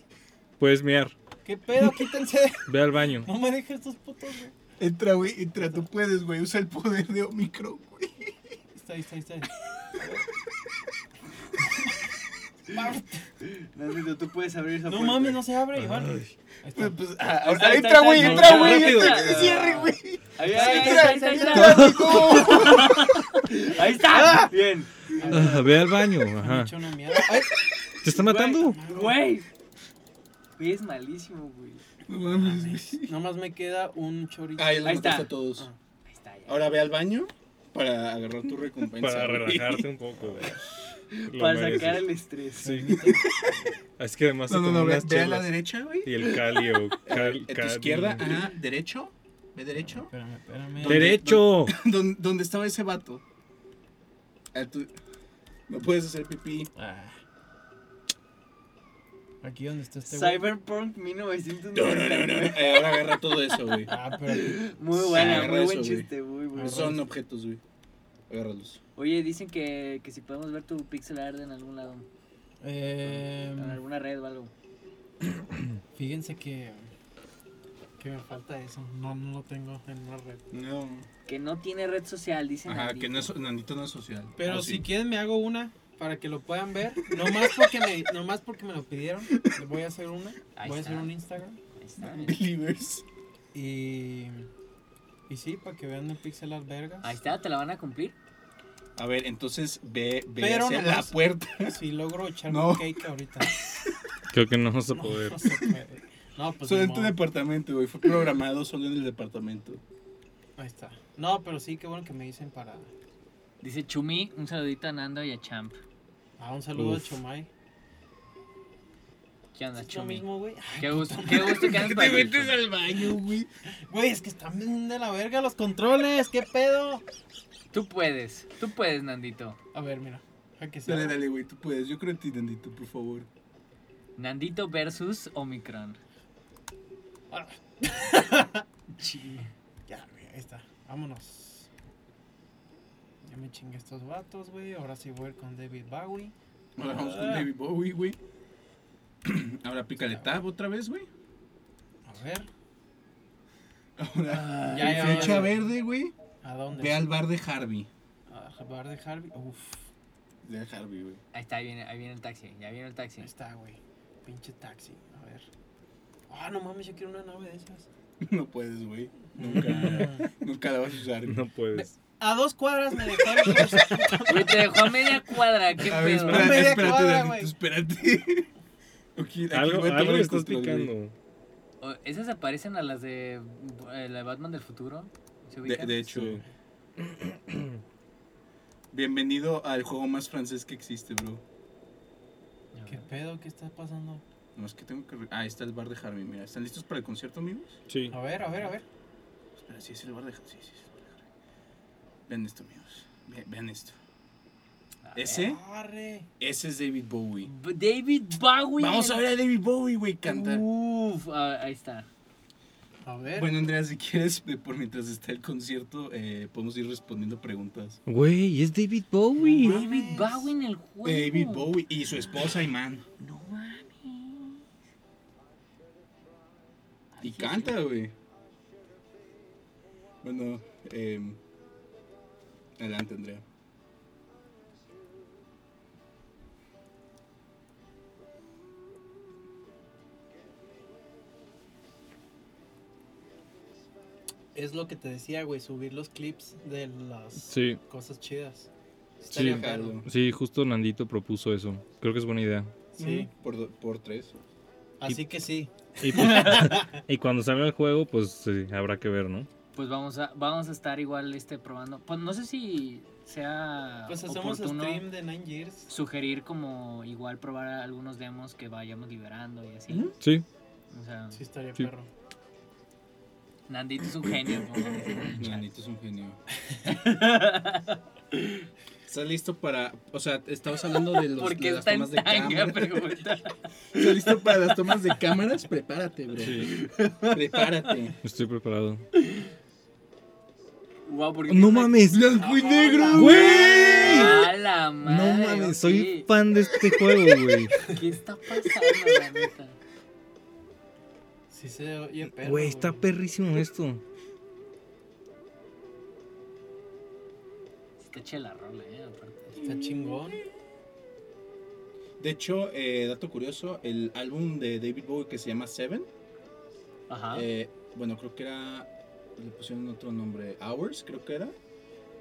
Speaker 4: Puedes miar.
Speaker 6: ¿Qué pedo? Quítense. de-
Speaker 4: Ve al baño.
Speaker 6: No me dejes estos putos, güey.
Speaker 2: Entra, güey. Entra. Tú puedes, güey. Usa el poder de Omicron, güey.
Speaker 6: Está ahí, está ahí, está ahí.
Speaker 3: No, tú puedes abrir esa
Speaker 6: No mames, no se abre, Iván. Ahí está.
Speaker 2: Pues, pues, ah, ahora-
Speaker 3: está, ahí
Speaker 2: entra,
Speaker 3: está,
Speaker 2: güey.
Speaker 3: está,
Speaker 2: Entra,
Speaker 4: está,
Speaker 2: güey.
Speaker 4: rápido.
Speaker 2: Entra, que se cierre, güey.
Speaker 3: Ahí, ahí, ahí,
Speaker 2: Entra,
Speaker 3: ahí está, ahí
Speaker 2: entra,
Speaker 3: está.
Speaker 2: amigo.
Speaker 3: Ahí está. Bien.
Speaker 4: Ah, ve al baño,
Speaker 6: Me
Speaker 4: ajá.
Speaker 6: echó una mierda. Ay,
Speaker 4: ¿Te está matando?
Speaker 3: Güey. Güey, es malísimo, güey.
Speaker 2: No mames, güey.
Speaker 6: Nomás me queda un chorito.
Speaker 2: Ah, ya los
Speaker 3: Ahí está.
Speaker 2: mataste a todos.
Speaker 6: Ah.
Speaker 3: Ahí está, ya.
Speaker 2: Ahora ve al baño para agarrar tu recompensa.
Speaker 4: Para
Speaker 2: güey.
Speaker 4: relajarte un poco, güey. Lo
Speaker 3: Para
Speaker 4: mereces.
Speaker 3: sacar el estrés.
Speaker 4: Sí. Es que además se
Speaker 2: No, no,
Speaker 4: tomó
Speaker 2: no, ve,
Speaker 4: unas
Speaker 2: ve a la
Speaker 4: chelas.
Speaker 2: derecha, güey.
Speaker 4: Y el calio. Cal,
Speaker 2: A tu
Speaker 4: cal-
Speaker 2: izquierda, ajá, derecho. ¿Ve derecho?
Speaker 6: Espérame, espérame.
Speaker 2: Dere-
Speaker 4: ¡Derecho!
Speaker 2: ¿Dónde, dónde estaba ese vato? A tu- No puedes hacer pipí.
Speaker 6: Ah. Aquí donde está este güey.
Speaker 3: Cyberpunk
Speaker 2: No, no, no, no.
Speaker 3: 1990.
Speaker 2: Eh, ahora agarra todo eso, güey.
Speaker 6: Ah, pero aquí.
Speaker 3: Muy buena,
Speaker 2: Agarra
Speaker 3: muy buen
Speaker 2: eso, güey.
Speaker 3: chiste, muy bueno.
Speaker 2: Son objetos, güey. Agárralos.
Speaker 3: Oye, dicen que, que si podemos ver tu pixel art en algún lado,
Speaker 6: Eh,
Speaker 3: en alguna red o algo.
Speaker 6: fíjense que. Que me falta eso. No, no lo tengo en una red.
Speaker 2: No.
Speaker 3: Que no tiene red social, dicen.
Speaker 2: Ajá,
Speaker 3: ahorita.
Speaker 2: que no es, Nandito no es social.
Speaker 6: Pero
Speaker 2: Ah,
Speaker 6: si quieren, me hago una. Para que lo puedan ver. Nomás porque me, nomás porque me lo pidieron. Les voy a hacer una.
Speaker 3: Ahí
Speaker 6: voy a hacer
Speaker 3: está.
Speaker 6: un Instagram.
Speaker 3: Ahí está, mira.
Speaker 2: Believers.
Speaker 6: Y. Y sí, para que vean el pixel art vergas.
Speaker 3: Ahí está, te la van a cumplir.
Speaker 2: A ver, entonces ve, ve
Speaker 6: Pero
Speaker 2: hacia
Speaker 6: no
Speaker 2: la
Speaker 6: más.
Speaker 2: puerta.
Speaker 6: Si logro echarme
Speaker 2: No.
Speaker 6: un cake ahorita.
Speaker 4: Creo que no vamos a
Speaker 6: No,
Speaker 4: poder.
Speaker 6: no se puede. No, pues.
Speaker 2: solo
Speaker 6: ni
Speaker 2: en tu
Speaker 6: modo.
Speaker 2: departamento, güey. Fue programado solo en el departamento. pues.
Speaker 6: Ahí está. No, pero sí, qué bueno que me dicen para.
Speaker 3: Dice Chumi, un saludito a Nando y a Champ.
Speaker 6: Ah, un saludo
Speaker 4: Uf.
Speaker 6: a Chomay.
Speaker 3: ¿Qué onda,
Speaker 6: Es lo
Speaker 3: Chumi?
Speaker 6: mismo, güey. Ay,
Speaker 3: Qué gusto, qué gusto que andas para aquí, Chumi.
Speaker 2: al baño, güey?
Speaker 6: Güey, es que están bien de la verga los controles. ¿Qué pedo?
Speaker 3: Tú puedes, tú puedes, Nandito.
Speaker 6: A ver, mira. Deja que se
Speaker 2: Dale,
Speaker 6: abra.
Speaker 2: dale, güey. Tú puedes. Yo creo en ti, Nandito, por favor.
Speaker 3: Nandito versus Omicron. Chinga.
Speaker 6: Ya, güey, ahí está. Vámonos. Ya me chingué estos vatos, güey. Ahora sí voy a ir con David Bowie.
Speaker 2: Ahora vamos con
Speaker 6: Ah.
Speaker 2: David Bowie, güey. Ahora pícale tab otra vez, güey.
Speaker 6: A ver.
Speaker 2: Ahora,
Speaker 6: Ah, Ya, ya, ya,
Speaker 2: flecha
Speaker 6: ya.
Speaker 2: verde, güey.
Speaker 6: ¿A dónde? Ah,
Speaker 2: Ve al bar de Harvey.
Speaker 6: A bar de Harvey. Uf.
Speaker 2: De Harvey, güey.
Speaker 3: Ahí está, ahí viene, ahí viene el taxi, ya viene el taxi.
Speaker 6: Ahí está, güey. Pinche taxi. A ver. Ah, no mames, yo quiero una nave de esas.
Speaker 2: No puedes, güey. Nunca, nunca la vas a usar. güey.
Speaker 4: No puedes.
Speaker 6: A dos cuadras me dejaron.
Speaker 3: Güey, te dejó a media cuadra, qué
Speaker 2: A ver,
Speaker 3: pedo.
Speaker 2: espera-
Speaker 6: Media
Speaker 2: espérate,
Speaker 6: cuadra,
Speaker 2: Danito,
Speaker 6: güey.
Speaker 2: espérate. Aquí- aquí
Speaker 4: Algo,
Speaker 2: voy a tomar
Speaker 4: algo
Speaker 2: el
Speaker 4: estás
Speaker 2: control, güey.
Speaker 4: picando.
Speaker 3: O- Esas se parecen a las de eh, la de Batman del futuro. ¿Se
Speaker 2: De,
Speaker 3: ubican?
Speaker 2: de hecho, bienvenido al juego más francés que existe, bro.
Speaker 3: No.
Speaker 6: ¿Qué pedo? ¿Qué está pasando?
Speaker 2: No, es que tengo que... re- Ah, ahí está el bar de Harvey, mira. ¿Están listos para el concierto, amigos?
Speaker 4: Sí.
Speaker 6: A ver, a ver, a ver.
Speaker 2: Espera, sí es el bar de Harvey. Sí, sí, es el bar de Harvey. Vean esto, amigos. Ve- vean esto.
Speaker 3: A ver.
Speaker 4: ¿Eh?
Speaker 2: Ese,
Speaker 6: Arre.
Speaker 2: ese es David Bowie.
Speaker 3: B- David Bowie.
Speaker 2: Vamos a ver a David Bowie, güey, cantar.
Speaker 3: Uf, ah, ahí está.
Speaker 6: A ver.
Speaker 2: Bueno, Andrea, si quieres, de- por mientras está el concierto, eh, podemos ir respondiendo preguntas.
Speaker 4: Güey, es David Bowie.
Speaker 3: David
Speaker 6: mames.
Speaker 3: Bowie en el juego.
Speaker 2: David Bowie y su esposa, Iman.
Speaker 3: No mames.
Speaker 2: Y canta, güey. Bueno, eh, adelante, Andrea.
Speaker 6: Es lo que te decía, güey, subir los clips de las
Speaker 4: Sí.
Speaker 6: cosas chidas. Estaría
Speaker 4: Sí.
Speaker 6: perro.
Speaker 4: Sí, justo Nandito propuso eso. Creo que es buena idea.
Speaker 2: Sí, por, do- por tres.
Speaker 6: Así que sí.
Speaker 4: Y, pues, y cuando salga el juego, pues sí, habrá que ver, ¿no?
Speaker 3: Pues vamos a, vamos a estar igual este probando. Pues no sé si sea
Speaker 6: Pues hacemos
Speaker 3: oportuno
Speaker 6: stream de Nine Years.
Speaker 3: sugerir como igual probar algunos demos que vayamos liberando y así.
Speaker 2: Ujú.
Speaker 4: Sí,
Speaker 3: O sea,
Speaker 6: Sí, estaría
Speaker 4: Sí.
Speaker 6: perro.
Speaker 3: Nandito es un genio. como dicen en el chat.
Speaker 2: Nanito es un genio. ¿Estás listo para.? O sea, estabas hablando de, los,
Speaker 3: ¿Por qué
Speaker 2: de las
Speaker 3: está en
Speaker 2: tomas de
Speaker 3: tanga?
Speaker 2: cámara.
Speaker 3: Pregunta.
Speaker 2: ¿Estás listo para las tomas de cámaras? Prepárate, bro. Prepárate.
Speaker 4: estoy preparado.
Speaker 3: Wow, porque
Speaker 4: ¡No
Speaker 3: tiene-
Speaker 4: mames!
Speaker 2: ¡Muy negro,
Speaker 4: ¡Güey!
Speaker 3: ¡A la
Speaker 4: No
Speaker 3: madre!
Speaker 4: mames,
Speaker 3: ok.
Speaker 4: soy fan de este juego, güey.
Speaker 3: ¿Qué está pasando, la neta?
Speaker 6: Sí se oye perro.
Speaker 4: Güey, está perrísimo esto.
Speaker 3: Se te eche la rola, eh, aparte.
Speaker 6: Está chingón.
Speaker 2: De hecho, eh, dato curioso: el álbum de David Bowie que se llama Seven.
Speaker 3: Ajá.
Speaker 2: eh, bueno, creo que era. Le pusieron otro nombre. Hours, creo que era.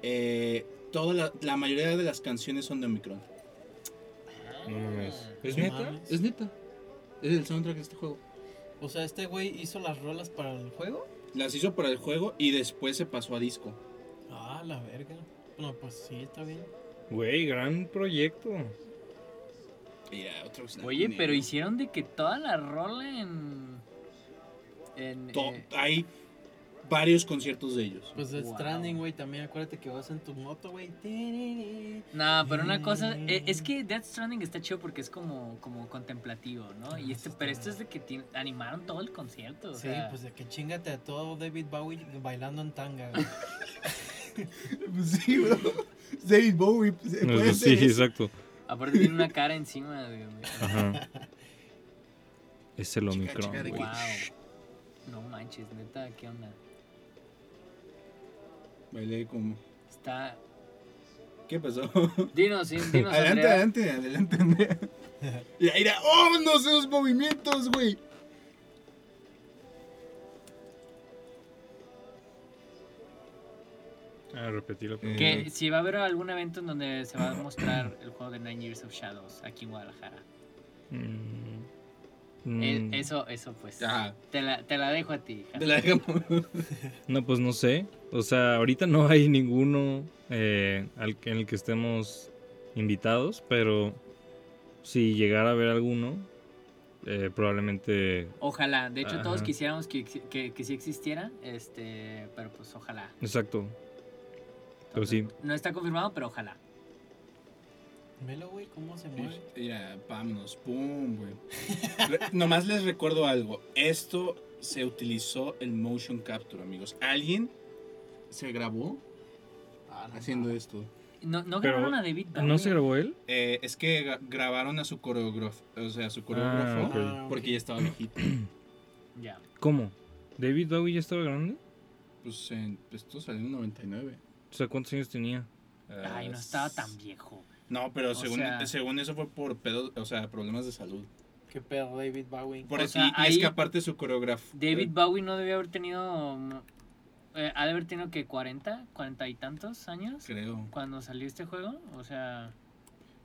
Speaker 2: Eh, toda la, la mayoría de las canciones son de Omicron.
Speaker 3: Ah.
Speaker 4: No mames.
Speaker 6: ¿Es
Speaker 4: ¿Es
Speaker 6: No neta?
Speaker 4: neta?
Speaker 6: mames.
Speaker 2: Es neta. Es el soundtrack de este juego.
Speaker 6: O sea, este güey hizo las rolas para el juego.
Speaker 2: Las hizo para el juego y después se pasó a disco.
Speaker 6: Ah, la verga. No, pues sí, está bien.
Speaker 4: Güey, gran proyecto.
Speaker 2: Mira, otro snack
Speaker 3: Oye, pero
Speaker 2: negro.
Speaker 3: hicieron de que toda la rola en. En.
Speaker 2: To-
Speaker 3: eh,
Speaker 2: hay varios conciertos de ellos.
Speaker 6: Pues el
Speaker 3: Wow.
Speaker 6: Stranding, güey, también acuérdate que vas en tu moto, güey. Tiriri.
Speaker 3: no, pero una cosa.
Speaker 6: Mm.
Speaker 3: eh, es que Death Stranding está chido porque es como, como contemplativo, ¿no? Y
Speaker 6: Ah,
Speaker 3: este,
Speaker 6: sí
Speaker 3: pero esto
Speaker 6: está.
Speaker 3: es de que ti- animaron todo el concierto. o
Speaker 6: Sí,
Speaker 3: sea,
Speaker 6: pues de que chingate a todo David Bowie bailando en tanga, güey.
Speaker 2: pues Sí, bro. David Bowie. pues,
Speaker 4: No, Pues Eh, sí, exacto.
Speaker 3: Aparte tiene una cara encima, güey.
Speaker 4: Ajá. Es el Omicron,
Speaker 2: chica, de
Speaker 4: güey.
Speaker 3: Wow. No manches, neta, ¿qué onda?
Speaker 2: Bailé como.
Speaker 3: Está.
Speaker 2: ¿Qué pasó?
Speaker 3: Dinos, sí, dinos,
Speaker 2: adelante, adelante,
Speaker 3: Andrea.
Speaker 2: adelante, Andrea. Y ahí era, ¡oh, no sé los movimientos, güey!
Speaker 4: Ah, repetí la
Speaker 2: pregunta.
Speaker 3: Que si va a haber algún evento en donde se va a mostrar el juego de Nine Years of Shadows aquí en Guadalajara.
Speaker 4: Mm.
Speaker 3: Eh,
Speaker 6: Mm.
Speaker 3: eso, eso pues.
Speaker 2: Ajá.
Speaker 3: Te la, te la dejo a ti.
Speaker 2: Te la dejamos.
Speaker 4: No, pues no sé. O sea, ahorita no hay ninguno eh, al que- en el que estemos invitados, pero si llegara a haber alguno, eh, probablemente...
Speaker 3: Ojalá. De hecho, todos
Speaker 4: Ajá.
Speaker 3: quisiéramos que, que, que sí existiera. Este, pero pues ojalá.
Speaker 4: Exacto. Pero Pues sí.
Speaker 3: No está confirmado, pero ojalá.
Speaker 6: Velo, güey, cómo se mueve.
Speaker 2: Mira, vámonos, pum, güey. Re- Nomás les recuerdo algo. Esto se utilizó el motion capture, amigos. Alguien se grabó
Speaker 3: Ah,
Speaker 2: haciendo esto.
Speaker 3: No, no
Speaker 4: Pero,
Speaker 3: grabaron a David
Speaker 2: Ah,
Speaker 3: Bowie.
Speaker 4: ¿No se grabó él?
Speaker 2: Eh, es que gra- grabaron a su coreógrafo, o sea, a su coreógrafo,
Speaker 4: ok.
Speaker 6: Ah, ok.
Speaker 2: porque ya estaba viejito.
Speaker 3: Ya.
Speaker 4: ¿Cómo? ¿David Bowie ya estaba grande?
Speaker 2: Pues en- esto salió en 99.
Speaker 4: O sea, ¿cuántos años tenía?
Speaker 3: Ay, no estaba tan viejo.
Speaker 2: No, pero
Speaker 3: O
Speaker 2: según,
Speaker 3: sea-
Speaker 2: según eso fue por pedos, o sea, problemas de salud.
Speaker 6: Qué pedo, David Bowie.
Speaker 2: Por
Speaker 3: O
Speaker 2: eso,
Speaker 3: sea,
Speaker 2: y, y es
Speaker 3: ahí-
Speaker 2: que aparte su coreógrafo.
Speaker 4: Eh.
Speaker 3: David Bowie no debió haber tenido. mm, eh, ha de haber tenido que 40, 40 y tantos años
Speaker 2: Creo.
Speaker 3: cuando salió este juego. O sea,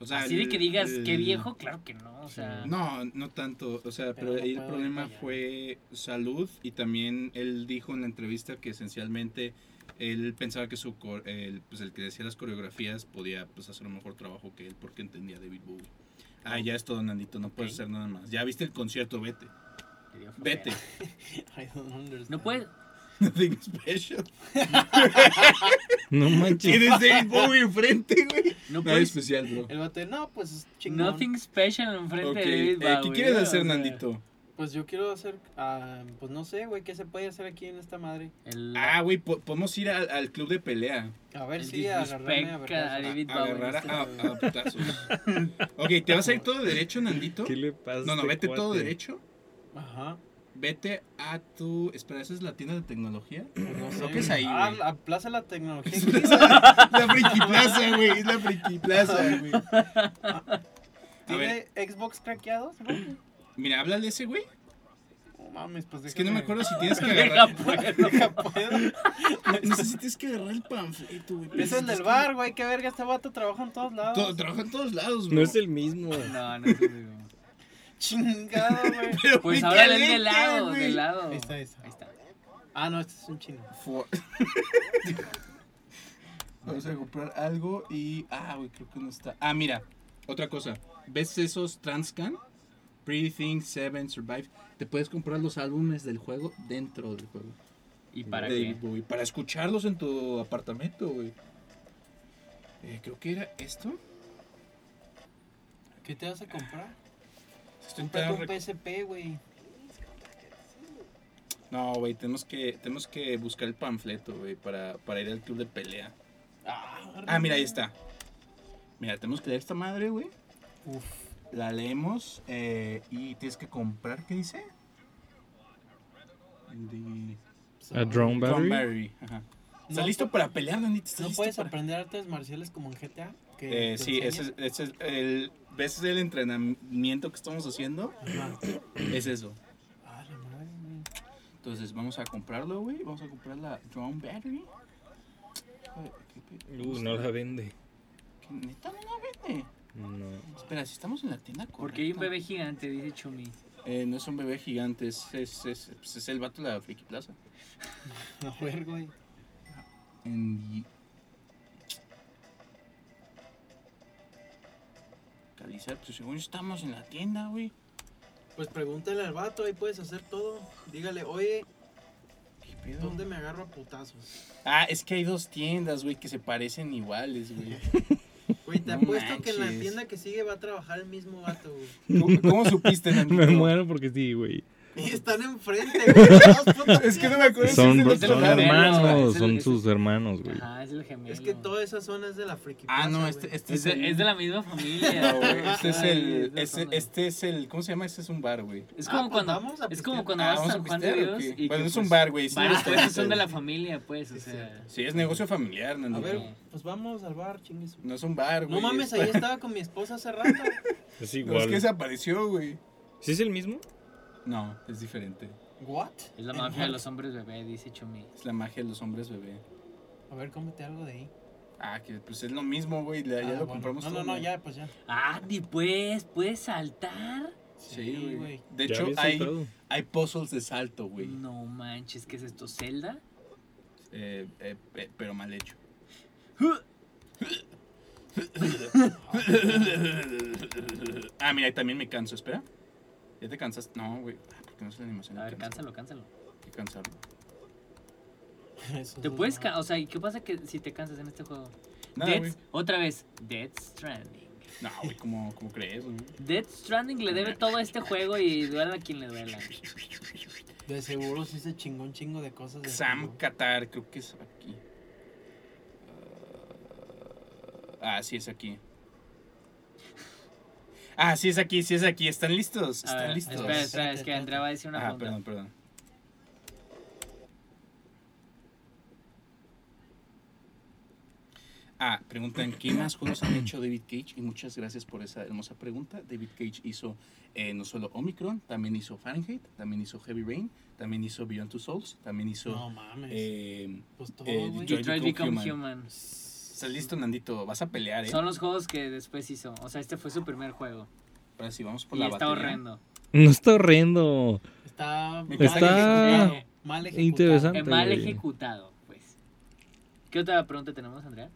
Speaker 2: O sea,
Speaker 3: así de
Speaker 2: Ah, el-
Speaker 3: que digas
Speaker 2: el-
Speaker 3: qué viejo, claro que no. O sea,
Speaker 2: No, no tanto. O sea,
Speaker 6: Pero
Speaker 2: pero,
Speaker 6: no
Speaker 2: ahí el
Speaker 6: puedo
Speaker 2: problema
Speaker 6: detallar.
Speaker 2: fue salud y también él dijo en la entrevista que esencialmente él pensaba que su cor- el, pues el que decía las coreografías podía pues hacer un mejor trabajo que él porque entendía a David Bowie. Ah, ya es todo, Nandito, no puedes
Speaker 3: Ok.
Speaker 2: hacer nada más. Ya viste el concierto, vete.
Speaker 3: le dio flojera.
Speaker 2: Vete.
Speaker 6: I don't understand.
Speaker 3: No puedes.
Speaker 2: Nothing special.
Speaker 4: No manches.
Speaker 2: Tienes David Bowie enfrente, güey.
Speaker 3: No
Speaker 2: Nada
Speaker 3: puedes.
Speaker 2: especial, bro.
Speaker 6: El vato, no, pues es chingón.
Speaker 3: Nothing special enfrente
Speaker 2: Ok,
Speaker 3: de David
Speaker 2: eh,
Speaker 3: Bowie.
Speaker 2: ¿qué quieres
Speaker 3: ¿eh?
Speaker 2: hacer,
Speaker 3: O sea,
Speaker 2: Nandito?
Speaker 6: Pues yo quiero hacer, ah, pues no sé, güey, ¿qué se puede hacer aquí en esta madre?
Speaker 3: El,
Speaker 2: Ah, güey, po- podemos ir al, al club de pelea.
Speaker 6: A ver
Speaker 3: El
Speaker 6: si agarrarme a
Speaker 3: disrespect a
Speaker 6: vergazos.
Speaker 3: David
Speaker 2: A-
Speaker 3: Bowie,
Speaker 2: agarrar a,
Speaker 3: este,
Speaker 2: a- a putazos. ok, ¿te vas a ir todo derecho, Nandito?
Speaker 4: ¿Qué le pasa? a
Speaker 2: No, no,
Speaker 4: este
Speaker 2: vete
Speaker 4: cuate?
Speaker 2: todo derecho.
Speaker 6: Ajá.
Speaker 2: Vete a tu. Espera, ¿esa es la tienda de tecnología?
Speaker 6: Pues no sé,
Speaker 2: Creo que es
Speaker 6: güey.
Speaker 2: ahí,
Speaker 6: Ah,
Speaker 2: güey.
Speaker 6: la Plaza de la Tecnología.
Speaker 2: Es la Friki Plaza, güey. Es la Friki Plaza, güey. A ver,
Speaker 6: ¿Tiene Xbox craqueados? güey?
Speaker 2: mira, háblale a ese güey.
Speaker 6: no mames, pues
Speaker 2: Es que no me
Speaker 6: déjame-
Speaker 2: acuerdo si tienes que
Speaker 3: Deja,
Speaker 6: pues.
Speaker 2: agarrar.
Speaker 3: puedo.
Speaker 6: Deja, puedo.
Speaker 2: No sé si tienes que agarrar el panfleto, güey.
Speaker 6: Es el del bar, güey. Qué verga, este vato trabaja en todos lados.
Speaker 2: Todo, trabaja en todos lados, güey.
Speaker 4: No es el mismo.
Speaker 3: No, no es el mismo.
Speaker 6: Chingado, güey.
Speaker 2: Pero
Speaker 3: Pues
Speaker 2: me
Speaker 3: ahora ven de
Speaker 2: calienta,
Speaker 3: lado,
Speaker 2: güey.
Speaker 3: de lado.
Speaker 6: Ahí está, ahí está.
Speaker 3: Ahí está.
Speaker 6: Ah, no, este es un chino.
Speaker 2: Fu- Vamos a comprar algo y. Ah, güey, creo que no está. Ah, mira, otra cosa. ¿Ves esos Transcan? Pretty Things, Seven, Survive. Te puedes comprar los álbumes del juego dentro del juego.
Speaker 3: ¿Y para
Speaker 2: de
Speaker 3: qué?
Speaker 2: David Bowie, para escucharlos en tu apartamento, güey. Eh, creo que era esto.
Speaker 6: ¿Qué te vas a comprar?
Speaker 2: Estoy
Speaker 6: Comprate un
Speaker 2: entrando-
Speaker 6: PSP, güey.
Speaker 2: No, güey, tenemos que, tenemos que buscar el panfleto, güey, para, para ir al club de pelea.
Speaker 6: Ah,
Speaker 2: Ah, mira, ahí está. Mira, tenemos que leer esta madre, güey.
Speaker 6: Uf.
Speaker 2: La leemos eh, y tienes que comprar, ¿qué dice? The-
Speaker 4: A drone battery.
Speaker 2: Thornberry, ajá.
Speaker 6: No,
Speaker 2: ¿Estás listo para pelear, Danita? ¿Estás
Speaker 6: ¿No
Speaker 2: listo
Speaker 6: puedes
Speaker 2: para-
Speaker 6: aprender artes marciales como en GTA? Que
Speaker 2: Eh,
Speaker 6: te
Speaker 2: sí, ese
Speaker 6: enseñan?
Speaker 2: es, ese es el, ¿ves el entrenamiento que estamos haciendo?
Speaker 6: Ajá.
Speaker 2: Es eso.
Speaker 6: Ah, la madre, güey.
Speaker 2: Entonces vamos a comprarlo, güey. Vamos a comprar la drone battery. Joder, ¿qué pe-
Speaker 4: Uh, no la vende.
Speaker 2: ¿Qué neta no la vende?
Speaker 4: No.
Speaker 2: Espera, si estamos en la tienda correcta.
Speaker 3: Porque hay un bebé gigante, dice Chumi.
Speaker 2: Eh, no es un bebé gigante, es, es, es, pues es el vato de la Friki Plaza.
Speaker 6: No, ver, güey.
Speaker 2: En... Calizar, pues según estamos en la tienda, güey.
Speaker 6: Pues pregúntale al vato, ahí puedes hacer todo. Dígale, oye,
Speaker 2: ¿Qué pedo?
Speaker 6: ¿dónde me agarro a putazos?
Speaker 2: Ah, es que hay dos tiendas, güey, que se parecen iguales, güey.
Speaker 6: Güey, te
Speaker 2: No
Speaker 6: apuesto que en la
Speaker 2: manches.
Speaker 6: tienda que sigue va a trabajar el mismo vato, güey.
Speaker 2: ¿Cómo, cómo supiste, Nandito?
Speaker 4: Me muero porque sí, güey.
Speaker 6: Y están enfrente, güey. dos putas
Speaker 2: Es que no me acuerdo
Speaker 4: Son,
Speaker 2: si
Speaker 4: bro-
Speaker 2: es el
Speaker 4: son
Speaker 2: otro lado.
Speaker 4: hermanos,
Speaker 3: Es el-
Speaker 4: son
Speaker 3: es-
Speaker 4: sus hermanos, güey.
Speaker 3: Ajá, es el gemelo.
Speaker 6: Es que toda esa zona es de la friki.
Speaker 2: Ah,
Speaker 6: plaza,
Speaker 2: no,
Speaker 6: güey.
Speaker 2: este, este
Speaker 3: Es de, es de la misma familia.
Speaker 2: No, güey, Este es
Speaker 3: Ay,
Speaker 2: el.
Speaker 3: de
Speaker 2: ese-
Speaker 3: zona.
Speaker 2: este es el. ¿Cómo se llama? Este es un bar, güey.
Speaker 3: Es
Speaker 6: Ah,
Speaker 3: como
Speaker 6: pues
Speaker 3: cuando,
Speaker 6: vamos a
Speaker 3: es como
Speaker 6: pistear.
Speaker 3: cuando
Speaker 2: Ah,
Speaker 3: vas a
Speaker 2: ¿vamos a
Speaker 3: San Juan de
Speaker 2: pistear o
Speaker 3: Dios.
Speaker 2: qué?
Speaker 3: y
Speaker 2: Bueno,
Speaker 3: que,
Speaker 2: es un
Speaker 3: pues,
Speaker 2: bar, güey, sí,
Speaker 3: Varios
Speaker 2: está
Speaker 3: puestos
Speaker 2: bien,
Speaker 3: son de
Speaker 2: güey.
Speaker 3: la familia, pues, o sea.
Speaker 2: Sí, es negocio familiar,
Speaker 6: A
Speaker 2: Nandito.
Speaker 6: ver, pues vamos al bar, chingues.
Speaker 2: No es un bar, güey.
Speaker 6: No
Speaker 2: es-
Speaker 6: mames, ahí estaba con mi esposa hace rato.
Speaker 4: Es
Speaker 2: No, es
Speaker 4: igual.
Speaker 2: que se apareció, güey.
Speaker 4: ¿Sí es el mismo?
Speaker 2: No, es diferente.
Speaker 6: ¿What?
Speaker 3: Es la mafia de los hombres bebé, dice Chumi.
Speaker 2: Es la magia de los hombres, bebé.
Speaker 6: A ver, cómete algo de ahí.
Speaker 2: Ah, que pues es lo mismo, güey. la-
Speaker 6: Ah,
Speaker 2: ya lo
Speaker 6: bueno.
Speaker 2: compramos
Speaker 6: No, no,
Speaker 2: todo,
Speaker 6: no,
Speaker 2: güey.
Speaker 6: ya, pues ya.
Speaker 3: Ah, y pues, puedes saltar.
Speaker 2: Sí, güey. De
Speaker 4: Ya
Speaker 2: hecho,
Speaker 4: había
Speaker 2: hay,
Speaker 4: saltado.
Speaker 2: hay puzzles de salto, güey.
Speaker 6: Mm.
Speaker 3: No manches, ¿qué es esto? ¿Zelda?
Speaker 2: Eh, eh, pe- pero mal hecho. ah, mira, y también me canso, espera. ¿Ya te cansaste? No, güey. Ah, ¿Por qué no es la animación?
Speaker 3: A
Speaker 2: de
Speaker 3: ver,
Speaker 2: cansa.
Speaker 3: cánsalo, cánsalo.
Speaker 2: Qué cansado.
Speaker 6: Eso
Speaker 3: Te
Speaker 6: es
Speaker 3: puedes,
Speaker 6: mamá.
Speaker 3: ca- o sea, ¿y qué pasa que si te cansas en este juego?
Speaker 2: Nada,
Speaker 3: Death-
Speaker 2: güey.
Speaker 3: otra vez, Dead Stranding.
Speaker 2: No, güey, ¿cómo, cómo crees, güey?
Speaker 3: Dead Stranding le debe todo a este juego y duela a quien le duela.
Speaker 6: De seguro sí se chingó un chingo de cosas. de
Speaker 2: Sam
Speaker 6: juego.
Speaker 2: Qatar, creo que es aquí. Ah, sí es aquí. Ah, sí es aquí, sí es aquí. ¿Están listos?
Speaker 3: A
Speaker 2: ¿Están
Speaker 3: ver,
Speaker 2: listos?
Speaker 3: Espera, espera, es que Andrea va a decir una
Speaker 2: Ah,
Speaker 3: pregunta.
Speaker 2: perdón, perdón. Ah, preguntan, ¿qué más juegos han hecho David Cage? Y muchas gracias por esa hermosa pregunta. David Cage hizo eh, no solo Omicron, también hizo Fahrenheit, también hizo Heavy Rain, también hizo Beyond Two Souls, también hizo...
Speaker 6: No mames.
Speaker 2: eh,
Speaker 6: pues todo,
Speaker 2: eh,
Speaker 6: güey.
Speaker 2: Joy-
Speaker 3: Detroit Become
Speaker 2: Become
Speaker 3: Human.
Speaker 2: ¿Estás listo, Nandito? Vas a pelear, ¿eh?
Speaker 3: Son los juegos que después hizo. O sea, este fue su primer juego.
Speaker 2: Ahora sí, vamos por
Speaker 3: Y
Speaker 2: la
Speaker 3: está
Speaker 2: batería.
Speaker 3: horrendo.
Speaker 4: No está horrendo.
Speaker 6: Está,
Speaker 2: Me
Speaker 6: mal
Speaker 4: está
Speaker 6: ejecutado, mal ejecutado.
Speaker 4: interesante.
Speaker 3: Eh, mal
Speaker 4: güey.
Speaker 3: ejecutado, pues. ¿Qué otra pregunta tenemos, Andrea?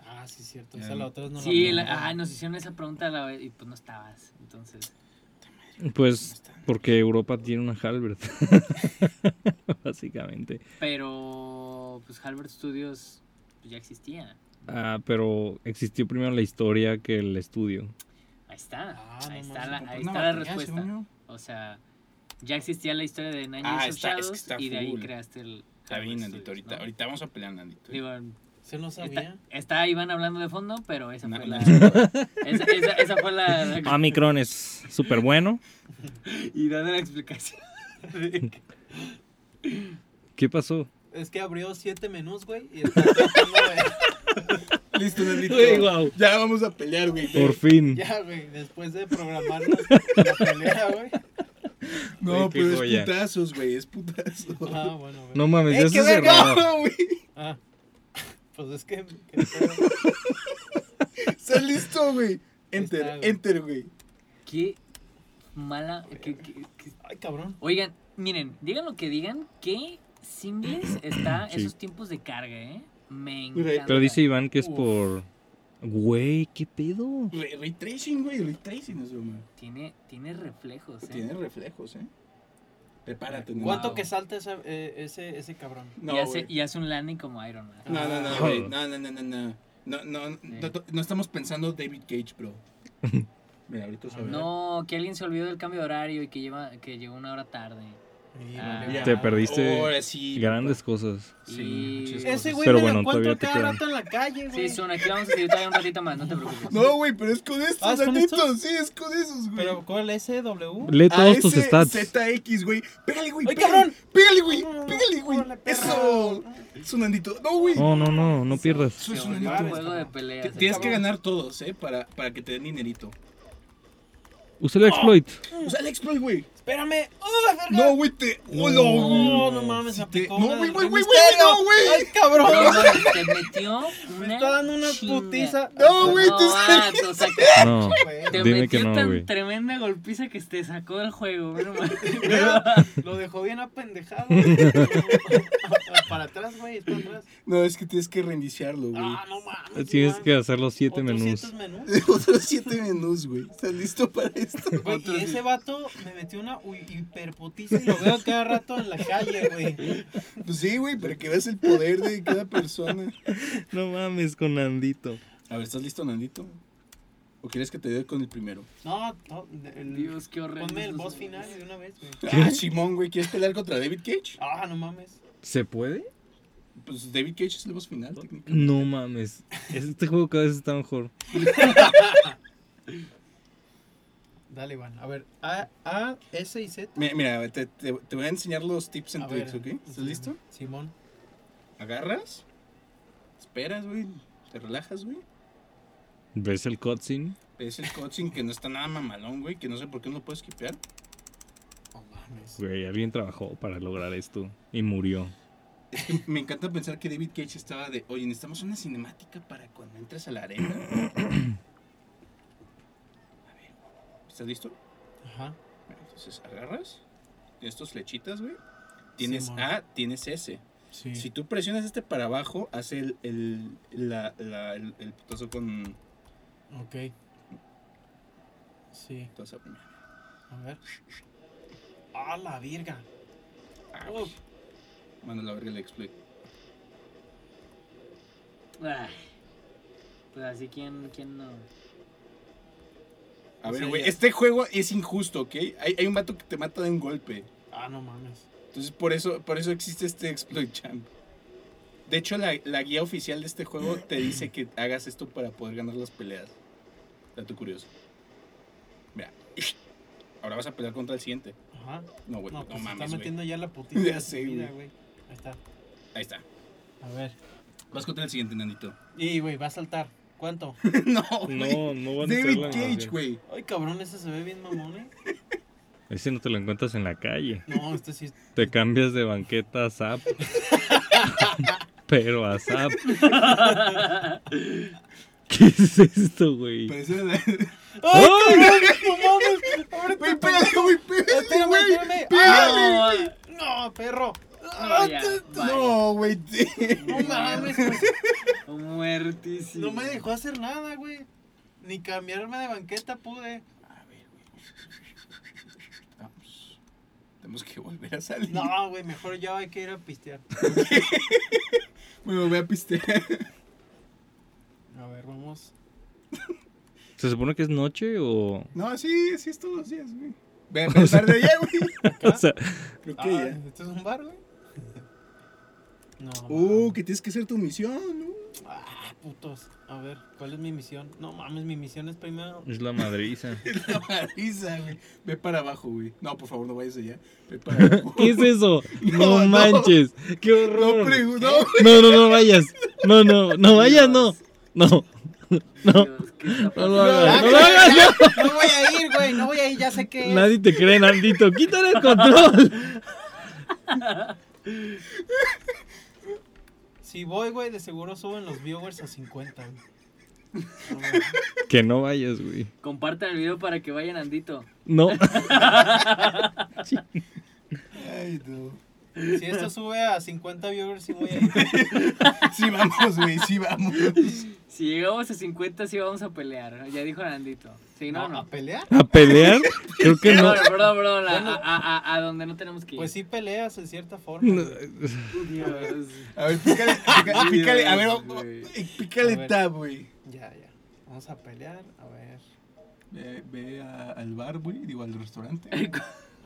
Speaker 6: Ah, sí, cierto.
Speaker 2: Ya.
Speaker 6: Esa la otra no
Speaker 3: sí,
Speaker 6: la,
Speaker 3: la- ah, nos hicieron esa pregunta a la vez y pues no estabas. Entonces,
Speaker 4: Pues porque Europa tiene una Halbert. Básicamente.
Speaker 3: pero pues Halbert Studios pues, ya existía.
Speaker 4: Ah, pero existió primero la historia que el estudio.
Speaker 3: Ahí está.
Speaker 6: Ah,
Speaker 3: ahí
Speaker 6: no
Speaker 3: está,
Speaker 6: mames,
Speaker 3: la,
Speaker 6: no,
Speaker 3: ahí
Speaker 2: Una
Speaker 3: está la
Speaker 2: batería,
Speaker 3: respuesta.
Speaker 2: según yo.
Speaker 3: O sea, ya existía la historia de Nine
Speaker 2: Ah,
Speaker 3: Years of
Speaker 2: está- es que
Speaker 3: Shadows
Speaker 2: está
Speaker 3: y de ahí
Speaker 2: full.
Speaker 3: creaste el.
Speaker 2: Está bien,
Speaker 3: Halbert
Speaker 2: Nandito.
Speaker 3: Studios,
Speaker 2: Ahorita,
Speaker 3: Pues, ¿no?
Speaker 2: ahorita vamos a pelear, Nandito.
Speaker 3: Digo,
Speaker 6: Se no sabía.
Speaker 3: Está, está Iván hablando de fondo, pero esa
Speaker 2: No,
Speaker 3: fue
Speaker 2: no.
Speaker 3: la. Esa, esa- esa fue la. la-
Speaker 4: Omicron Ah, es súper bueno.
Speaker 3: y dando la explicación.
Speaker 4: ¿Qué pasó?
Speaker 6: Es que abrió siete menús, güey. Y está tratando de-
Speaker 2: Listo, Nandito.
Speaker 4: Güey, guau.
Speaker 2: Ya vamos a pelear, güey.
Speaker 4: Por fin.
Speaker 6: Ya, güey, después de programarnos la pelea, güey.
Speaker 2: No,
Speaker 4: Güey, qué
Speaker 2: pero es
Speaker 4: joya.
Speaker 2: putazos, güey. Es putazos.
Speaker 6: Ah, bueno, güey.
Speaker 4: No mames,
Speaker 2: ¡Eh,
Speaker 4: ya
Speaker 2: qué
Speaker 4: se cerró.
Speaker 2: verga, güey!
Speaker 6: Ah, pues es que... que pedo.
Speaker 2: Está listo, güey. Enter,
Speaker 6: Está, güey.
Speaker 2: enter, güey.
Speaker 3: Qué mala. qué- qué- qué-
Speaker 6: Ay, cabrón.
Speaker 3: Oigan, miren, digan lo que digan, que Singles está
Speaker 4: Sí.
Speaker 3: esos tiempos de carga, ¿eh? Me
Speaker 2: Pero
Speaker 3: encanta.
Speaker 4: Pero dice Iván que es
Speaker 3: Uf.
Speaker 4: por. Güey, qué pedo.
Speaker 2: Re- Ray tracing, güey. Ray tracing es broma.
Speaker 3: Tiene, tiene reflejos, ¿eh?
Speaker 2: Tiene reflejos, ¿eh? Prepárate, Nandito.
Speaker 6: ¿Cuánto
Speaker 3: Wow.
Speaker 6: que salta ese, eh, ese, ese cabrón?
Speaker 2: No,
Speaker 3: y, hace,
Speaker 2: güey.
Speaker 3: y hace un landing como Iron Man.
Speaker 2: No, no, no,
Speaker 4: Ah.
Speaker 2: güey. No, no, no, no, no. No, no, no, no estamos pensando David Cage, bro. Mira, ahorita sabemos.
Speaker 3: No, que alguien se olvidó del cambio de horario y que, lleva, que llegó una hora tarde.
Speaker 6: Y
Speaker 3: Ah.
Speaker 6: valió
Speaker 4: Te
Speaker 6: madre.
Speaker 4: perdí. Viste
Speaker 2: Ahora sí.
Speaker 4: Grandes cosas.
Speaker 3: Y-
Speaker 2: Sí, muchas
Speaker 6: Ese
Speaker 2: cosas.
Speaker 6: güey
Speaker 4: Pero
Speaker 6: me
Speaker 4: bueno,
Speaker 6: lo encuentro
Speaker 4: todavía te
Speaker 6: cada
Speaker 4: quedan.
Speaker 6: rato en la calle,
Speaker 3: Sí,
Speaker 6: güey.
Speaker 3: son aquí vamos a seguir todavía un ratito más, no te preocupes.
Speaker 2: No, güey, pero es con
Speaker 6: Ah,
Speaker 2: estos,
Speaker 6: ¿es con
Speaker 2: Nandito.
Speaker 6: estos?
Speaker 2: Sí, es con esos, güey.
Speaker 6: Pero con el SW.
Speaker 4: Lee
Speaker 2: A
Speaker 4: todos tus
Speaker 2: Ah, ese
Speaker 4: stats.
Speaker 2: ZX, güey. Pégale, güey.
Speaker 6: ¡Ay,
Speaker 2: pégale,
Speaker 6: cabrón!
Speaker 2: Pégale, güey.
Speaker 6: No,
Speaker 2: Pégale, güey.
Speaker 6: órale, perra.
Speaker 2: Eso. Sonandito. No, güey.
Speaker 4: No, no, no, no pierdas.
Speaker 2: Eso es
Speaker 3: Se
Speaker 2: un
Speaker 3: volvió un
Speaker 6: animal.
Speaker 3: juego de
Speaker 2: T-
Speaker 3: peleas.
Speaker 2: Tienes
Speaker 3: ¿eh?
Speaker 2: que ganar todos, ¿eh? Para, para que te den dinerito.
Speaker 4: Usa el exploit.
Speaker 6: Mm.
Speaker 2: Usa el exploit, güey.
Speaker 6: Espérame. ¡Oh, la verga!
Speaker 2: No, güey, te.
Speaker 4: No.
Speaker 2: ¡Hola, güey!
Speaker 6: No, no mames,
Speaker 2: Si
Speaker 6: me
Speaker 2: te-
Speaker 6: aplicó
Speaker 2: no,
Speaker 6: una
Speaker 2: güey,
Speaker 6: del
Speaker 2: güey,
Speaker 6: Rey
Speaker 2: güey, güey,
Speaker 6: Misterio.
Speaker 2: no, güey.
Speaker 6: Ay,
Speaker 3: No,
Speaker 6: cabrón.
Speaker 3: no, te metió una.
Speaker 6: Me está dando una
Speaker 3: chinga.
Speaker 6: putiza.
Speaker 2: No, güey,
Speaker 3: No,
Speaker 2: te
Speaker 3: vato, o sea,
Speaker 2: Oh.
Speaker 3: que
Speaker 4: No.
Speaker 3: te
Speaker 4: Dime
Speaker 3: metió
Speaker 4: que no,
Speaker 3: tan
Speaker 4: güey.
Speaker 3: tremenda golpiza que te sacó del juego, güey, no mames.
Speaker 6: Mira, Lo dejó bien apendejado. güey. Para atrás, güey, está atrás.
Speaker 2: No, es que tienes que reiniciarlo, güey.
Speaker 6: Ah, no mames.
Speaker 4: Tienes
Speaker 6: Iván.
Speaker 4: que hacer los siete
Speaker 6: Otros
Speaker 4: menús.
Speaker 6: cientos menús.
Speaker 2: Otros siete menús, güey. ¿Estás listo para esto?
Speaker 6: Güey, y ese vato me metió una ui- hiperputiza y lo veo cada rato en la calle, güey.
Speaker 2: Pues sí, güey, para que veas el poder de cada persona.
Speaker 4: No mames con Nandito.
Speaker 2: A ver, ¿estás listo, Nandito? ¿O quieres que te dé con el primero?
Speaker 6: No, no, el-
Speaker 3: Dios, qué horrendo.
Speaker 6: ponme el boss final de una vez, güey.
Speaker 2: Ah, Simón, güey, ¿quieres pelear contra David Cage?
Speaker 6: Ah, no mames.
Speaker 4: ¿Se puede?
Speaker 2: Pues David Cage es el boss final, técnicamente.
Speaker 4: No mames. Este juego cada vez está mejor.
Speaker 6: Dale, Iván. A ver, A, A, S y Z.
Speaker 2: Mira, mira te, te- te voy a enseñar los tips
Speaker 6: A
Speaker 2: and tricks,
Speaker 6: ver,
Speaker 2: ¿ok? ¿Estás listo?
Speaker 6: Simón.
Speaker 2: Agarras, esperas, güey, te relajas, güey.
Speaker 4: ¿Ves el cutscene?
Speaker 2: Es el coaching que no está nada mamalón, güey, que no sé por qué no lo puedes quipear.
Speaker 6: No mames.
Speaker 4: Güey, alguien trabajó para lograr esto y murió.
Speaker 2: Me encanta pensar que David Cage estaba de, oye, necesitamos una cinemática para cuando entres a la arena. A ver, ¿estás listo?
Speaker 6: Ajá.
Speaker 2: Bueno, entonces agarras, tienes tus flechitas, güey. Tienes
Speaker 6: Simón.
Speaker 2: A, tienes S.
Speaker 6: Sí.
Speaker 2: Si tú presionas este para abajo, hace el, el, la- la- el, el putazo con...
Speaker 6: Ok. Sí.
Speaker 2: putazo-
Speaker 6: A ver. ¡Ah, la virga!
Speaker 2: Ah,
Speaker 6: Uf.
Speaker 2: manda la verga el exploit.
Speaker 3: Ay, Pues así, ¿quién, quién no?
Speaker 2: A
Speaker 6: O
Speaker 2: ver,
Speaker 6: sea,
Speaker 2: güey,
Speaker 6: ya-
Speaker 2: este juego es injusto, ¿ok? Hay, hay un vato que te mata de un golpe.
Speaker 6: Ah, no mames.
Speaker 2: Entonces, por eso, por eso existe este exploit champ. De hecho, la, la guía oficial de este juego te dice que hagas esto para poder ganar las peleas. Dato curioso. Mira. Ahora vas a pelear contra el siguiente.
Speaker 6: Ajá.
Speaker 2: No, güey,
Speaker 6: No,
Speaker 2: no,
Speaker 6: pues se
Speaker 2: mames,
Speaker 6: está
Speaker 2: güey.
Speaker 6: metiendo ya la putiza.
Speaker 2: Ya
Speaker 6: de
Speaker 2: sé,
Speaker 6: su vida, güey. Ahí está.
Speaker 2: Ahí está.
Speaker 6: A ver.
Speaker 2: Vas contra el siguiente, Nandito.
Speaker 6: Y, güey, va a saltar. ¿Cuánto?
Speaker 2: no, güey.
Speaker 4: no
Speaker 2: David Cage, güey.
Speaker 6: Ay, cabrón, ese se ve bien mamón, ¿eh?
Speaker 4: Ese no te lo encuentras en la calle.
Speaker 6: No, este sí.
Speaker 4: Te cambias de banqueta a Zap. Pero a Zap. ¿Qué es esto, güey?
Speaker 2: Parece la...
Speaker 6: ¡Ay,
Speaker 4: ¡Ay!
Speaker 6: no mames! Ahora
Speaker 2: Güey,
Speaker 6: te-
Speaker 2: pégale, güey, pégale,
Speaker 6: Espérame,
Speaker 2: güey.
Speaker 6: espérame. Ah,
Speaker 2: Pégale.
Speaker 6: ¡No, perro!
Speaker 3: No, ya, vaya.
Speaker 2: No, güey.
Speaker 6: ¡No mames! güey.
Speaker 3: Muertísimo.
Speaker 6: No me dejó hacer nada, güey. Ni cambiarme de banqueta pude.
Speaker 2: A ver, güey. Vamos. Ah, pues, Tenemos que volver a salir.
Speaker 6: No, güey, mejor ya hay que ir a pistear.
Speaker 2: Güey, Me voy a pistear.
Speaker 6: A ver, vamos.
Speaker 4: ¿Se supone que es noche o.?
Speaker 2: No, sí, sí es todos los días, güey. Ve, pero tarde ya, güey.
Speaker 4: O sea,
Speaker 2: Creo
Speaker 6: Ah,
Speaker 2: que ya.
Speaker 6: ¿Esto es un bar, güey? No.
Speaker 2: Uh,
Speaker 6: mames.
Speaker 2: que tienes que hacer tu misión, ¿no?
Speaker 6: Ah, putos. A ver, ¿cuál es mi misión? No mames, mi misión es primero.
Speaker 4: es la madriza.
Speaker 2: La marisa, güey. Ve para abajo, güey. No, por favor, no vayas allá. Ve para abajo.
Speaker 4: ¿Qué es eso?
Speaker 2: No,
Speaker 4: No,
Speaker 2: no.
Speaker 4: manches. ¡Qué
Speaker 2: No,
Speaker 4: horror!
Speaker 2: pregu- no, güey.
Speaker 4: No, no, no vayas. No, no, no vayas, no. No, no,
Speaker 3: Dios, ¿qué está
Speaker 4: no
Speaker 3: pasando?
Speaker 4: lo hagas, no lo
Speaker 6: Ah,
Speaker 4: hagas.
Speaker 6: ya, No voy a ir, güey, no voy a ir, ya sé que.
Speaker 4: Nadie te cree, Nandito. Quítale el control.
Speaker 6: Si voy, güey, de seguro suben los viewers a 50, güey. No, güey.
Speaker 4: Que no vayas, güey.
Speaker 3: Compartan el video para que vayan andito.
Speaker 4: No.
Speaker 2: Ay, no.
Speaker 6: Si esto sube a 50 viewers, sí voy a ir.
Speaker 2: Sí vamos, güey, sí vamos.
Speaker 3: Si llegamos a 50, sí vamos a pelear. Ya dijo Nandito. Sí, no,
Speaker 6: ¿A
Speaker 3: no.
Speaker 6: pelear?
Speaker 4: ¿A pelear? Creo que no.
Speaker 3: Perdón, perdón, perdón. A, a- a- a donde no tenemos que ir.
Speaker 6: Pues sí peleas en cierta forma.
Speaker 4: No.
Speaker 6: güey.
Speaker 3: Dios.
Speaker 2: A ver, pícale, pícale, pícale, a ver,
Speaker 3: Dios,
Speaker 2: o-
Speaker 3: güey.
Speaker 6: A
Speaker 2: pícale
Speaker 6: ver.
Speaker 2: tab, güey.
Speaker 6: Ya, ya. Vamos a pelear, a ver.
Speaker 2: Ve, ve a- al bar, güey, digo, al restaurante.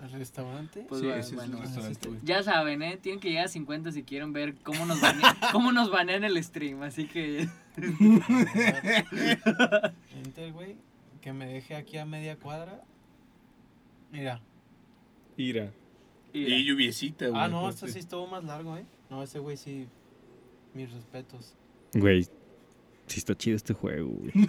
Speaker 6: ¿Al restaurante?
Speaker 3: Pues
Speaker 2: sí,
Speaker 3: va-
Speaker 2: ese
Speaker 3: bueno,
Speaker 2: es el restaurante, güey.
Speaker 3: Ya saben, ¿eh? Tienen que llegar a 50 si quieren ver cómo nos banean, cómo nos banean el stream. Así que...
Speaker 6: Enter, güey. Que me deje aquí a media cuadra. Mira.
Speaker 4: Ira.
Speaker 2: Y lluviecita, güey.
Speaker 6: Ah, no, este
Speaker 2: aparte.
Speaker 6: sí estuvo más largo, ¿eh? No, ese güey sí. Mis respetos.
Speaker 4: Güey, sí está chido este juego, güey.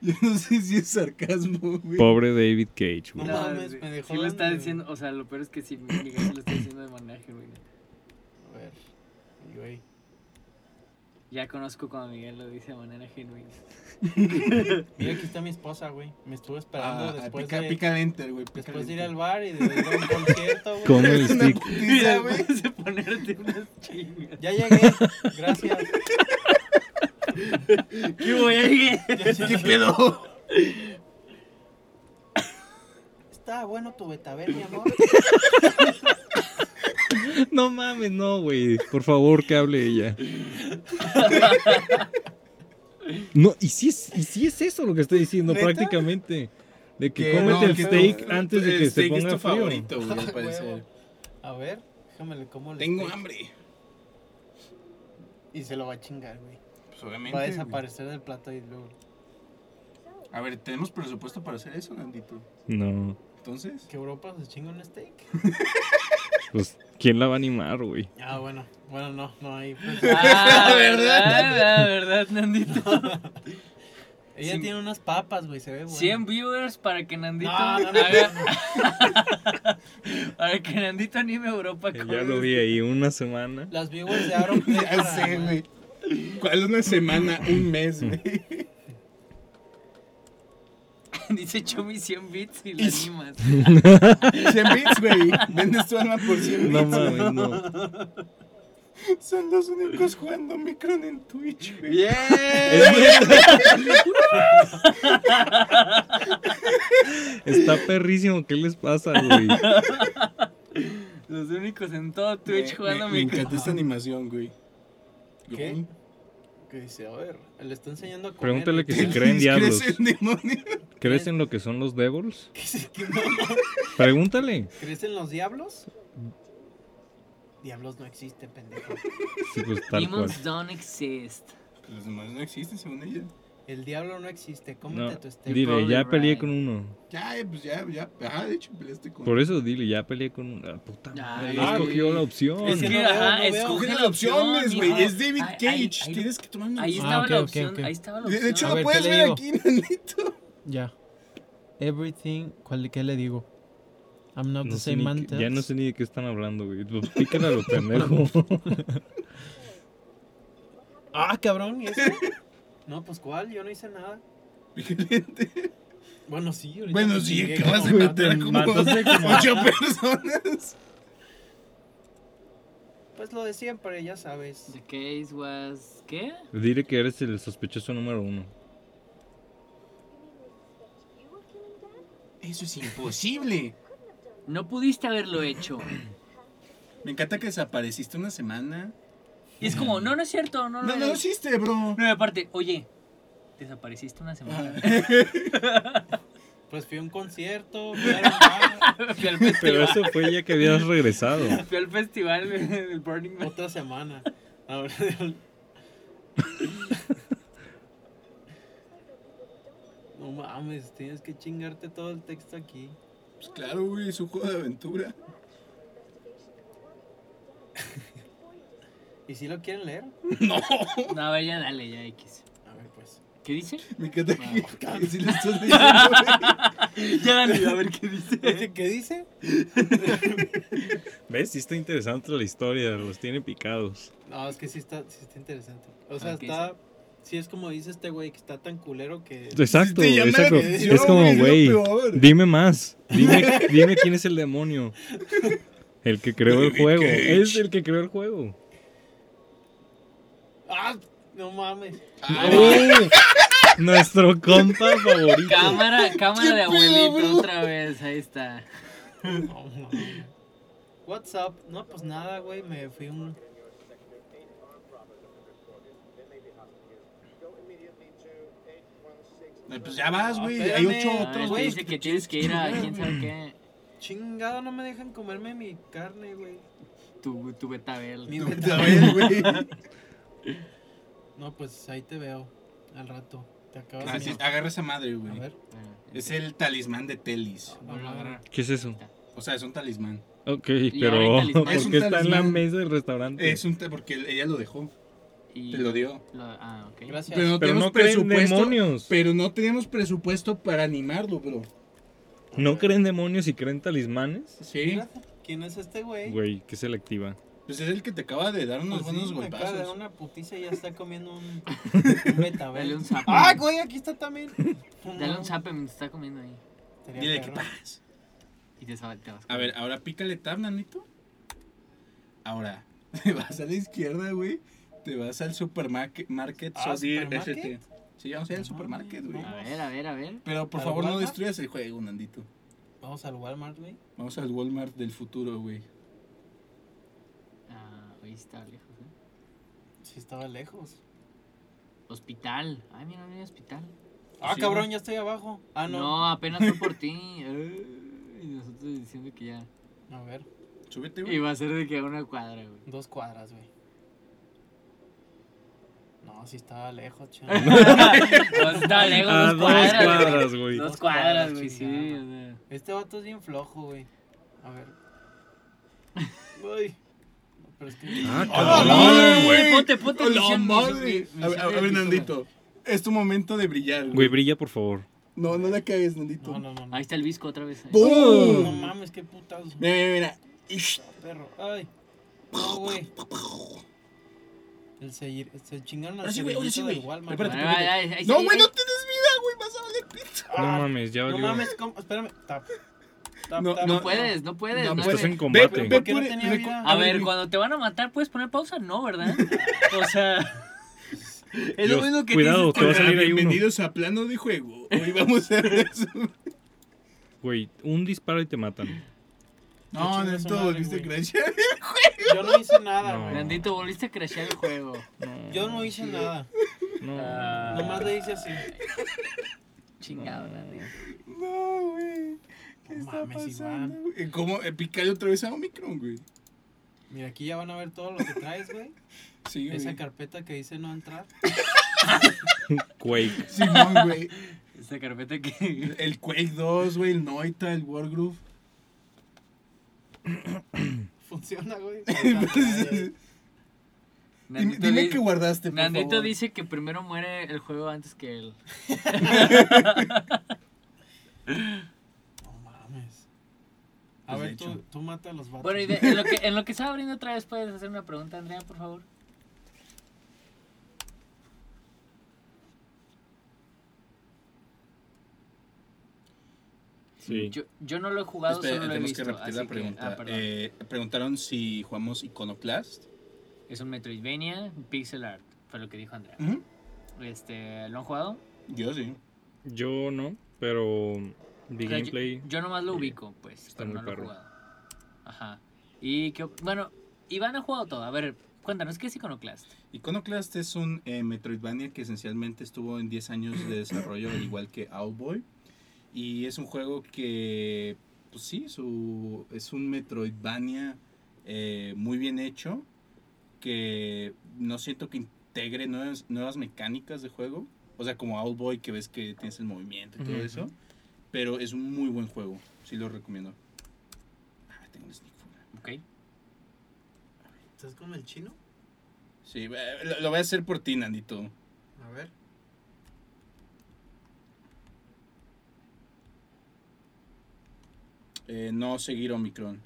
Speaker 2: Yo no sé si es sarcasmo, güey.
Speaker 4: Pobre David Cage,
Speaker 6: No
Speaker 4: güey.
Speaker 6: mames,
Speaker 3: sí-
Speaker 6: me dejó
Speaker 3: sí lo está
Speaker 6: dándole.
Speaker 3: diciendo, o sea, lo peor es que sí, Miguel se lo está diciendo de homenaje, güey.
Speaker 6: A ver. Y, güey.
Speaker 3: Ya conozco cuando Miguel lo dice de manera genuina.
Speaker 6: Mira, aquí está mi esposa, güey. Me estuvo esperando
Speaker 2: Ah, ah,
Speaker 6: después,
Speaker 2: pica,
Speaker 6: de,
Speaker 2: pícale enter, güey.
Speaker 6: después de ir
Speaker 2: pícale
Speaker 6: al bar y de ir a un concierto, güey.
Speaker 4: Come el stick.
Speaker 3: Y
Speaker 2: enter. güey.
Speaker 3: después de ponerte unas chingas.
Speaker 6: Ya llegué. Gracias.
Speaker 3: ¿Qué voy a ir?
Speaker 2: ¿Qué pedo?
Speaker 6: Está bueno tu betabel, mi amor.
Speaker 4: No mames, no, güey. Por favor, que hable ella. No, y si es, y sí es eso lo que estoy diciendo,
Speaker 6: ¿Neta?
Speaker 4: prácticamente. De
Speaker 2: Que
Speaker 4: que cómete
Speaker 2: no,
Speaker 4: el
Speaker 2: que
Speaker 4: steak
Speaker 2: no.
Speaker 4: antes de
Speaker 2: El
Speaker 4: que se
Speaker 2: steak
Speaker 4: ponga
Speaker 2: es tu
Speaker 4: frío.
Speaker 2: favorito, güey, al
Speaker 6: Huevo.
Speaker 2: parecer.
Speaker 6: A ver, déjame le como el
Speaker 2: Tengo
Speaker 6: steak.
Speaker 2: hambre.
Speaker 6: Y se lo va a chingar, güey.
Speaker 2: Pues obviamente.
Speaker 6: Va a
Speaker 2: güey.
Speaker 6: desaparecer del plato y luego.
Speaker 2: A ver, tenemos presupuesto para hacer eso, Nandito.
Speaker 4: No,
Speaker 2: Entonces,
Speaker 6: ¿Que Europa se chinga un steak?
Speaker 4: pues, ¿quién la va a animar, güey?
Speaker 6: Ah, bueno. Bueno, no, no hay. pues,
Speaker 3: Ah, verdad, la verdad, Nandito.
Speaker 6: Ella
Speaker 3: Sí.
Speaker 6: tiene unas papas, güey, se ve bueno.
Speaker 3: 100 viewers para que Nandito
Speaker 6: No, no, no,
Speaker 3: haga-
Speaker 6: no, no.
Speaker 3: para que Nandito anime a Europa con
Speaker 4: Ya lo vi ahí una semana.
Speaker 6: Las viewers se abren play
Speaker 2: ya
Speaker 6: para-
Speaker 2: sé, güey. ¿Cuál una semana? Un mes, güey.
Speaker 3: Dice Chumi 100 bits y lo
Speaker 2: Y-
Speaker 3: animas.
Speaker 2: 100 bits, güey. Vendes tu alma por 100 bits.
Speaker 4: No mames, no.
Speaker 2: Son los únicos jugando Micron en Twitch, güey.
Speaker 4: Está perrísimo, ¿qué les pasa, güey?
Speaker 3: Los únicos en todo Twitch
Speaker 2: Me-
Speaker 3: jugando
Speaker 2: me,
Speaker 3: mi
Speaker 2: me encanta esta animación, güey.
Speaker 6: ¿Qué?
Speaker 2: Lol.
Speaker 6: Que dice, a ver, le está enseñando a comer.
Speaker 4: Pregúntale que
Speaker 6: güey.
Speaker 4: se creen diablos.
Speaker 2: Crece el demonio.
Speaker 4: ¿Crees en lo que son los devils?
Speaker 6: Que se- que no,
Speaker 4: Pregúntale.
Speaker 6: ¿Crees en los diablos? Diablos no existen, pendejo.
Speaker 4: Sí, pues tal cual.
Speaker 3: Demons don't exist.
Speaker 2: Pues Los demás no existen, según ella.
Speaker 6: El diablo no existe,
Speaker 4: No,
Speaker 6: cómete tu steak.
Speaker 4: dile,
Speaker 3: probably
Speaker 4: ya peleé
Speaker 3: right.
Speaker 4: con uno.
Speaker 2: Ya, eh, pues ya, ya. Ajá, de hecho, peleaste con.
Speaker 4: Por eso dile, ya peleé con uno. Ah, puta madre,
Speaker 6: Ay,
Speaker 4: escogió
Speaker 3: güey.
Speaker 4: la opción.
Speaker 3: Es que,
Speaker 6: no veo,
Speaker 3: ajá,
Speaker 6: no veo.
Speaker 3: escoge
Speaker 2: Coge las
Speaker 3: la
Speaker 2: opciones,
Speaker 3: opción,
Speaker 2: güey.
Speaker 3: hijo.
Speaker 2: Es David
Speaker 3: Ahí-
Speaker 2: Cage.
Speaker 3: ahí- ahí-
Speaker 2: Tienes que tomar una
Speaker 3: Ahí
Speaker 2: opción.
Speaker 3: estaba
Speaker 4: Ah,
Speaker 1: ok,
Speaker 3: la
Speaker 1: ok,
Speaker 3: opción,
Speaker 1: ok.
Speaker 3: ahí estaba la
Speaker 2: De,
Speaker 3: opción.
Speaker 2: de hecho,
Speaker 1: A
Speaker 2: lo
Speaker 1: ver,
Speaker 2: puedes
Speaker 1: ¿qué le
Speaker 2: ver
Speaker 1: digo?
Speaker 2: aquí, Nanito.
Speaker 1: Ya. Everything, ¿cuál, ¿qué le digo? I'm not
Speaker 4: No
Speaker 1: the
Speaker 4: sé
Speaker 1: same
Speaker 4: ni
Speaker 1: man.
Speaker 4: qué- ya
Speaker 1: Ted.
Speaker 4: no sé ni de qué están hablando, güey. Pues Pícale a lo pendejo.
Speaker 6: Ah, cabrón, ¿y eso? No, pues cuál, yo no hice nada. Bueno, sí, ahorita.
Speaker 2: Bueno,
Speaker 6: me
Speaker 2: sí,
Speaker 6: chingué
Speaker 2: acabas de
Speaker 6: como
Speaker 2: meter
Speaker 6: vato.
Speaker 2: como ocho personas.
Speaker 6: Pues lo de siempre, ya sabes.
Speaker 3: The case was... ¿Qué?
Speaker 4: dile que eres el sospechoso número uno.
Speaker 2: Eso es imposible.
Speaker 3: No pudiste haberlo hecho.
Speaker 2: Me encanta que desapareciste una semana.
Speaker 3: Y es como, no, no es cierto, no,
Speaker 2: No,
Speaker 3: lo
Speaker 2: no
Speaker 3: he-
Speaker 2: lo hiciste, bro.
Speaker 3: No, y aparte, oye, desapareciste una semana.
Speaker 6: Pues fui a un concierto, fui a un bar,
Speaker 2: Ah.
Speaker 3: fui, al
Speaker 4: Pero
Speaker 3: festival,
Speaker 4: eso fue ya que habías regresado.
Speaker 3: fui al festival del Burning Man.
Speaker 6: otra semana. Ahora, no mames, tienes que chingarte todo el texto aquí.
Speaker 2: Pues claro, güey, es un juego de aventura.
Speaker 6: Y ¿Y si lo quieren leer?
Speaker 3: No, a ver, ya dale, ya X.
Speaker 6: A ver, pues.
Speaker 3: ¿Qué dice?
Speaker 2: Me encanta que, que si le estás leyendo, güey.
Speaker 3: ya dale, a ver qué dice.
Speaker 6: ¿Qué dice?
Speaker 4: ¿Ves? Sí está interesante la historia, los tiene picados.
Speaker 6: No, es que sí está, sí está interesante. O sea,
Speaker 3: Ah, ok,
Speaker 6: está. Sí, es como dice este güey que está tan culero que.
Speaker 4: Exacto,
Speaker 2: Sí, ya me
Speaker 4: exacto.
Speaker 2: agresió,
Speaker 4: Es como,
Speaker 2: güey,
Speaker 4: güey,
Speaker 2: lo peor.
Speaker 4: dime más. Dime, dime quién es el demonio. El que creó el
Speaker 2: David
Speaker 4: juego.
Speaker 2: Cage.
Speaker 4: Es el que creó el juego.
Speaker 6: ¡Ah! No mames.
Speaker 4: Uy, Nuestro compa favorito.
Speaker 3: Cámara, cámara de
Speaker 2: pedo,
Speaker 3: abuelito
Speaker 2: bro?
Speaker 3: otra vez, ahí está.
Speaker 6: No mames. What's up? No, pues nada, güey. Me fui un.
Speaker 2: Ay, Pues ya vas, güey.
Speaker 6: Ah,
Speaker 2: Hay
Speaker 6: espérame.
Speaker 2: ocho
Speaker 3: A
Speaker 2: otros,
Speaker 3: ver,
Speaker 2: güey.
Speaker 3: dice que tienes que ir a quién sabe qué.
Speaker 6: Chingado, no me dejan comerme mi carne, güey.
Speaker 3: Tu, tu betabel.
Speaker 6: Mi
Speaker 2: No,
Speaker 6: beta-
Speaker 2: a ver, güey.
Speaker 6: No, pues ahí te veo. Al rato. Te acabas
Speaker 2: Ah,
Speaker 6: de.
Speaker 2: sí, Agarra esa madre,
Speaker 6: A
Speaker 2: güey.
Speaker 6: ver.
Speaker 2: Es el talismán de Telis.
Speaker 3: No lo agarra.
Speaker 4: ¿Qué es eso?
Speaker 2: O sea, es un talismán.
Speaker 4: Ok,
Speaker 3: ahora
Speaker 4: pero
Speaker 3: el talismán.
Speaker 2: Es un
Speaker 4: ¿por qué está en la
Speaker 2: talismán.
Speaker 4: mesa del restaurante?
Speaker 2: Es un ta- porque ella lo dejó,
Speaker 3: Y
Speaker 2: te lo dio.
Speaker 3: lo- ah, ok.
Speaker 6: Gracias.
Speaker 2: Pero no
Speaker 4: Pero
Speaker 2: tenemos
Speaker 4: no creen
Speaker 2: presupuesto.
Speaker 4: demonios.
Speaker 2: Pero no tenemos presupuesto para animarlo, bro.
Speaker 4: ¿No creen demonios y creen talismanes?
Speaker 2: Sí.
Speaker 6: ¿Quién es este güey?
Speaker 4: Güey, qué selectiva.
Speaker 2: Pues es el que te acaba de dar unos
Speaker 6: Pues sí,
Speaker 2: buenos
Speaker 6: me acaba de dar
Speaker 2: golpazos.
Speaker 6: una putiza y ya está comiendo un, un betabel.
Speaker 3: Dale un zape.
Speaker 6: ¡Ah, güey! Aquí está también.
Speaker 3: Dale un zape, me está comiendo ahí.
Speaker 6: Estaría
Speaker 2: Dile que
Speaker 6: perro.
Speaker 2: paz.
Speaker 3: Y te, sab- te vas
Speaker 2: A ver, ahora pícale tab, nanito. Ahora, te vas a la izquierda, güey. Te vas al supermarket. Market,
Speaker 6: Ah,
Speaker 2: Sodir,
Speaker 6: ¿supermarket?
Speaker 2: ST. Sí, vamos a ir al
Speaker 6: No
Speaker 2: supermarket, güey.
Speaker 3: A ver, a ver, a ver.
Speaker 2: Pero por
Speaker 6: ¿Al
Speaker 2: favor no
Speaker 6: Walmart?
Speaker 2: destruyas el juego, Nandito.
Speaker 6: Vamos al Walmart, güey.
Speaker 2: Vamos al Walmart del futuro, güey.
Speaker 3: Ah, ahí está lejos. ¿eh?
Speaker 6: Sí, estaba lejos.
Speaker 3: Hospital. Ay, mira, no hay hospital.
Speaker 6: Ah,
Speaker 2: Sí,
Speaker 6: cabrón,
Speaker 2: güey.
Speaker 6: ya estoy abajo. Ah,
Speaker 3: no.
Speaker 6: no.
Speaker 3: apenas fue por ti. Ay, Y nosotros diciendo que ya.
Speaker 6: A ver,
Speaker 2: Súbete, güey.
Speaker 3: Iba a ser de que a una cuadra, güey.
Speaker 6: dos cuadras, güey. No, sí estaba lejos, chaval.
Speaker 3: Pues, está lejos,
Speaker 4: A
Speaker 3: dos
Speaker 4: dos
Speaker 3: cuadras. güey.
Speaker 4: cuadras, güey.
Speaker 3: Dos cuadras, güey, sí.
Speaker 6: chingada.
Speaker 3: O sea.
Speaker 6: Este vato es bien flojo, güey. A ver. Uy. No, pero es que.
Speaker 4: Ah,
Speaker 2: ¡A la
Speaker 4: cabrón.
Speaker 2: madre,
Speaker 3: Ponte, ponte,
Speaker 2: ¡A Oh, la
Speaker 3: misión,
Speaker 2: madre!
Speaker 3: misión,
Speaker 2: A ver, a
Speaker 3: misión
Speaker 2: ver,
Speaker 3: de Nandito,
Speaker 2: Nandito. Es tu momento de brillar,
Speaker 4: Güey,
Speaker 2: güey.
Speaker 4: brilla, por favor.
Speaker 2: No, no la cagues, Nandito.
Speaker 6: No, no, no. no.
Speaker 3: Ahí está el visco otra vez. ahí.
Speaker 2: ¡Bum!
Speaker 6: No mames, qué putazo.
Speaker 2: Mira, mira, mira. Ish.
Speaker 6: Perro. Ay. No, güey. El seguir. Se chingaron a
Speaker 2: Ahora sí, güey, ahora sí,
Speaker 6: del
Speaker 2: güey.
Speaker 6: Walmart.
Speaker 2: Espérate,
Speaker 3: Ahí va, ahí, ahí, ahí,
Speaker 2: No,
Speaker 3: ahí,
Speaker 2: güey,
Speaker 3: ahí.
Speaker 2: no tienes vida, güey. Vas a valer pizza.
Speaker 4: No mames, ya
Speaker 6: Ah, No
Speaker 4: valió.
Speaker 6: mames, ¿cómo? espérame. Tap. Tap,
Speaker 2: No,
Speaker 6: tap.
Speaker 3: No puedes, no puedes.
Speaker 2: No
Speaker 3: no
Speaker 4: pues Estás
Speaker 3: puedes.
Speaker 4: en combate.
Speaker 2: Ve, ve
Speaker 6: ¿Por qué no
Speaker 2: por-
Speaker 6: tenía
Speaker 2: recu-
Speaker 6: vida?
Speaker 3: A ver,
Speaker 2: güey.
Speaker 3: cuando te van a matar, ¿puedes poner pausa? No, ¿verdad? O sea. Es lo
Speaker 4: Dios,
Speaker 3: mismo que
Speaker 4: cuidado,
Speaker 3: dices
Speaker 4: te va a salir ahí uno.
Speaker 2: Bienvenidos a Plano de Juego. Hoy vamos a ver eso.
Speaker 4: Güey, un disparo y te matan.
Speaker 2: No,
Speaker 6: chingas
Speaker 2: Nandito,
Speaker 6: madre,
Speaker 2: volviste a
Speaker 6: güey.
Speaker 2: crashear.
Speaker 6: Yo no hice nada,
Speaker 4: No.
Speaker 6: güey.
Speaker 3: Nandito, volviste a crashear el juego. Ah,
Speaker 4: No,
Speaker 6: Yo no hice nada.
Speaker 4: no.
Speaker 6: Nomás le hice así.
Speaker 3: Chingado, Nandito.
Speaker 2: No, güey. ¿Qué
Speaker 6: No
Speaker 2: está
Speaker 6: mames,
Speaker 2: pasando,
Speaker 6: Iván.
Speaker 2: güey? ¿Cómo? Eh, Pícale otra vez a Omicron, güey.
Speaker 6: Mira, aquí ya van a ver todo lo que traes, güey.
Speaker 2: Sí, güey.
Speaker 6: Esa carpeta que dice no entrar.
Speaker 4: Quake.
Speaker 2: Simón, güey.
Speaker 3: Esta carpeta que.
Speaker 2: El Quake 2, güey. El Noita, el Wargroove.
Speaker 6: Funciona, güey.
Speaker 2: Dime
Speaker 3: Nandito,
Speaker 2: dime
Speaker 3: di-
Speaker 2: que guardaste, por
Speaker 3: Nandito
Speaker 2: favor.
Speaker 3: dice que primero muere el juego antes que él.
Speaker 6: No mames. A
Speaker 2: Pues, de
Speaker 6: ver,
Speaker 2: hecho.
Speaker 6: tú, tú mata a los vatos.
Speaker 3: Bueno, y de- en, lo que, en lo que estaba abriendo otra vez, ¿puedes hacer una pregunta, Andrea, por favor?
Speaker 4: Sí.
Speaker 3: Yo, yo no lo he jugado,
Speaker 2: Espera,
Speaker 3: solo lo he
Speaker 2: tenemos
Speaker 3: visto.
Speaker 2: que repetir
Speaker 3: así
Speaker 2: la
Speaker 3: que-
Speaker 2: pregunta.
Speaker 3: ah, perdón.
Speaker 2: Eh, preguntaron si jugamos Iconoclast.
Speaker 3: Es un Metroidvania, pixel art, fue lo que dijo Andrea.
Speaker 2: Ujú.
Speaker 3: Este, ¿Lo han jugado?
Speaker 2: Yo sí.
Speaker 4: Yo no, pero vi
Speaker 3: O sea, yo-
Speaker 4: gameplay.
Speaker 3: Yo, nomás lo
Speaker 4: Oye,
Speaker 3: ubico, pues.
Speaker 4: está
Speaker 3: pero
Speaker 4: muy
Speaker 3: no lo he
Speaker 4: perro.
Speaker 3: jugado. Ajá. Y que, bueno, Iván ha jugado todo. A ver, cuéntanos, ¿qué es Iconoclast?
Speaker 2: Iconoclast es un eh, Metroidvania que esencialmente estuvo en 10 años de desarrollo, al igual que Owlboy. Y es un juego que, pues sí, su, es un Metroidvania eh, muy bien hecho, que no siento que integre nuevas, nuevas mecánicas de juego. O sea, como Owlboy, que ves que tienes el movimiento y todo
Speaker 4: Ujú.
Speaker 2: eso. Pero es un muy buen juego, sí lo recomiendo. Ah, tengo el sneak fuera.
Speaker 3: ¿Ok?
Speaker 6: ¿Estás como el chino?
Speaker 2: Sí, eh, lo, lo voy a hacer por ti, Nandito.
Speaker 6: A ver.
Speaker 2: Eh, no seguir Omicron.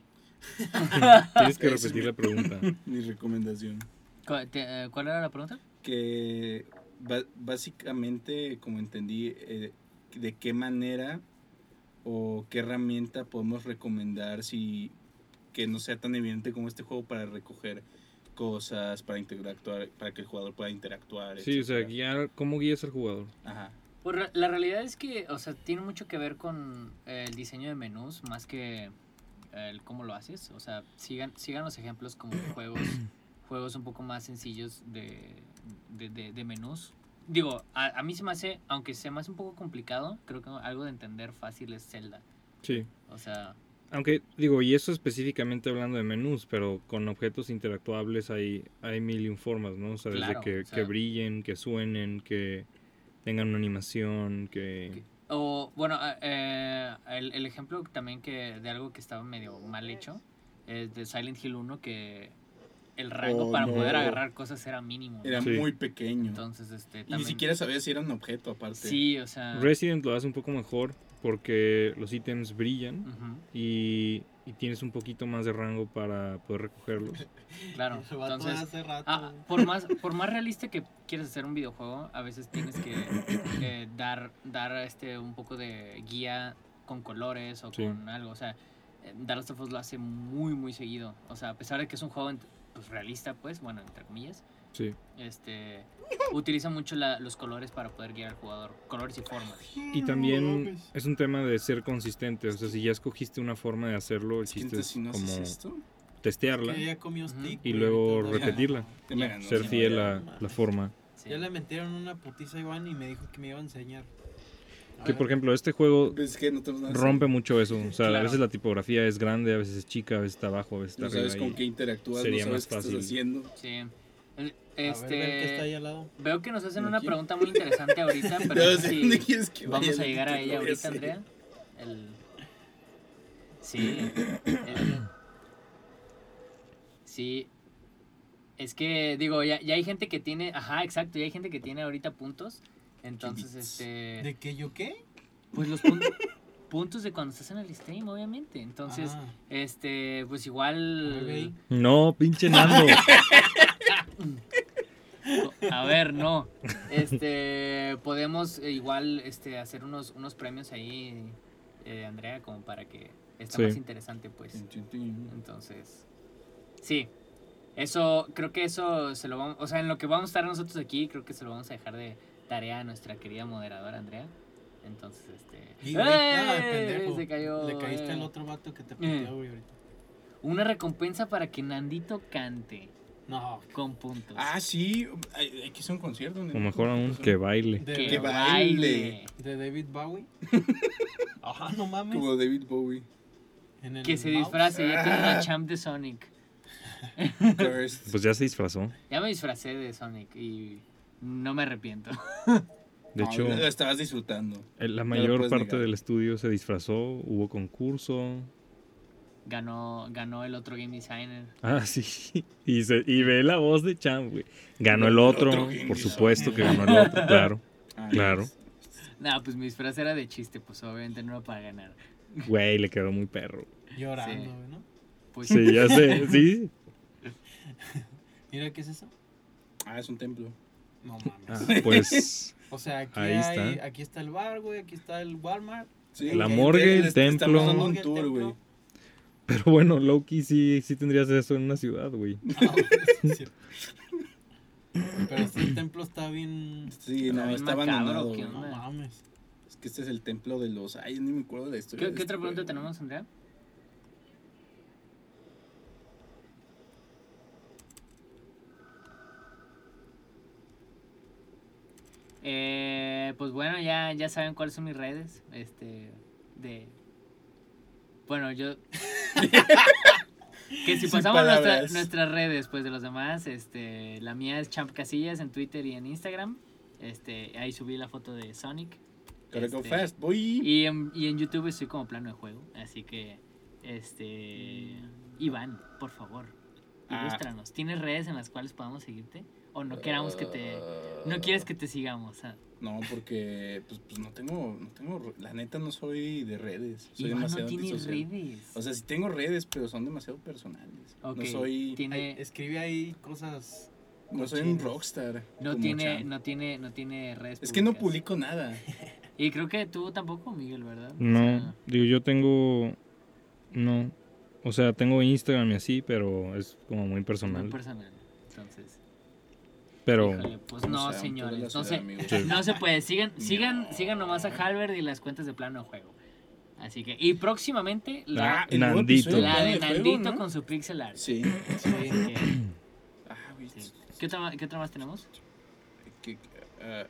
Speaker 4: Tienes que
Speaker 2: Eso es
Speaker 4: repetir
Speaker 2: mi-
Speaker 4: la pregunta.
Speaker 2: Mi recomendación.
Speaker 3: ¿Cuál, te- eh, cuál era la pregunta?
Speaker 2: que ba- básicamente, como entendí, eh, de qué manera o qué herramienta podemos recomendar si que no sea tan evidente como este juego para recoger cosas, para interactuar, para que el jugador pueda interactuar.
Speaker 4: Sí, o sea,
Speaker 2: etcétera.
Speaker 4: guiar, ¿cómo guías al jugador?
Speaker 2: Ajá.
Speaker 3: Pues re- la realidad es que, o sea, tiene mucho que ver con eh, el diseño de menús más que eh, el cómo lo haces. O sea, sigan, sigan los ejemplos como juegos, juegos un poco más sencillos de, de, de- de menús. Digo, a, a mí se me hace, aunque se me hace un poco complicado, creo que algo de entender fácil es Zelda.
Speaker 4: Sí.
Speaker 3: O sea,
Speaker 4: Aunque digo, y eso específicamente hablando de menús, pero con objetos interactuables hay, hay mil y un formas, ¿no? O sea,
Speaker 3: Claro,
Speaker 4: desde que,
Speaker 3: o sea.
Speaker 4: que brillen, que suenen, que tengan una animación, que...
Speaker 3: O, bueno, a- eh, el, el ejemplo también que de algo que estaba medio mal hecho es de Silent Hill 1 que el rango
Speaker 2: Oh,
Speaker 3: para
Speaker 2: no.
Speaker 3: poder agarrar cosas era mínimo. ¿no?
Speaker 2: Era
Speaker 4: Sí.
Speaker 2: muy pequeño.
Speaker 3: Entonces,
Speaker 2: y
Speaker 3: este,
Speaker 2: ni
Speaker 3: también- este,
Speaker 2: siquiera sabía si era un objeto aparte.
Speaker 3: Sí, o sea...
Speaker 4: Resident lo hace un poco mejor porque los ítems brillan
Speaker 3: ujú,
Speaker 4: y, y tienes un poquito más de rango para poder recogerlos.
Speaker 3: claro.
Speaker 6: El vato de
Speaker 3: Entonces,
Speaker 6: hace rato.
Speaker 3: ah, por, más, por más realista que quieras hacer un videojuego, a veces tienes que eh, dar, dar este, un poco de guía con colores o
Speaker 4: Sí.
Speaker 3: con algo. O sea, eh, The Last of Us lo hace muy, muy seguido. O sea, a pesar de que es un juego ent- pues, realista, pues, bueno, entre comillas,
Speaker 4: Sí.
Speaker 3: este, utiliza mucho la- los colores para poder guiar al jugador. Colores y formas.
Speaker 4: Y también
Speaker 6: pues.
Speaker 4: es un tema de ser consistente. O sea, si ya escogiste una forma de hacerlo, el
Speaker 2: Es que
Speaker 4: chiste
Speaker 2: entonces,
Speaker 4: es
Speaker 2: si no haces
Speaker 4: como
Speaker 2: esto,
Speaker 4: testearla.
Speaker 6: Que ya comió stick.
Speaker 4: Y
Speaker 6: güey,
Speaker 4: luego
Speaker 6: ahorita todavía
Speaker 4: repetirla.
Speaker 6: no.
Speaker 2: te me ganó,
Speaker 4: Ser
Speaker 2: sí,
Speaker 4: fiel
Speaker 2: ya.
Speaker 4: a la forma.
Speaker 3: Sí.
Speaker 6: Ya le metieron una putiza a Iván y me dijo que me iba a enseñar. A
Speaker 4: Que
Speaker 6: ver,
Speaker 4: por ejemplo, este juego
Speaker 2: Es que no tenemos nada que hacer.
Speaker 4: rompe mucho eso. O sea, a
Speaker 3: Claro.
Speaker 4: veces la tipografía es grande, a veces es chica, a veces está abajo, a veces está
Speaker 2: No sabes
Speaker 4: arriba.
Speaker 2: con
Speaker 4: y-
Speaker 2: qué interactúas,
Speaker 4: sería
Speaker 2: no sabes
Speaker 4: más
Speaker 2: qué estás
Speaker 4: fácil.
Speaker 2: haciendo.
Speaker 3: Sí. El-
Speaker 6: a
Speaker 3: Este,
Speaker 6: ver, ven que está ahí al lado.
Speaker 3: Veo que nos hacen una
Speaker 2: Aquí.
Speaker 3: pregunta muy interesante ahorita, pero
Speaker 2: No
Speaker 3: no sé
Speaker 2: sé
Speaker 3: si
Speaker 2: dónde quieres que
Speaker 3: vamos
Speaker 2: vaya,
Speaker 3: a llegar a
Speaker 2: Nandito,
Speaker 3: ella
Speaker 2: no
Speaker 3: ahorita,
Speaker 2: sé.
Speaker 3: Andrea. El- Sí. el- Sí. Es que, digo, ya, ya hay gente que tiene, ajá, exacto, ya hay gente que tiene ahorita puntos. Entonces,
Speaker 2: Chivits.
Speaker 3: este,
Speaker 6: ¿De qué yo qué?
Speaker 3: pues los pun- puntos de cuando estás en el stream, obviamente. Entonces,
Speaker 6: Ah,
Speaker 3: este, pues igual...
Speaker 6: Ok.
Speaker 4: No, pinche Nando.
Speaker 3: A ver, no. Este, podemos eh, igual este, hacer unos, unos premios ahí, eh, Andrea, como para que esté
Speaker 4: Sí.
Speaker 3: más interesante, pues.
Speaker 2: Tin, tin, tin.
Speaker 3: Entonces, sí. Eso, creo que eso se lo vamos, o sea, en lo que vamos a estar nosotros aquí, creo que se lo vamos a dejar de tarea a nuestra querida moderadora, Andrea. Entonces, este...
Speaker 6: Y, güey, ah,
Speaker 3: ¡Eh!
Speaker 6: pendejo.
Speaker 3: Se cayó.
Speaker 6: Le caíste
Speaker 3: eh.
Speaker 6: al otro vato que te puteó, güey, ahorita.
Speaker 3: Una recompensa para que Nandito cante
Speaker 6: No,
Speaker 3: con puntos.
Speaker 2: Ah, sí, hay- hay que hizo un concierto.
Speaker 4: O mejor aún, que baile.
Speaker 6: de,
Speaker 3: que
Speaker 2: que
Speaker 6: de,
Speaker 3: baile.
Speaker 2: baile.
Speaker 6: David Bowie. Ajá, no mames.
Speaker 2: Como David Bowie.
Speaker 6: En el
Speaker 3: Que se
Speaker 6: mouse.
Speaker 3: disfrace, ya tiene una champ de Sonic.
Speaker 2: Cursed.
Speaker 4: Pues ya se disfrazó.
Speaker 3: Ya me disfracé de Sonic y no me arrepiento.
Speaker 4: De
Speaker 2: No,
Speaker 4: hecho,
Speaker 2: Ah, lo estabas disfrutando.
Speaker 4: el- la
Speaker 2: lo
Speaker 4: mayor
Speaker 2: puedes
Speaker 4: parte
Speaker 2: negar.
Speaker 4: del estudio se disfrazó, hubo concurso.
Speaker 3: Ganó, ganó el otro game designer.
Speaker 4: Ah, sí. Y, se- y ve la voz de Chan, güey. Ganó el otro,
Speaker 2: otro Genghis
Speaker 4: por
Speaker 2: Khan.
Speaker 4: supuesto que ganó el otro, claro.
Speaker 2: Ah,
Speaker 4: Claro.
Speaker 2: yes.
Speaker 3: Nah, pues mi disfraz era de chiste, pues obviamente no era para ganar.
Speaker 4: Güey, le quedó muy perro.
Speaker 6: Llorando,
Speaker 3: Sí.
Speaker 6: güey, ¿no?
Speaker 3: Pues
Speaker 4: Sí, ya sé, sí.
Speaker 6: Mira, ¿qué es eso?
Speaker 2: Ah, es un templo.
Speaker 6: No mames.
Speaker 4: Ah, pues
Speaker 6: O sea, aquí,
Speaker 4: Ahí
Speaker 6: hay,
Speaker 4: está.
Speaker 6: aquí está el bar, güey, aquí está el Walmart.
Speaker 2: Sí,
Speaker 4: La
Speaker 2: que-
Speaker 4: morgue,
Speaker 2: que-
Speaker 4: el
Speaker 2: le- le
Speaker 4: templo.
Speaker 2: Estamos dando
Speaker 6: Morgue,
Speaker 2: un
Speaker 6: el
Speaker 2: tour, güey.
Speaker 6: templo.
Speaker 4: Pero bueno, Loki sí, sí tendrías eso en una ciudad, güey.
Speaker 6: Ah, sí, es cierto. Pero este templo está bien...
Speaker 2: Sí, no,
Speaker 3: Está bien
Speaker 2: está
Speaker 3: macabro,
Speaker 2: abandonado.
Speaker 3: ¿qué
Speaker 2: güey.
Speaker 6: No
Speaker 3: onda?
Speaker 6: mames.
Speaker 2: Es que este es el templo de los. Ay, ni me acuerdo de la historia.
Speaker 3: ¿Qué,
Speaker 2: de
Speaker 3: qué
Speaker 2: este
Speaker 3: otra pregunta
Speaker 2: juego.
Speaker 3: tenemos, Andrea? Eh, pues bueno, ya, ya saben cuáles son mis redes. Este, de. Bueno, yo. que si
Speaker 2: Sin
Speaker 3: pasamos nuestra-
Speaker 2: palabras.
Speaker 3: nuestras redes, pues de los demás, este, la mía es Champ Casillas en Twitter y en Instagram. Este, ahí subí la foto de Sonic.
Speaker 2: Gotta go
Speaker 3: Este,
Speaker 2: fast, boy.
Speaker 3: y en, y en YouTube estoy como plano de juego, así que, este, Iván, por favor,
Speaker 2: Ah.
Speaker 3: Ilústranos. ¿Tienes redes en las cuales podamos seguirte? ¿O no queramos que te... No quieres que te sigamos? Ah,
Speaker 2: Ah, No, porque pues, pues, no tengo, no tengo, re- la neta no soy de redes. Soy
Speaker 3: Iván no
Speaker 2: demasiado
Speaker 3: tiene
Speaker 2: antisocial.
Speaker 3: redes.
Speaker 2: O sea, sí tengo redes, pero son demasiado personales.
Speaker 3: Ok,
Speaker 2: No soy,
Speaker 6: Ay,
Speaker 3: tiene,
Speaker 6: escribe ahí cosas.
Speaker 2: no soy un
Speaker 6: cochinas.
Speaker 2: rockstar.
Speaker 3: no,
Speaker 2: como
Speaker 3: tiene,
Speaker 2: Chan.
Speaker 3: no, tiene, no tiene redes
Speaker 2: Es que no
Speaker 3: públicas.
Speaker 2: publico nada.
Speaker 3: Y creo que tú tampoco, Miguel, ¿verdad? O
Speaker 4: No,
Speaker 3: sea,
Speaker 4: digo, yo tengo. No. O sea, tengo Instagram y así, pero es como muy personal.
Speaker 3: muy personal. Entonces,
Speaker 4: pero
Speaker 3: híjole, pues
Speaker 2: Como
Speaker 3: no,
Speaker 2: sea, un pedo de la
Speaker 3: señores. No
Speaker 2: ciudad,
Speaker 3: se,
Speaker 2: amigo.
Speaker 4: Sí.
Speaker 3: no se puede. Sigan,
Speaker 2: No.
Speaker 3: sigan, sigan nomás a Halberd y las cuentas de plano juego. Así que, y próximamente
Speaker 2: Ah,
Speaker 3: la,
Speaker 2: el nuevo
Speaker 4: Nandito.
Speaker 2: episodio
Speaker 3: la
Speaker 2: Plano
Speaker 3: de
Speaker 2: Juego,
Speaker 3: Nandito
Speaker 2: ¿no?
Speaker 3: con su pixel art.
Speaker 2: Sí.
Speaker 6: Sí.
Speaker 3: Así que,
Speaker 2: Ah, güey,
Speaker 3: sí. ¿Qué, otra, qué otra más tenemos?
Speaker 2: que- ah,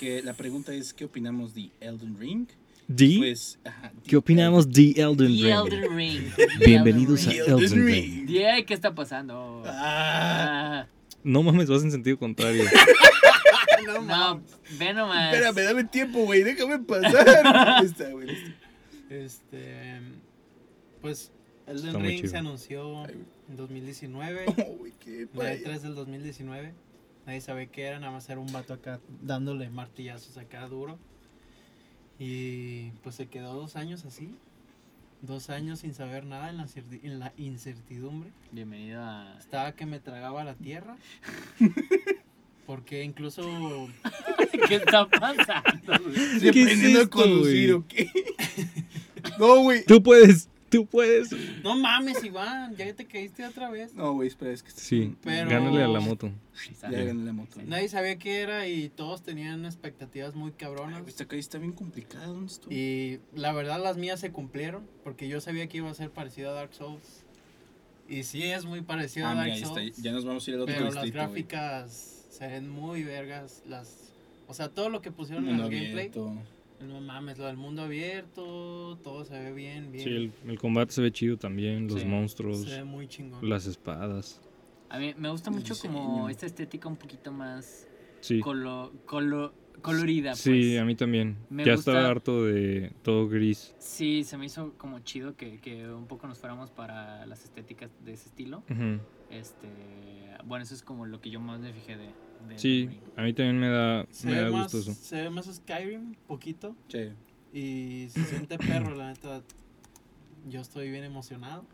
Speaker 2: que la pregunta es, ¿qué opinamos de Elden Ring?
Speaker 4: ¿D?
Speaker 2: Pues, ajá,
Speaker 4: ¿Qué opinamos de Elden
Speaker 3: The
Speaker 4: Ring?
Speaker 3: Elden Ring.
Speaker 5: Bienvenidos a
Speaker 3: Elden Ring.
Speaker 5: Elden Ring.
Speaker 3: Yeah, ¿Qué está pasando?
Speaker 2: Ah,
Speaker 3: Ah,
Speaker 4: No mames, vas en sentido contrario.
Speaker 2: no,
Speaker 3: no, ve nomás.
Speaker 2: Espérame, dame tiempo, güey, déjame pasar. Está, güey.
Speaker 6: Este. Pues Elden
Speaker 4: Está muy
Speaker 6: Ring se
Speaker 4: chido.
Speaker 6: anunció
Speaker 2: Ay, güey.
Speaker 6: en 2019.
Speaker 2: Oh, güey, qué
Speaker 6: La
Speaker 2: padre.
Speaker 6: E3 del 2019. Nadie sabe qué era, nada más era un vato acá dándole martillazos acá duro. Y pues se quedó dos años así. Dos años sin saber nada en la, incerti- en la incertidumbre.
Speaker 3: Bienvenido a.
Speaker 6: Estaba que me tragaba la tierra. Porque incluso
Speaker 3: ¿Qué está pasando? güey?
Speaker 2: Estoy
Speaker 4: ¿Qué es
Speaker 2: aprendiendo a
Speaker 4: esto,
Speaker 2: conducir,
Speaker 4: güey?
Speaker 2: ¿o qué? No, güey.
Speaker 4: tú puedes, tú puedes.
Speaker 6: No mames, Iván, ya te caíste otra vez.
Speaker 2: No, güey, espera, es que
Speaker 4: Sí,
Speaker 6: Pero-
Speaker 4: gánale a la moto.
Speaker 2: Ya
Speaker 3: Quizá.
Speaker 2: gané la moto.
Speaker 3: Sí.
Speaker 2: Ay,
Speaker 6: Nadie sabía qué era y todos tenían expectativas muy cabronas.
Speaker 2: güey, Esta calle está bien complicada, ¿dónde estuvo?
Speaker 6: Y la verdad las mías se cumplieron porque yo sabía que iba a ser parecido a Dark Souls. Y sí es muy parecido
Speaker 2: Ah,
Speaker 6: a Dark
Speaker 2: mira, ahí está,
Speaker 6: Souls.
Speaker 2: ya nos vamos a ir al otro
Speaker 6: pero las
Speaker 2: distrito, güey.
Speaker 6: gráficas se ven muy vergas. Las, o sea, todo lo que pusieron en
Speaker 2: Mundo
Speaker 6: el gameplay.
Speaker 2: abierto.
Speaker 6: No mames, lo del mundo abierto, todo se ve bien, bien.
Speaker 4: Sí, el, el combate se ve chido también, los
Speaker 3: Sí.
Speaker 4: monstruos,
Speaker 6: Se ve muy chingón.
Speaker 4: las espadas.
Speaker 3: A mí me gusta mucho
Speaker 2: Diseño.
Speaker 3: como esta estética un poquito más
Speaker 4: Sí,
Speaker 3: colo, colo- colorida. Pues.
Speaker 4: sí, a mí también.
Speaker 3: Me
Speaker 4: ya
Speaker 3: gusta-
Speaker 4: estaba harto de todo gris.
Speaker 3: Sí, se me hizo como chido que, que un poco nos fuéramos para las estéticas de ese estilo.
Speaker 4: Ujú.
Speaker 3: Este, bueno, eso es como lo que yo más me fijé de. de Elden
Speaker 4: Sí,
Speaker 3: Ring.
Speaker 4: a mí también me da,
Speaker 6: Se,
Speaker 4: me
Speaker 6: ve
Speaker 4: da
Speaker 6: más,
Speaker 4: gusto eso.
Speaker 6: se ve más Skyrim, poquito.
Speaker 2: Che,
Speaker 6: Y se siente perro, la neta. Yo estoy bien emocionado.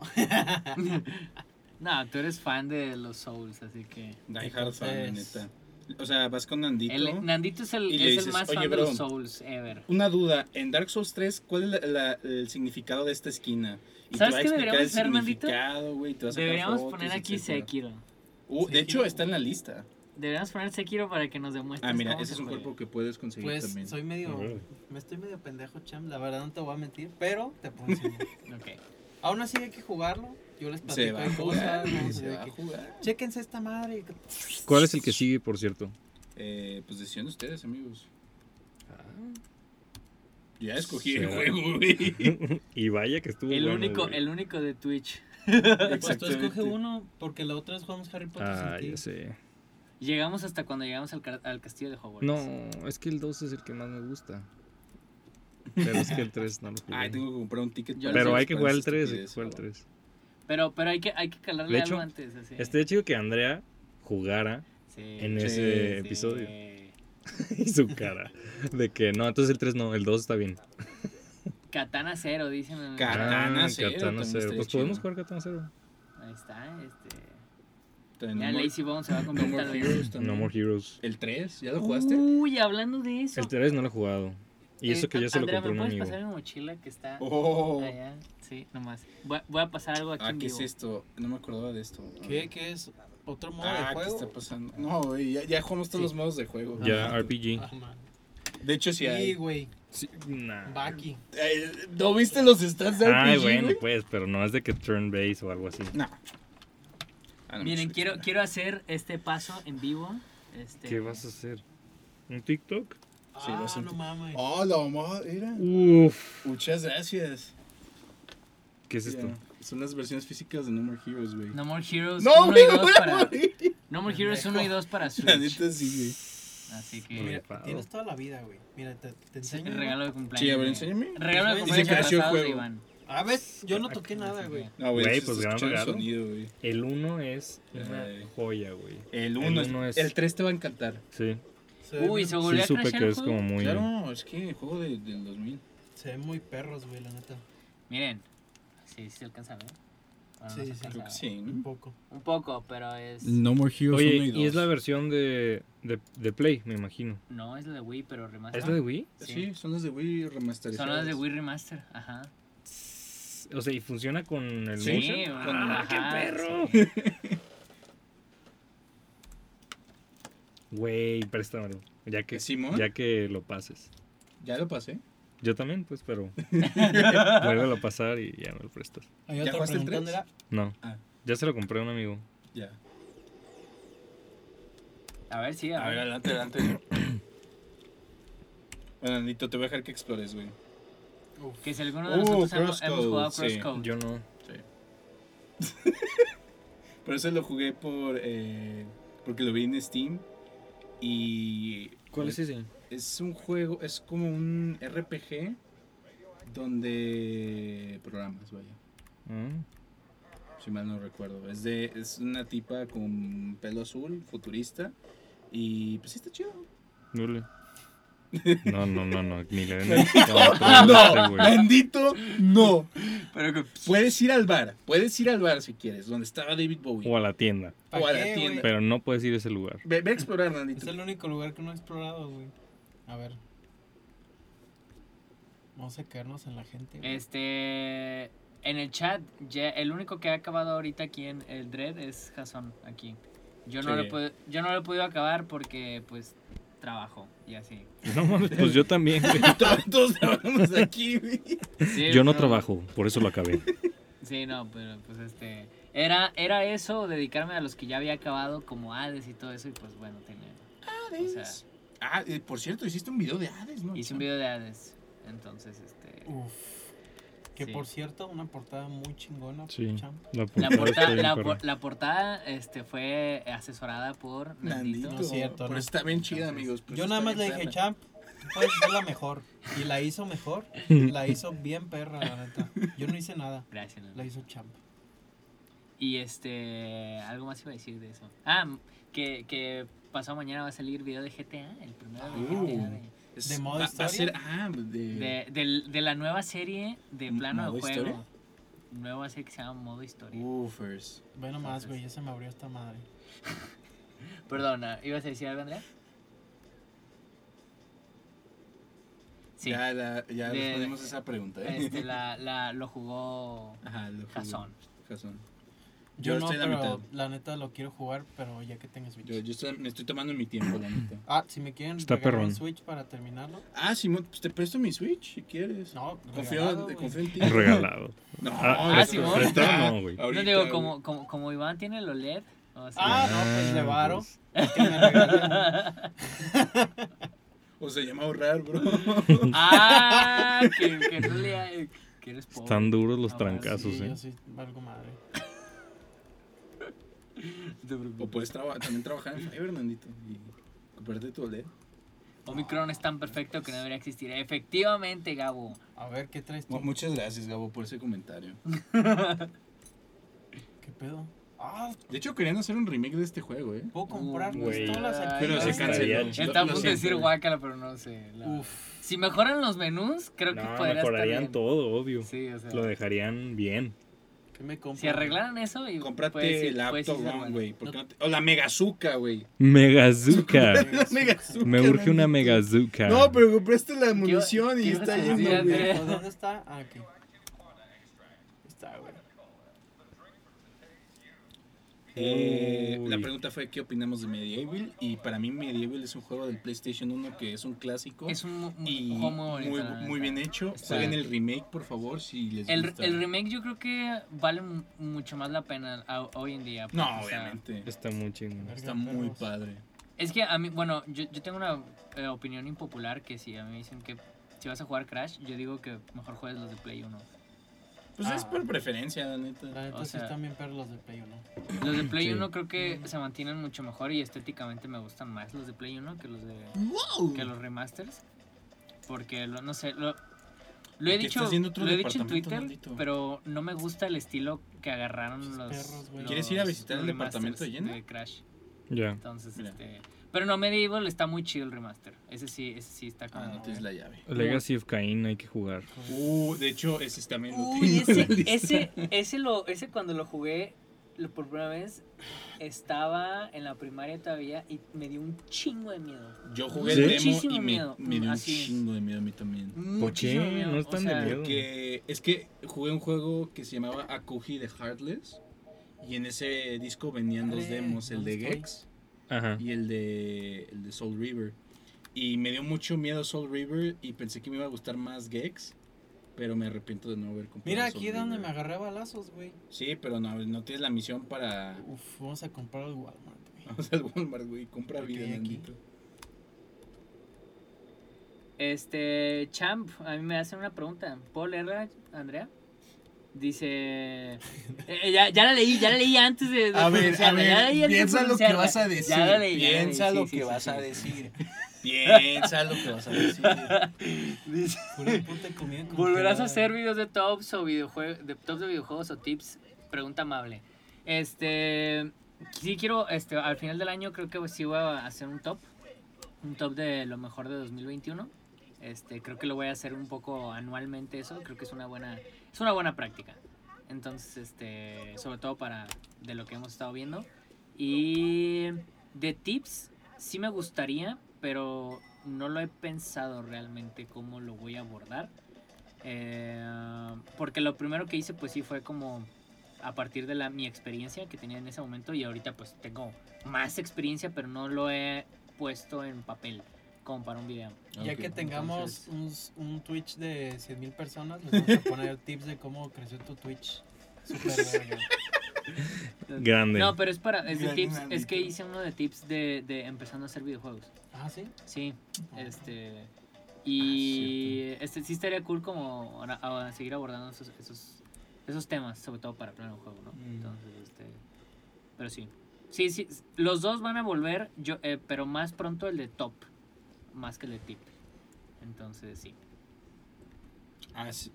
Speaker 3: no, tú eres fan de los Souls, así que.
Speaker 2: Die Hard fan, la
Speaker 6: Entonces-
Speaker 2: neta. O sea, vas con Nandito.
Speaker 3: El, Nandito es el,
Speaker 2: Y
Speaker 3: es
Speaker 2: le
Speaker 3: el
Speaker 2: dices,
Speaker 3: más
Speaker 2: "Oye,
Speaker 3: fan de
Speaker 2: bro".
Speaker 3: los Souls ever.
Speaker 2: Una duda, en Dark Souls 3, ¿cuál es la- la- el significado de esta esquina? te
Speaker 3: ¿Sabes
Speaker 2: va a
Speaker 3: qué
Speaker 2: explicar
Speaker 3: deberíamos
Speaker 2: el
Speaker 3: hacer, Nandito?
Speaker 2: significado, güey, te va a sacar
Speaker 3: Deberíamos
Speaker 2: fotos,
Speaker 3: poner aquí
Speaker 2: etcétera.
Speaker 3: Sekiro.
Speaker 2: Uh, de hecho,
Speaker 6: Sekiro.
Speaker 2: está en la lista.
Speaker 3: Deberíamos poner Sekiro para que nos demuestres.
Speaker 2: Ah, mira,
Speaker 3: cómo
Speaker 2: ese
Speaker 3: Este se
Speaker 2: es un
Speaker 3: juega.
Speaker 2: cuerpo que puedes conseguir
Speaker 6: Pues
Speaker 2: también.
Speaker 6: soy medio.
Speaker 4: Órale.
Speaker 6: Me estoy medio pendejo, Cham. La verdad no te voy a mentir, pero te puedo enseñar.
Speaker 3: Ok.
Speaker 6: Aún así hay que jugarlo. Yo les
Speaker 2: Se
Speaker 6: platico
Speaker 2: va a
Speaker 6: de
Speaker 2: jugar,
Speaker 6: cosas.
Speaker 2: güey,
Speaker 6: ¿no?
Speaker 2: se
Speaker 6: De
Speaker 2: va a
Speaker 6: que,
Speaker 2: jugar.
Speaker 6: Chéquense esta madre. Pues,
Speaker 4: ¿Cuál es el que sigue, por cierto?
Speaker 2: Eh, pues decían ustedes, amigos.
Speaker 4: Ah,
Speaker 2: Yo ya escogí el
Speaker 4: Será.
Speaker 2: juego, güey.
Speaker 4: y vaya que estuvo
Speaker 3: El
Speaker 4: bueno,
Speaker 3: único,
Speaker 4: güey.
Speaker 3: el único de Twitch.
Speaker 6: Pues tú
Speaker 2: Exactamente.
Speaker 6: escoge uno, porque la otra es jugamos Harry Potter.
Speaker 4: Ah,
Speaker 6: sin ti.
Speaker 4: ya sé.
Speaker 3: Llegamos hasta cuando llegamos al, ca- al castillo de Hogwarts.
Speaker 4: No, es que el 2 es el que más me gusta. Pero es que el 3 no lo jugué.
Speaker 2: Ay, tengo que comprar un ticket.
Speaker 3: Yo no sé
Speaker 4: Pero hay
Speaker 3: los
Speaker 4: que jugar el 3, hay que jugar el 3.
Speaker 3: Pero, pero hay que, hay que calarle
Speaker 4: De hecho,
Speaker 3: algo antes. Así.
Speaker 4: Estaría chido que Andrea jugara
Speaker 3: Sí,
Speaker 4: en
Speaker 2: Sí,
Speaker 4: ese
Speaker 3: sí.
Speaker 4: episodio. y su cara. De que no, entonces el 3 no, el 2 está bien.
Speaker 3: Katana cero, dicen. en el-
Speaker 2: Cat- Katana Zero también
Speaker 4: Zero.
Speaker 2: estaría
Speaker 4: Ah, Pues podemos
Speaker 2: chido.
Speaker 4: jugar Katana 0.
Speaker 3: Ahí está, este. Ya
Speaker 2: el
Speaker 3: Lazy Bones se va a
Speaker 2: No
Speaker 3: convertir
Speaker 2: More
Speaker 3: tal vez.
Speaker 2: Heroes
Speaker 4: No
Speaker 2: también.
Speaker 4: More Heroes.
Speaker 2: ¿El 3? ¿Ya lo
Speaker 6: Uh.
Speaker 2: jugaste?
Speaker 3: Uy, hablando de eso.
Speaker 4: El 3 no lo he jugado. Y eso que
Speaker 3: Ahorita,
Speaker 4: ya se lo
Speaker 3: Andrea,
Speaker 4: compró un
Speaker 3: ¿me
Speaker 4: amigo.
Speaker 3: puedes pasar mi mochila que está
Speaker 2: Oh,
Speaker 6: Ah,
Speaker 3: allá? Sí, nomás. Voy, a- voy a pasar algo aquí
Speaker 2: ah,
Speaker 3: en
Speaker 2: ¿qué
Speaker 3: vivo.
Speaker 2: es esto? No me acordaba de esto.
Speaker 6: ¿Qué, ¿Qué es? ¿Otro modo
Speaker 2: Ah,
Speaker 6: de
Speaker 2: ¿qué
Speaker 6: juego?
Speaker 2: está pasando? No, güey, ya, ya jugamos todos
Speaker 6: Sí.
Speaker 2: los modos de juego.
Speaker 4: Ya,
Speaker 2: Ajá.
Speaker 4: RPG.
Speaker 6: Ah, man.
Speaker 2: De hecho, sí
Speaker 6: Sí,
Speaker 2: hay.
Speaker 6: güey.
Speaker 4: Sí, nah.
Speaker 6: Baki.
Speaker 2: Eh, ¿No viste los stats de RPG,
Speaker 4: Ay, bueno,
Speaker 2: güey?
Speaker 4: pues, pero no es de que turn base o algo así.
Speaker 2: No. Ah, no,
Speaker 3: Miren,
Speaker 2: sí.
Speaker 3: quiero, quiero hacer este paso en vivo. Este,
Speaker 4: ¿Qué vas a hacer? ¿Un TikTok?
Speaker 2: Sí, lo
Speaker 6: Ah,
Speaker 2: siento.
Speaker 6: no mames.
Speaker 2: Oh, la mamá, era.
Speaker 4: Uff.
Speaker 2: Muchas gracias.
Speaker 4: ¿Qué es esto?
Speaker 2: Ya, Son las versiones físicas de No More Heroes, güey.
Speaker 3: No More Heroes
Speaker 2: No,
Speaker 3: 1 y
Speaker 2: güey,
Speaker 3: 2
Speaker 2: voy a
Speaker 3: para...
Speaker 2: morir.
Speaker 3: No More Heroes 1 y 2 para
Speaker 2: La
Speaker 3: Switch.
Speaker 2: neta sí, güey.
Speaker 3: Así que
Speaker 6: Mira,
Speaker 4: Rifado.
Speaker 6: tienes toda la vida, güey. Mira, te, te enseño.
Speaker 3: el regalo de cumpleaños.
Speaker 2: Sí, a ver,
Speaker 3: de-
Speaker 2: enséñame.
Speaker 3: Regalo de
Speaker 6: Y se
Speaker 3: cumpleaños
Speaker 2: creció el
Speaker 3: atrasados de
Speaker 2: juego.
Speaker 3: Iván.
Speaker 6: A ver, Ah, yo no toqué nada, güey.
Speaker 2: Ah,
Speaker 4: Güey,
Speaker 2: se
Speaker 4: pues,
Speaker 2: está
Speaker 4: gran
Speaker 2: escuchando el
Speaker 4: regalo.
Speaker 2: sonido, güey.
Speaker 4: El 1 es una
Speaker 2: Ay.
Speaker 4: joya, güey.
Speaker 2: El
Speaker 4: uno
Speaker 2: uno
Speaker 4: es-
Speaker 2: es-
Speaker 4: el
Speaker 2: El 3 te va a encantar.
Speaker 4: Sí,
Speaker 6: Se ve
Speaker 3: Uy,
Speaker 6: muy-
Speaker 3: se
Speaker 4: sí
Speaker 3: volvió a
Speaker 4: supe
Speaker 3: crashear
Speaker 4: que
Speaker 3: el
Speaker 4: es
Speaker 3: juego.
Speaker 4: como muy...
Speaker 2: Claro, es que el juego de- del 2000.
Speaker 6: Se ven muy perros, güey, la neta.
Speaker 3: Miren, sí, sí se alcanza a ver. Bueno,
Speaker 6: Sí,
Speaker 3: no se
Speaker 6: sí,
Speaker 2: Creo
Speaker 3: alcanza a
Speaker 2: que
Speaker 3: ver.
Speaker 2: sí,
Speaker 6: Un
Speaker 2: ¿no?
Speaker 6: poco.
Speaker 3: Un poco, pero es.
Speaker 1: No More Heroes
Speaker 4: Oye,
Speaker 1: 1 y 2.
Speaker 4: y es la versión de, de, de Play, me imagino.
Speaker 3: No, es la de Wii, pero remaster.
Speaker 4: ¿Es la de Wii?
Speaker 3: Sí.
Speaker 2: Sí, son las de Wii remasterizadas.
Speaker 3: Son las de Wii Remaster, ajá.
Speaker 4: O sea, ¿y funciona con el
Speaker 2: Sí.
Speaker 4: motion?
Speaker 3: bueno,
Speaker 4: ¡Ah, qué
Speaker 3: ajá,
Speaker 4: perro!
Speaker 3: sí.
Speaker 4: Güey, préstamelo. Ya que,
Speaker 2: ¿Simón?
Speaker 4: ya que lo pases.
Speaker 2: Ya lo pasé.
Speaker 4: Yo también, pues, pero... Vuélvelo a pasar y ya me lo prestas.
Speaker 6: Hay
Speaker 2: ¿Ya
Speaker 6: otra
Speaker 2: jugaste el
Speaker 6: pregunta,
Speaker 2: tres?
Speaker 6: Andrea.
Speaker 4: No.
Speaker 2: Ah.
Speaker 4: Ya se lo compré a un amigo.
Speaker 2: Ya.
Speaker 3: A ver, sí, a,
Speaker 2: A ver,
Speaker 3: ver.
Speaker 2: adelante, adelante. Bueno, Nandito, te voy a dejar que explores, güey.
Speaker 6: Uf,
Speaker 3: Que si alguno
Speaker 2: Uh,
Speaker 3: de nosotros hemos,
Speaker 2: Crosscode,
Speaker 3: hemos jugado
Speaker 2: sí.
Speaker 3: Crosscode.
Speaker 4: Yo no.
Speaker 2: Por eso lo jugué por. eh, porque lo vi en Steam. Y.
Speaker 4: ese?
Speaker 2: Es un juego, es como un RPG donde programas, vaya.
Speaker 4: Ah,
Speaker 2: Si mal no recuerdo. Es de es una tipa con pelo azul, futurista. Y pues sí está chido.
Speaker 4: No, no, no, no. Ni le den el- No, no, güey.
Speaker 2: Bendito, no.
Speaker 3: Pero que.
Speaker 2: Puedes ir al bar, puedes ir al bar si quieres, donde estaba David Bowie.
Speaker 4: O a la tienda.
Speaker 6: ¿pa'
Speaker 2: o a la
Speaker 6: qué, güey?
Speaker 2: tienda.
Speaker 4: Pero no puedes ir a ese lugar.
Speaker 2: Ve, ve a explorar,
Speaker 6: Es
Speaker 2: Nandito.
Speaker 6: el único lugar que no he explorado, güey. A ver. Vamos a quedarnos en la gente. güey.
Speaker 3: Este. En el chat, ya- el único que ha acabado ahorita aquí en el Dread es Jason, aquí. Yo no,
Speaker 2: Sí.
Speaker 3: le puedo, yo no lo he podido acabar porque, pues, trabajo y así.
Speaker 4: No mames, pues yo también. güey.
Speaker 2: Todos- Todos trabajamos aquí, güey.
Speaker 3: Sí,
Speaker 4: Yo no
Speaker 3: pero-
Speaker 4: trabajo, por eso lo acabé.
Speaker 3: Sí, no, pero pues este. Era, era eso, dedicarme a los que ya había acabado, como Hades y todo eso, y pues bueno, tenía. O sea,
Speaker 2: Ah, eh, por cierto, hiciste un video de Hades, ¿no?
Speaker 3: hice un video de Hades. Entonces, este.
Speaker 2: Uh,
Speaker 6: Uf. Que
Speaker 3: Sí.
Speaker 6: por cierto, una portada muy chingona.
Speaker 4: Sí.
Speaker 6: champ.
Speaker 3: La,
Speaker 4: La portada está
Speaker 3: portada,
Speaker 4: bien
Speaker 3: la,
Speaker 4: perra.
Speaker 3: por- la portada este, fue asesorada por Nandito.
Speaker 2: Nandito.
Speaker 6: No es cierto,
Speaker 2: Pero
Speaker 6: no.
Speaker 2: está bien chida,
Speaker 3: Entonces,
Speaker 2: amigos. pues
Speaker 6: Yo
Speaker 2: está
Speaker 6: nada más le
Speaker 2: bien
Speaker 6: dije,
Speaker 2: perra.
Speaker 6: champ, tú puedes ser la mejor. Y la hizo mejor. La hizo bien perra, la neta. Yo no hice nada.
Speaker 3: Gracias, Nandito.
Speaker 6: La hizo champ.
Speaker 3: Y este. Algo más iba a decir de eso. Ah, que, que pasado mañana va a salir video de GTA, el primero de
Speaker 2: Uh.
Speaker 3: GTA. De,
Speaker 2: Es-
Speaker 6: ¿De
Speaker 2: va-
Speaker 6: modo
Speaker 2: Va a
Speaker 6: historia?
Speaker 2: ser, ah, de...
Speaker 3: de, del- de la nueva serie de
Speaker 2: M-
Speaker 3: plano de
Speaker 2: ¿modo
Speaker 3: juego.
Speaker 2: historia? Uh.
Speaker 3: Nueva serie que se llama Modo Historia.
Speaker 2: Woofers.
Speaker 6: Ve nomás,
Speaker 2: Ah, pues.
Speaker 3: Entonces-
Speaker 6: güey, ya se me abrió esta madre.
Speaker 3: Perdona, ¿ibas a decir algo, Andrea? Sí.
Speaker 2: Ya, la, ya
Speaker 3: De-
Speaker 2: respondimos a esa pregunta, ¿eh?
Speaker 3: Este, la, la, lo jugó
Speaker 2: Ajá, lo jugué.
Speaker 3: Jason.
Speaker 2: Jason.
Speaker 6: Yo,
Speaker 2: Yo
Speaker 6: no,
Speaker 2: estoy en la
Speaker 6: pero
Speaker 2: mitad.
Speaker 6: la neta lo quiero jugar, pero ya que tengas Switch.
Speaker 2: Yo, yo estoy- me estoy tomando mi tiempo, la neta.
Speaker 6: Ah, si me quieren
Speaker 4: Está
Speaker 6: regalar
Speaker 4: perrón.
Speaker 6: un Switch para terminarlo.
Speaker 2: Ah, Simón, pues te presto mi Switch si quieres.
Speaker 6: No, regalado,
Speaker 2: confío,
Speaker 6: güey.
Speaker 2: confío en ti.
Speaker 4: Regalado.
Speaker 2: No,
Speaker 4: Ah,
Speaker 3: ah, Simón.
Speaker 4: prestado no, güey.
Speaker 3: No
Speaker 2: Ahorita,
Speaker 3: digo,
Speaker 2: güey.
Speaker 3: como, como, como Iván tiene el OLED. o sea,
Speaker 6: Ah, no, pues le varo.
Speaker 4: pues.
Speaker 6: Que me regalen un-
Speaker 2: O se llama ahorrar, bro.
Speaker 3: ah, que, que no le- que eres pobre.
Speaker 4: Están duros los
Speaker 3: Ah, bueno,
Speaker 4: trancazos,
Speaker 6: Sí,
Speaker 4: eh.
Speaker 6: yo sí, valgo madre.
Speaker 3: No te preocupes.
Speaker 2: O puedes traba- también trabajar en Fiverr, Nandito. Y comprarte tu E OLED.
Speaker 3: Omicron es tan perfecto que no debería existir. Efectivamente, Gabo.
Speaker 6: A ver, ¿qué traes tú?
Speaker 2: Mu- Muchas gracias, Gabo, por ese comentario.
Speaker 6: ¿Qué pedo? Ah,
Speaker 2: De hecho, querían hacer un remake de este juego, ¿eh?
Speaker 6: puedo comprar
Speaker 4: Güey.
Speaker 6: pistolas aquí.
Speaker 3: Pero
Speaker 2: se
Speaker 6: güey?
Speaker 2: canceló.
Speaker 4: chido.
Speaker 3: Está a
Speaker 2: lo
Speaker 3: punto de decir
Speaker 2: siento.
Speaker 3: guácala, pero no sé. la-
Speaker 6: Uf.
Speaker 3: Si mejoran los menús, creo que
Speaker 4: No,
Speaker 3: podría estar
Speaker 4: mejorarían
Speaker 3: bien.
Speaker 4: todo, obvio.
Speaker 3: Sí, o sea,
Speaker 4: Lo dejarían bien.
Speaker 6: ¿Qué me compro?
Speaker 3: si arreglaran eso y puede
Speaker 2: Cómprate
Speaker 3: Pues sí-
Speaker 2: el
Speaker 3: puede sí
Speaker 2: laptop,
Speaker 3: ser
Speaker 2: One,
Speaker 3: bueno.
Speaker 2: güey. ¿por qué no te- O la Megazuca, güey.
Speaker 4: Megazuka.
Speaker 2: La Megazuca.
Speaker 4: Me urge una
Speaker 2: Nandito.
Speaker 4: Megazuka.
Speaker 2: No, pero compraste la
Speaker 3: Yo-
Speaker 2: munición y
Speaker 3: yo
Speaker 2: está
Speaker 3: decía,
Speaker 2: lleno,
Speaker 3: Andrea,
Speaker 2: güey.
Speaker 6: Pues, Ah, ¿Dónde está? Ah, aquí. Está, güey.
Speaker 2: Eh,
Speaker 4: Uy.
Speaker 2: la pregunta fue qué opinamos de Medieval y para mí Medieval es un juego del PlayStation 1 que es un clásico
Speaker 3: Es un, mu-
Speaker 2: y
Speaker 3: un juego muy bonito,
Speaker 2: muy,
Speaker 3: la neta.
Speaker 2: muy bien hecho.
Speaker 3: Está-
Speaker 2: Jueguen el remake, por favor, si les
Speaker 3: El,
Speaker 2: gusta.
Speaker 3: el remake yo creo que vale mu- mucho más la pena a- hoy en día. porque,
Speaker 2: no,
Speaker 3: o sea,
Speaker 2: obviamente.
Speaker 4: Está muy chingón.
Speaker 2: Está muy padre.
Speaker 3: Es que a mí, bueno, yo, yo tengo una eh, opinión impopular que si a mí me dicen que si vas a jugar Crash, yo digo que mejor juegues los de Play 1.
Speaker 2: Pues es
Speaker 6: Ah.
Speaker 2: por preferencia, la
Speaker 6: La
Speaker 2: neta.
Speaker 6: neta
Speaker 3: O
Speaker 6: sí
Speaker 3: sea-
Speaker 6: están bien perros los de Play 1.
Speaker 3: Los de Play
Speaker 4: Sí.
Speaker 3: 1 creo que se mantienen mucho mejor y estéticamente me gustan más los de Play 1 que los de que
Speaker 2: Ah,
Speaker 3: los remasters. Porque lo- no sé, lo, lo he
Speaker 2: Porque
Speaker 3: dicho,
Speaker 2: está haciendo otro
Speaker 3: lo he dicho en
Speaker 2: departamento,
Speaker 3: Twitter,
Speaker 2: maldito.
Speaker 3: pero no me gusta el estilo que agarraron
Speaker 6: Esos
Speaker 3: los,
Speaker 6: perros, güey.
Speaker 2: ¿Quieres ir a
Speaker 3: los-
Speaker 2: visitar
Speaker 3: los
Speaker 2: el departamento de
Speaker 3: remasters
Speaker 2: Jenna?
Speaker 3: de Crash.
Speaker 4: Ya.
Speaker 3: Entonces,
Speaker 2: Mira.
Speaker 3: este, pero no Medieval está muy chido el remaster. Ese sí, ese sí está como
Speaker 2: Ah, no tienes la llave.
Speaker 4: Legacy of Cain hay que jugar.
Speaker 2: Uh, de hecho, ese es también lo
Speaker 3: Uy,
Speaker 2: tengo en
Speaker 3: ese,
Speaker 2: la lista.
Speaker 3: ese, ese, lo, ese cuando lo jugué lo- por primera vez estaba en la primaria todavía y me dio un chingo de miedo.
Speaker 2: Yo jugué
Speaker 4: ¿Sí?
Speaker 2: el demo y
Speaker 3: Muchísimo
Speaker 2: me,
Speaker 3: miedo.
Speaker 2: me dio un
Speaker 3: Así es.
Speaker 2: chingo de miedo a mí también.
Speaker 4: ¿Por qué?
Speaker 3: Muchísimo miedo,
Speaker 4: No
Speaker 3: o
Speaker 4: están de
Speaker 3: sea,
Speaker 4: miedo.
Speaker 2: Porque es que jugué un juego que se llamaba Akuji de Heartless. Y en ese disco venían dos
Speaker 6: Dale,
Speaker 2: demos, el de
Speaker 6: ¿dónde estoy?
Speaker 2: Gex
Speaker 4: Ajá.
Speaker 2: y el de, el de Soul River. Y me dio mucho miedo Soul River y pensé que me iba a gustar más Gex. Pero me arrepiento de no haber comprado.
Speaker 6: Mira
Speaker 2: Soul
Speaker 6: aquí es donde me
Speaker 2: River.
Speaker 6: agarré a balazos, güey.
Speaker 2: Sí, pero no, no tienes la misión para.
Speaker 6: Uf, vamos a comprar al Walmart, güey.
Speaker 2: Vamos al Walmart, güey. Compra
Speaker 6: Ok,
Speaker 2: vida,
Speaker 6: aquí. pues.
Speaker 2: Nandito.
Speaker 3: Este, Champ, a mí me hacen una pregunta. ¿Puedo leerla, Andrea? Dice. eh, ya, ya la leí, ya la leí antes de. de pronunciarla, ya la leí antes de pronunciarla. Ya la leí, ya la leí, sí, sí, sí, sí.
Speaker 2: decir. Piensa lo que vas a decir.
Speaker 3: Dice,
Speaker 6: Pura puta comida con
Speaker 3: ¿Volverás a
Speaker 6: clara.
Speaker 3: hacer videos de tops o videojue- de tops de videojuegos o tips? Pregunta amable. Este, sí quiero, este, al final del año creo que sí voy a hacer un top, un top de lo mejor de 2021. Este, creo que lo voy a hacer un poco anualmente eso, creo que es una buena, es una buena práctica. Entonces, este, sobre todo para de lo que hemos estado viendo y de tips sí me gustaría, pero no lo he pensado realmente cómo lo voy a abordar. Eh, porque lo primero que hice pues sí fue como a partir de la, mi experiencia que tenía en ese momento y ahorita pues tengo más experiencia pero no lo he puesto en papel como para un video.
Speaker 6: Ya
Speaker 2: Ah, Ok.
Speaker 6: que tengamos un, un Twitch de 100 mil personas, les vamos a poner tips de cómo creció tu Twitch. Super verga.
Speaker 4: Grande.
Speaker 3: No, pero es para, es de
Speaker 2: Gran
Speaker 3: tips, es
Speaker 2: ámbito.
Speaker 3: que hice uno de tips de, de empezando a hacer videojuegos.
Speaker 6: Ah, sí.
Speaker 3: Sí,
Speaker 2: Ah.
Speaker 3: este. Y este, sí estaría cool como ahora- ahora seguir abordando esos, esos, esos temas, sobre todo para plano juego, ¿no?
Speaker 2: Mm.
Speaker 3: Entonces, este. Pero sí. Sí, sí, s- los dos van a volver, yo, eh, pero más pronto el de top, más que el de tip. Entonces, sí.
Speaker 2: Ah, sí,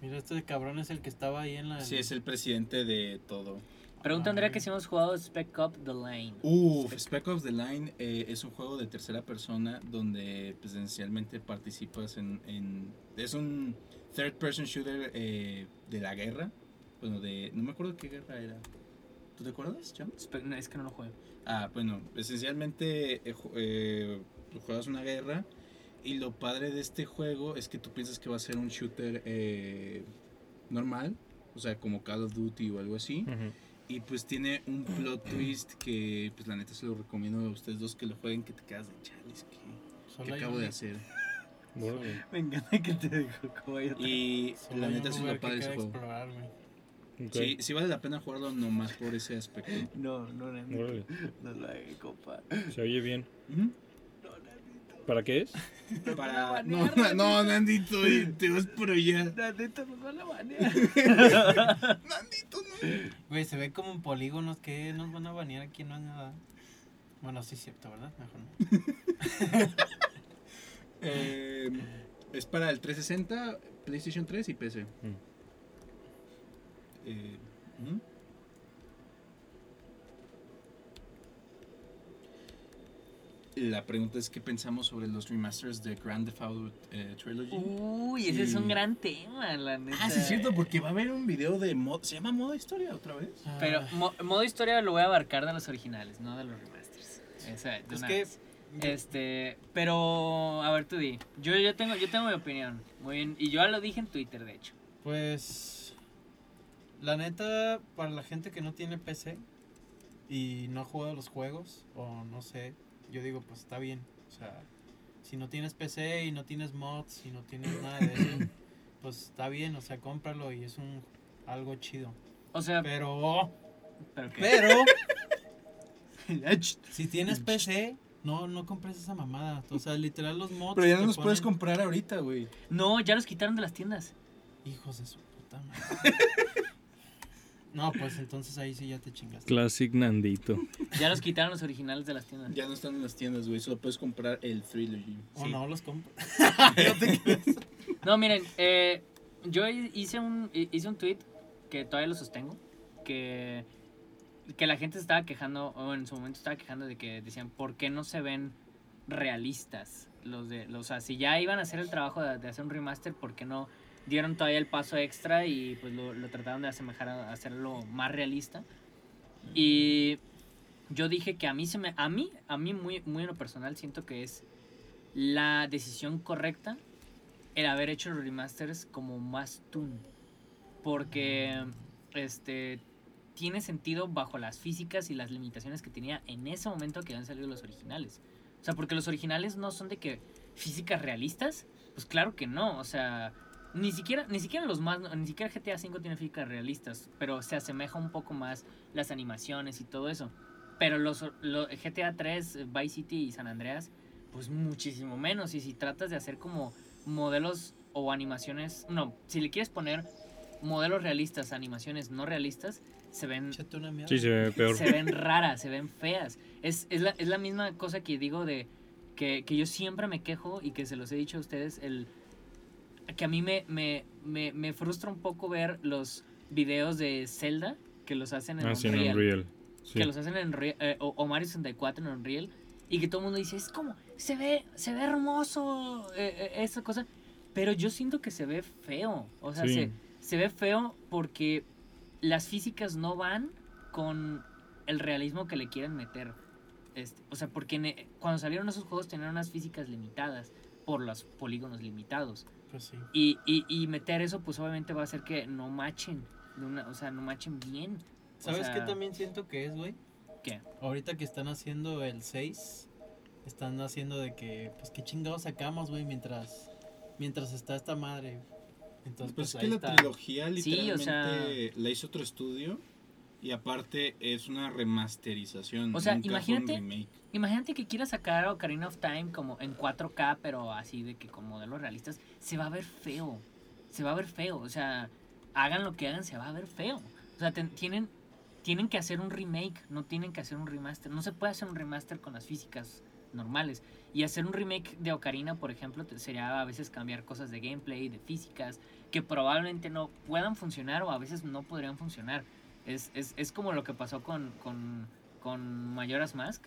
Speaker 6: Mira, este cabrón es el que estaba ahí en la.
Speaker 2: sí, es el presidente de todo.
Speaker 3: Pregunta Andrea que
Speaker 6: Ay.
Speaker 3: si hemos jugado Spec Up The Line.
Speaker 2: Uf, Spec of the Line eh, es un juego de tercera persona donde pues, esencialmente participas en, en- Es un third person shooter eh, de la guerra. Bueno, de... No me acuerdo qué guerra era. ¿Tú te acuerdas, John?
Speaker 3: Spec- no, es que no lo juego.
Speaker 2: Ah, bueno, esencialmente eh, ju- eh, tú juegas una guerra y lo padre de este juego es que tú piensas que va a ser un shooter eh, normal, o sea, como Call of Duty o algo así.
Speaker 4: Ujú.
Speaker 2: Y pues tiene un plot twist que, pues la neta se lo recomiendo a ustedes dos que lo jueguen, que te quedas de chales, que,
Speaker 6: Solo hay
Speaker 2: acabo
Speaker 6: un-
Speaker 2: de hacer.
Speaker 4: Órale.
Speaker 3: Me encanta que te dejo como
Speaker 2: Y
Speaker 6: solo
Speaker 2: la
Speaker 6: hay
Speaker 2: neta
Speaker 6: un
Speaker 2: eso es
Speaker 6: lugar
Speaker 2: lo
Speaker 6: que
Speaker 2: padre de
Speaker 6: queda
Speaker 2: ese juego.
Speaker 6: explorar, güey.
Speaker 4: Ok.
Speaker 2: Sí, sí vale la pena jugarlo nomás por ese aspecto.
Speaker 3: No, no, no,
Speaker 4: Órale.
Speaker 3: no lo hagas, compa.
Speaker 4: Se oye bien.
Speaker 2: Ujú.
Speaker 4: ¿Para qué es?
Speaker 2: Para... No, no, Nandito, y te vas por allá.
Speaker 3: La neta mejor la banea.
Speaker 2: Nandito, no.
Speaker 6: Güey, se ve como en polígonos que nos van a banear aquí, no es nada. Bueno, sí es cierto, ¿verdad? Mejor no.
Speaker 2: Eh, es para el 360, PlayStation 3 y PC. Eh, ujú. La pregunta es qué pensamos sobre los remasters de Grand Theft Auto eh, Trilogy.
Speaker 3: Uh, Uy, ese es un
Speaker 2: Sí.
Speaker 3: gran tema, la neta.
Speaker 2: ah, sí es cierto, porque va a haber un video de modo, se llama modo historia otra vez.
Speaker 3: Pero
Speaker 6: Ah,
Speaker 3: mo- modo historia lo voy a abarcar de los originales, no de los remasters. Esa, de
Speaker 6: es
Speaker 3: una
Speaker 6: que.
Speaker 3: vez. Este, pero a ver tú di. Yo yo tengo yo tengo mi opinión. Muy bien, y yo ya lo dije en Twitter de hecho.
Speaker 6: Pues la neta, para la gente que no tiene PC y no ha jugado los juegos, o no sé, yo digo, pues está bien. O sea, si no tienes PC y no tienes mods y no tienes nada de eso, pues está bien, o sea, cómpralo y es un algo chido.
Speaker 3: O sea,
Speaker 6: Pero,
Speaker 3: pero qué?
Speaker 6: pero, si tienes PC, no, no compres esa mamada. O sea, literal los mods. que ponen-
Speaker 2: comprar ahorita, güey.
Speaker 3: No, ya los quitaron de las tiendas.
Speaker 6: Hijos de su puta madre. No, pues entonces ahí sí ya te chingaste.
Speaker 4: Classic Nandito.
Speaker 3: Ya los quitaron los originales de las tiendas.
Speaker 2: Ya no están en las tiendas, güey. Solo puedes comprar el Trilogy.
Speaker 6: O
Speaker 3: Sí.
Speaker 6: no los compro.
Speaker 3: No, miren, eh, yo hice un, hice un tweet que todavía lo sostengo, que, que la gente se estaba quejando, o en su momento estaba quejando de que decían, ¿por qué no se ven realistas? Los de, los- o sea, si ya iban a hacer el trabajo de, de hacer un remaster, ¿por qué no dieron todavía el paso extra y pues lo, lo trataron de asemejar a, a hacerlo más realista? Y yo dije que a mí se me, a mí, a mí muy, muy en lo personal siento que es la decisión correcta el haber hecho los remasters como más tune. Porque este tiene sentido bajo las físicas y las limitaciones que tenía en ese momento que habían salido los originales. O sea, porque los originales no son de que físicas realistas, pues claro que no, o sea, ni siquiera ni siquiera los más ni siquiera GTA V tiene físicas realistas, pero se asemeja un poco más las animaciones y todo eso. Pero los, lo- GTA 3, Vice City y San Andreas pues muchísimo menos. Y si tratas de hacer como modelos o animaciones, no, si le quieres poner modelos realistas, a animaciones no realistas, se ven,
Speaker 6: Échate una mierda.
Speaker 4: Sí, se ve peor.
Speaker 3: se ven raras, se ven feas. Es, es, la, es la misma cosa que digo de que, que yo siempre me quejo y que se los he dicho a ustedes, el que a mí me, me, me, me frustra un poco ver los videos de Zelda que los hacen en
Speaker 4: Ah, sí, en
Speaker 3: Unreal
Speaker 4: Unreal. Sí.
Speaker 3: que los hacen en Unreal, eh, o, o Mario 64 en Unreal y que todo el mundo dice, es como, se ve, se ve hermoso eh, eh, esa cosa, pero yo siento que se ve feo, o sea,
Speaker 4: Sí.
Speaker 3: se, se ve feo porque las físicas no van con el realismo que le quieren meter. Este, o sea, porque en, eh, cuando salieron esos juegos tenían unas físicas limitadas por los polígonos limitados.
Speaker 6: Pues sí.
Speaker 3: Y, y, y meter eso, pues obviamente va a hacer que no machen, de una- o sea, no machen bien. O
Speaker 6: ¿Sabes qué
Speaker 3: sea,
Speaker 6: también siento que es, güey?
Speaker 3: ¿Qué?
Speaker 6: Ahorita que están haciendo el 6, están haciendo de que, pues qué chingados sacamos, güey, mientras, mientras está esta madre. Entonces,
Speaker 2: Pues es
Speaker 6: pues,
Speaker 2: que
Speaker 6: ahí
Speaker 2: la
Speaker 6: está.
Speaker 2: trilogía
Speaker 3: Sí, o
Speaker 2: literalmente
Speaker 3: sea-
Speaker 2: la hizo otro estudio y aparte es una remasterización.
Speaker 3: O sea,
Speaker 2: nunca fue un
Speaker 3: imagínate-
Speaker 2: remake.
Speaker 3: Imagínate que quieras sacar Ocarina of Time como en 4K, pero así de que con modelos realistas, se va a ver feo. Se va a ver feo. O sea, hagan lo que hagan, se va a ver feo. O sea, ten- tienen, tienen que hacer un remake, no tienen que hacer un remaster. No se puede hacer un remaster con las físicas normales. Y hacer un remake de Ocarina, por ejemplo, te- sería a veces cambiar cosas de gameplay, de físicas, que probablemente no puedan funcionar o a veces no podrían funcionar. Es, es, es como lo que pasó con, con, con Majora's Mask,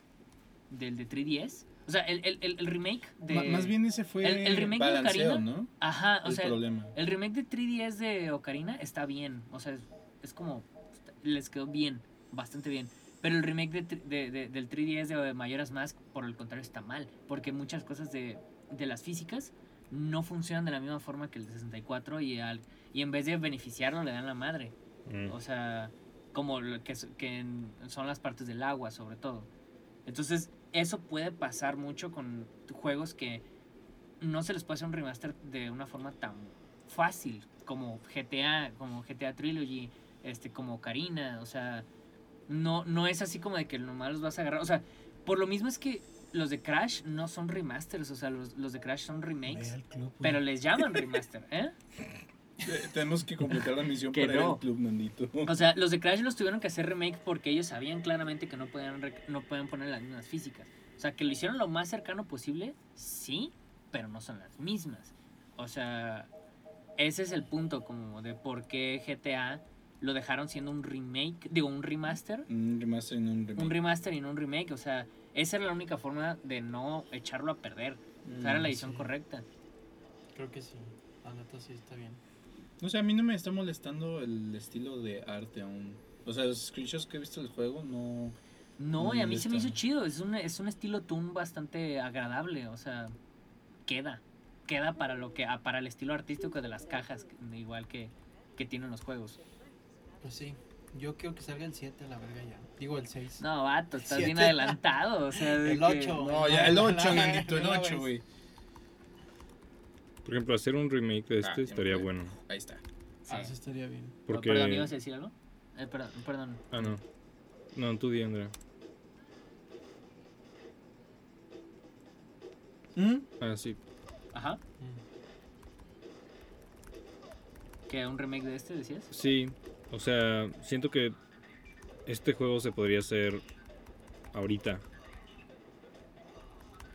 Speaker 3: del de 3DS. O sea, el, el, el- el remake de...
Speaker 2: Ma- Más bien ese fue
Speaker 3: el- el remake de
Speaker 2: balanceo,
Speaker 3: Ocarina,
Speaker 2: ¿no?
Speaker 3: Ajá, o
Speaker 2: el
Speaker 3: sea,
Speaker 2: problema.
Speaker 3: el remake de 3DS de Ocarina está bien. O sea, es, es como. está- Les quedó bien. Bastante bien. Pero el remake de tri- de- de- del 3DS de Mayoras Mask, por el contrario, está mal. Porque muchas cosas de, de las físicas no funcionan de la misma forma que el de 64 y, al, y en vez de beneficiarlo le dan la madre.
Speaker 4: Mm.
Speaker 3: O sea, como lo que, s- que en- son las partes del agua, sobre todo. Entonces, eso puede pasar mucho con juegos que no se les puede hacer un remaster de una forma tan fácil como GTA, como GTA Trilogy, este, como Karina, o sea, no, no es así como de que nomás los vas a agarrar, o sea, por lo mismo es que los de Crash no son remasters, o sea, los, los de Crash son
Speaker 6: Ve
Speaker 3: remakes,
Speaker 6: al club, güey.
Speaker 3: pero les llaman remaster, ¿eh?
Speaker 2: Eh, Tenemos que completar la misión
Speaker 3: Que
Speaker 2: para ir
Speaker 3: no.
Speaker 2: al club, Nandito.
Speaker 3: O sea, los de Crash los tuvieron que hacer remake porque ellos sabían claramente que no podían, rec- no podían poner las mismas físicas. O sea, que lo hicieron lo más cercano posible, sí, pero no son las mismas. O sea, ese es el punto como de por qué GTA lo dejaron siendo un remake, digo, un remaster.
Speaker 2: un remaster en un remake.
Speaker 3: Un remaster y no un remake. O sea, esa era la única forma de no echarlo a perder.
Speaker 2: Mm.
Speaker 3: O sea, era la edición
Speaker 6: sí.
Speaker 3: correcta.
Speaker 6: Creo que sí. La neta sí está bien.
Speaker 2: No sé, a mí no me está molestando el estilo de arte aún. O sea, los screenshots que he visto del juego no...
Speaker 3: No, y a mí se me
Speaker 2: Neta.
Speaker 3: hizo chido. Es un, es un estilo Toon bastante agradable. O sea, queda. Queda para lo que ah, para el estilo artístico de las cajas, que- igual que, que tienen los juegos.
Speaker 6: Pues sí. Yo quiero que salga el 7 a la verga ya. Digo el 6.
Speaker 3: No, vato, estás
Speaker 6: Siete.
Speaker 3: bien adelantado. O sea, de
Speaker 6: El
Speaker 3: que- Oh,
Speaker 6: 8.
Speaker 2: No, ya el 8, Nandito, el 8, güey.
Speaker 4: Por ejemplo, hacer un remake de este
Speaker 2: Ah, ya
Speaker 4: estaría
Speaker 2: me
Speaker 4: bueno.
Speaker 2: Ahí está.
Speaker 3: sí.
Speaker 6: Ah, eso estaría bien.
Speaker 3: Oh,
Speaker 4: Porque...
Speaker 3: Perdón, ¿ibas a decir algo? Eh, perdón, perdón.
Speaker 4: Ah, no. No, tú di, Andrea. Ah, sí.
Speaker 3: Ajá.
Speaker 6: Mm.
Speaker 3: ¿Qué? ¿Un remake de este decías?
Speaker 4: Sí, o sea, siento que este juego se podría hacer ahorita.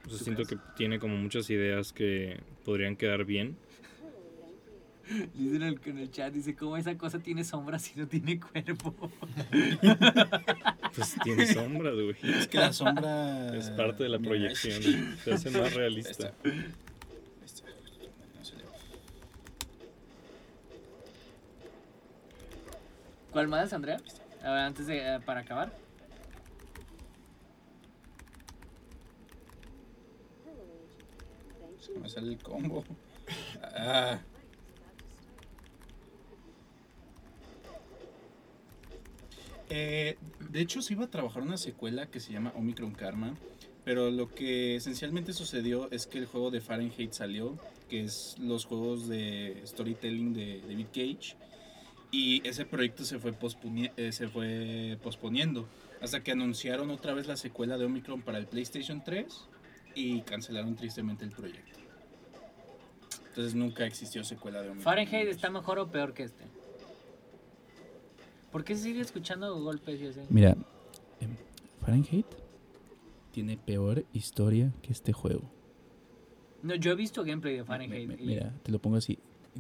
Speaker 4: O sea,
Speaker 3: ¿Tú
Speaker 4: siento
Speaker 3: crees?
Speaker 4: que tiene como muchas ideas que podrían quedar bien.
Speaker 3: Dicen en el, en el chat, dice, ¿cómo esa cosa tiene sombra si no tiene cuerpo?
Speaker 4: Pues tiene sombras, güey.
Speaker 2: Es que la sombra.
Speaker 4: Es parte
Speaker 3: Ah,
Speaker 4: de la
Speaker 2: Mira,
Speaker 4: proyección.
Speaker 2: es-
Speaker 4: Se hace más realista.
Speaker 3: Este ¿Cuál más, Andrea? A ver, antes de, eh, para acabar.
Speaker 2: Me sale el combo. Ah, Eh, de hecho, se iba a trabajar una secuela que se llama Omicron Karma. Pero lo que esencialmente sucedió es que el juego de Fahrenheit salió, que es los juegos de storytelling de David Cage. Y ese proyecto se fue, posponi- eh, se fue posponiendo. Hasta que anunciaron otra vez la secuela de Omicron para el PlayStation 3 y cancelaron tristemente el proyecto. Entonces nunca existió secuela de Omicron.
Speaker 3: ¿Fahrenheit está mejor o peor que este? ¿Por qué se sigue escuchando golpes y así?
Speaker 5: Mira, em, Fahrenheit tiene peor historia que este juego.
Speaker 3: No, yo he visto gameplay de Fahrenheit.
Speaker 5: Mi- mi-
Speaker 3: y-
Speaker 5: Mira, te lo pongo así.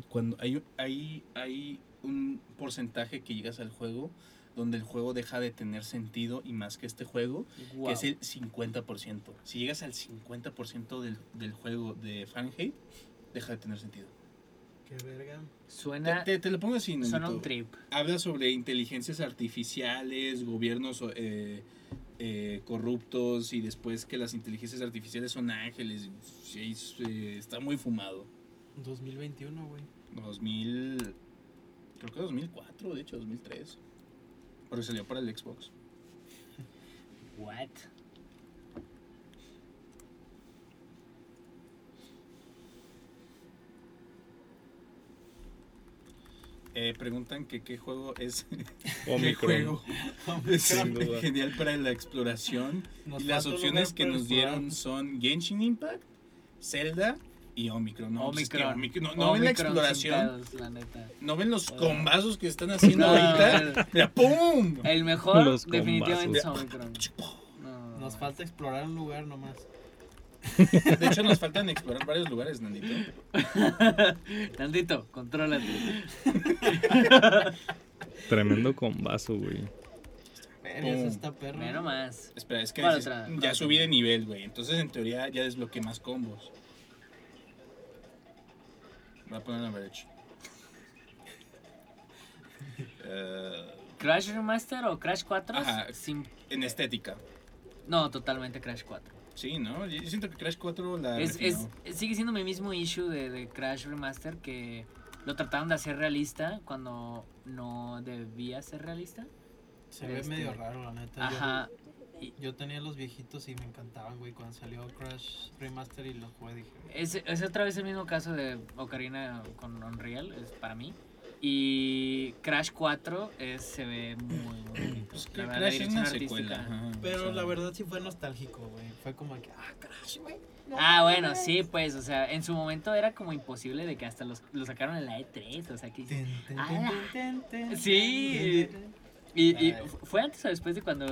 Speaker 2: cuando hay, hay, hay un porcentaje que llegas al juego donde el juego deja de tener sentido y más que este juego,
Speaker 3: guau.
Speaker 2: que es el 50%. Si llegas al 50% del, del juego de Fahrenheit, deja de tener sentido.
Speaker 6: Qué verga.
Speaker 2: Te,
Speaker 3: Suena,
Speaker 2: te- te lo pongo así,
Speaker 3: suena
Speaker 2: Nandito.
Speaker 3: un trip.
Speaker 2: Habla sobre inteligencias artificiales, gobiernos eh, eh, corruptos y después que las inteligencias artificiales son ángeles. Sí, es, eh, está muy fumado.
Speaker 6: 2021, güey.
Speaker 2: 2000, creo que 2004, de hecho, 2003. Porque salió para el Xbox.
Speaker 3: What?
Speaker 2: Eh, preguntan que qué juego es qué
Speaker 4: Omicron.
Speaker 2: juego es
Speaker 4: Sin duda.
Speaker 2: genial para la exploración.
Speaker 6: Nos
Speaker 2: y las
Speaker 6: falta un
Speaker 2: opciones
Speaker 6: lugar
Speaker 2: que
Speaker 6: para
Speaker 2: nos
Speaker 6: explorar.
Speaker 2: dieron son Genshin Impact, Zelda y Omicron. No, pues es que
Speaker 3: Omicron.
Speaker 2: Omic- no, no ven la
Speaker 3: Omicron sin
Speaker 2: exploración,
Speaker 3: pedos, la neta.
Speaker 2: no ven los
Speaker 3: Ah.
Speaker 2: combazos que están haciendo
Speaker 3: No,
Speaker 2: ahorita.
Speaker 3: el-
Speaker 2: Mira, ¡pum!
Speaker 3: El mejor
Speaker 4: Los
Speaker 3: definitivamente es Omicron. No.
Speaker 6: Nos falta explorar un lugar nomás.
Speaker 2: De hecho, nos faltan explorar varios lugares, Nandito.
Speaker 3: Nandito, contrólate.
Speaker 4: Tremendo combazo, güey.
Speaker 6: Verga, eso
Speaker 2: Pum.
Speaker 6: está perro.
Speaker 3: Mero más.
Speaker 2: Espera, es que
Speaker 3: ¿Cuál
Speaker 2: dices,
Speaker 3: otra?
Speaker 2: ya subí de nivel, güey. Entonces, en teoría, ya desbloqueé más combos. Voy a poner la derecha. Eh,
Speaker 3: ¿Crash Remaster o Crash 4?
Speaker 2: Ajá.
Speaker 3: Sin...
Speaker 2: en estética.
Speaker 3: No, totalmente Crash 4.
Speaker 2: Sí, ¿no? Yo siento que Crash 4 la
Speaker 3: Es, es,
Speaker 2: refinó.
Speaker 3: sigue siendo mi mismo issue de, de Crash Remaster que lo trataron de hacer realista cuando no debía ser realista.
Speaker 6: Se ve
Speaker 3: Este.
Speaker 6: medio raro, la
Speaker 2: Ah,
Speaker 6: neta. Yo-
Speaker 3: Ajá.
Speaker 6: Yo tenía los viejitos y me encantaban, güey. Cuando salió Crash Remaster y los jugué, dije,
Speaker 3: Es, es otra vez el mismo caso de Ocarina con Unreal, es para mí. Y Crash 4 es- se ve muy, muy bonito.
Speaker 2: Pues,
Speaker 3: La verdad, la
Speaker 2: Crash es
Speaker 3: dirección
Speaker 2: una
Speaker 3: artística.
Speaker 2: secuela. ajá, o
Speaker 6: Pero
Speaker 2: sea,
Speaker 6: la verdad sí fue nostálgico, güey. Fue como que, ah, Crash, güey.
Speaker 3: Ah, bueno, sí, pues, o sea, en su momento era como imposible de que hasta los, lo sacaron en la E3, o sea, que...
Speaker 6: Ten, ten,
Speaker 3: Ala.
Speaker 6: ten, ten, ten,
Speaker 3: Sí.
Speaker 6: ten, ten, ten.
Speaker 3: Y, y
Speaker 6: Ay.
Speaker 3: fu- fue antes o después de cuando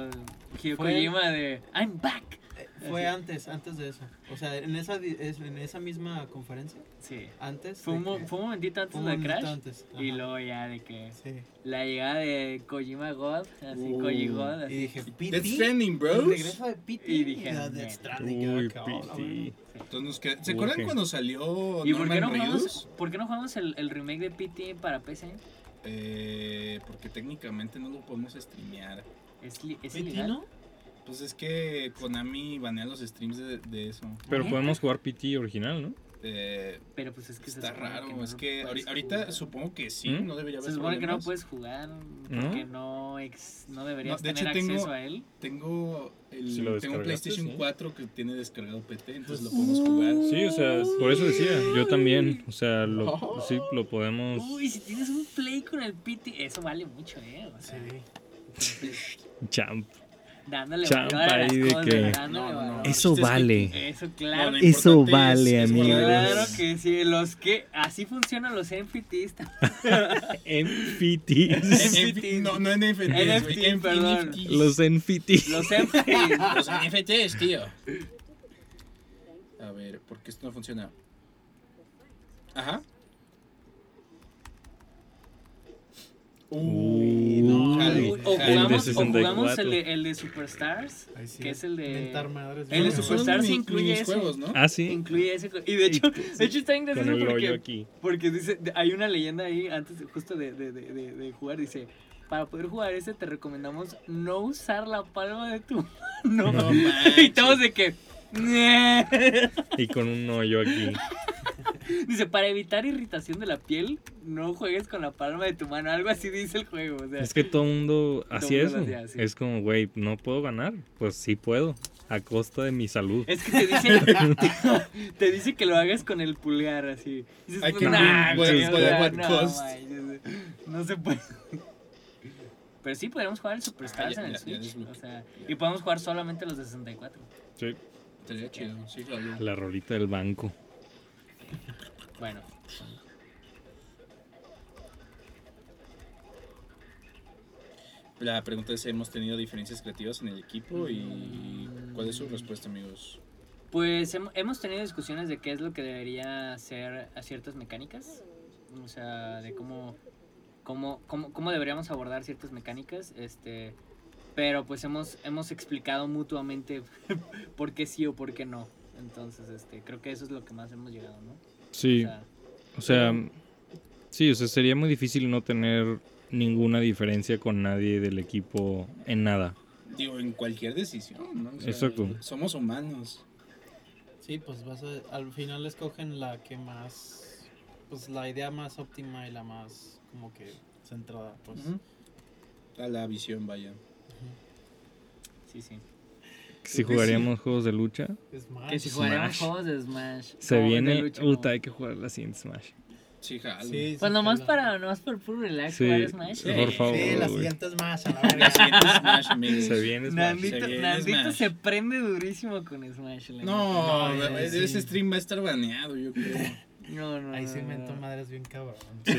Speaker 3: Hideo
Speaker 6: Fue-
Speaker 3: Kojima de I'm back.
Speaker 6: Eh, Fue antes, antes de eso. O sea, en esa, di- es- en esa misma conferencia,
Speaker 3: Sí.
Speaker 6: antes.
Speaker 3: Fue
Speaker 6: de
Speaker 3: un, mo-
Speaker 6: que-
Speaker 3: fue un momentito antes
Speaker 6: fue un
Speaker 3: de
Speaker 6: momentito
Speaker 3: Crash.
Speaker 6: antes,
Speaker 3: Y
Speaker 6: ajá.
Speaker 3: luego ya de que
Speaker 6: Sí.
Speaker 3: la llegada de Kojima God, así
Speaker 2: Uh,
Speaker 3: Koji God,
Speaker 6: Y
Speaker 3: así.
Speaker 6: dije, PT.
Speaker 2: Death Stranding,
Speaker 6: El
Speaker 2: bros.
Speaker 6: regreso de PT.
Speaker 3: Y dije,
Speaker 6: la
Speaker 3: "Nel".
Speaker 6: Death Stranding. quedó
Speaker 4: Uy,
Speaker 6: cabrón,
Speaker 4: piti.
Speaker 6: güey.
Speaker 2: Entonces nos queda- ¿Se
Speaker 4: Uy,
Speaker 2: acuerdan
Speaker 4: qué.
Speaker 2: cuando salió
Speaker 3: ¿Y por qué, no
Speaker 2: Norman
Speaker 3: jugamos,
Speaker 2: Reedus?
Speaker 3: por qué no jugamos el, el remake de PT para PC?
Speaker 2: Eh, porque técnicamente no lo podemos streamear.
Speaker 3: Es, li- es
Speaker 6: ¿PT
Speaker 3: ilegal.
Speaker 6: no?
Speaker 2: Pues es que Konami banea los streams de, de eso.
Speaker 4: Pero
Speaker 3: Neta.
Speaker 4: podemos jugar PT original, ¿no?
Speaker 2: Eh,
Speaker 3: Pero pues es que se
Speaker 2: está
Speaker 3: supone
Speaker 2: raro.
Speaker 3: que no
Speaker 2: es
Speaker 3: lo
Speaker 2: que
Speaker 3: puedes
Speaker 2: ahori- ahorita
Speaker 3: jugar.
Speaker 2: supongo que sí,
Speaker 4: ¿Mm?
Speaker 2: no debería haber
Speaker 3: Se supone que no
Speaker 2: problemas.
Speaker 3: puedes jugar porque no, ex- no
Speaker 2: No,
Speaker 3: deberías
Speaker 2: de
Speaker 3: tener
Speaker 2: hecho, tengo-
Speaker 3: acceso a él.
Speaker 2: Tengo, el,
Speaker 4: Si lo
Speaker 2: tengo un
Speaker 4: descargaste,
Speaker 2: PlayStation
Speaker 4: sí.
Speaker 2: 4 que tiene descargado PT, entonces lo podemos jugar.
Speaker 4: Sí, o sea, por eso decía. Yo también. O sea, lo, sí, lo podemos.
Speaker 3: Uy, si tienes un play con el PT, eso vale mucho, ¿eh? O sea,
Speaker 6: Sí.
Speaker 4: Champ.
Speaker 3: Dándole
Speaker 4: Champa
Speaker 3: valor a las
Speaker 4: ahí de
Speaker 3: cosas,
Speaker 4: que-
Speaker 3: dándole
Speaker 2: No, no,
Speaker 3: valor.
Speaker 2: no.
Speaker 4: Eso
Speaker 2: Ah, Es que-
Speaker 4: vale.
Speaker 3: Eso,
Speaker 2: No,
Speaker 3: claro.
Speaker 2: lo
Speaker 4: Eso
Speaker 2: importante
Speaker 4: vale,
Speaker 2: es- es
Speaker 4: amigos.
Speaker 2: guardar-
Speaker 3: Claro que sí, los que así funcionan los NFTs.
Speaker 4: NFTs.
Speaker 3: NFT.
Speaker 2: No, no NFT.
Speaker 3: NFT, perdón.
Speaker 4: Los NFTs.
Speaker 3: Los NFTs.
Speaker 2: Los NFTs, tío. A ver, ¿por qué esto no funciona? Ajá.
Speaker 4: Uy,
Speaker 6: no.
Speaker 2: Jale,
Speaker 3: Uy, O
Speaker 2: jale.
Speaker 4: El de
Speaker 3: jugamos, o
Speaker 4: 64.
Speaker 3: jugamos el, de, el de Superstars,
Speaker 6: Ahí sí.
Speaker 3: que es el de...
Speaker 6: Mentar madres,
Speaker 3: El de
Speaker 6: güey.
Speaker 2: Son
Speaker 3: Superstars
Speaker 2: mini-
Speaker 3: incluye
Speaker 2: minis
Speaker 3: ese.
Speaker 2: juegos, ¿no?
Speaker 4: Ah, sí.
Speaker 3: Incluye ese. Y de hecho, de hecho está
Speaker 4: Con
Speaker 3: interesante
Speaker 4: el hoyo
Speaker 3: porque,
Speaker 4: aquí.
Speaker 3: porque dice, de- hay una leyenda ahí antes de- justo de, de, de, de- de jugar, dice, para poder jugar ese te recomendamos no usar la palma de tu mano.
Speaker 2: No
Speaker 3: y
Speaker 2: manches.
Speaker 3: todos de que... "Nye".
Speaker 4: Y con un hoyo aquí.
Speaker 3: Dice, para evitar irritación de la piel, no juegues con la palma de tu mano. Algo así dice el juego. O sea,
Speaker 4: Es que todo mundo así
Speaker 3: mundo
Speaker 4: es.
Speaker 3: lo
Speaker 4: ¿no?
Speaker 3: hacía así.
Speaker 4: Es como, güey, no puedo ganar. Pues sí puedo. A costa de mi salud.
Speaker 3: Es que te dice, te dice que lo hagas con el pulgar así. Y dices,
Speaker 2: I
Speaker 3: pues,
Speaker 2: can
Speaker 3: nah,
Speaker 2: win,
Speaker 3: güey,
Speaker 2: but-
Speaker 3: o
Speaker 2: but
Speaker 3: sea,
Speaker 2: at what
Speaker 3: no,
Speaker 2: cost?
Speaker 3: manches, no se puede. Pero sí podemos jugar el Superstars
Speaker 2: Ah, ya-
Speaker 3: en
Speaker 2: ya-
Speaker 3: el
Speaker 2: ya
Speaker 3: Switch.
Speaker 2: desbloqueé.
Speaker 3: o sea, y podemos jugar solamente los de 64.
Speaker 4: Sí.
Speaker 2: Estaría chido, sí, jale.
Speaker 4: La rolita del banco.
Speaker 3: Bueno.
Speaker 2: La pregunta es, ¿hemos tenido diferencias creativas en el equipo? ¿Y cuál es su respuesta, amigos?
Speaker 3: Pues hem- hemos tenido discusiones de qué es lo que debería hacer a ciertas mecánicas, o sea, de cómo, cómo, cómo, cómo deberíamos abordar ciertas mecánicas, este, pero pues hemos, hemos explicado mutuamente por qué sí o por qué no. Entonces, este, creo que eso es lo que más hemos llegado, ¿no? O
Speaker 4: Sí.
Speaker 3: sea,
Speaker 4: O sea, sí, o sea, sería muy difícil no tener ninguna diferencia con nadie del equipo en nada.
Speaker 2: Digo, en cualquier decisión, ¿no? O sea,
Speaker 4: Exacto.
Speaker 2: Somos humanos.
Speaker 6: Sí, pues vas a- al final escogen la que más, pues la idea más óptima y la más como que centrada, pues.
Speaker 2: A la visión, vaya.
Speaker 3: sí, sí. Pues
Speaker 4: Si jugaríamos juegos de lucha,
Speaker 6: Es más.
Speaker 3: Ah, Que si
Speaker 4: Smash.
Speaker 3: jugaremos juegos de Smash.
Speaker 4: se
Speaker 3: no, de
Speaker 4: viene.
Speaker 3: lucha,
Speaker 4: Uta,
Speaker 3: no.
Speaker 4: hay que jugar la siguiente Smash.
Speaker 2: Sí, jalo.
Speaker 6: Sí,
Speaker 3: Pues
Speaker 6: sí,
Speaker 3: nomás
Speaker 6: jala.
Speaker 3: para, nomás por puro relax
Speaker 4: Sí,
Speaker 3: jugar Smash.
Speaker 4: por
Speaker 3: eh.
Speaker 4: favor.
Speaker 6: Sí, la
Speaker 4: güey.
Speaker 6: siguiente es más, a la verga.
Speaker 2: Siguiente Smash, amigos.
Speaker 4: Se viene Smash.
Speaker 2: Nandi-
Speaker 3: Nandito,
Speaker 2: Se viene
Speaker 3: Nandito
Speaker 2: Smash.
Speaker 3: se prende durísimo con Smash. la neta.
Speaker 2: No,
Speaker 6: No,
Speaker 2: güey,
Speaker 6: sí.
Speaker 2: ese stream va a estar baneado, yo creo.
Speaker 3: No, no.
Speaker 6: Ahí
Speaker 3: no,
Speaker 6: se
Speaker 3: no,
Speaker 6: inventó
Speaker 3: no.
Speaker 6: madres bien cabrón.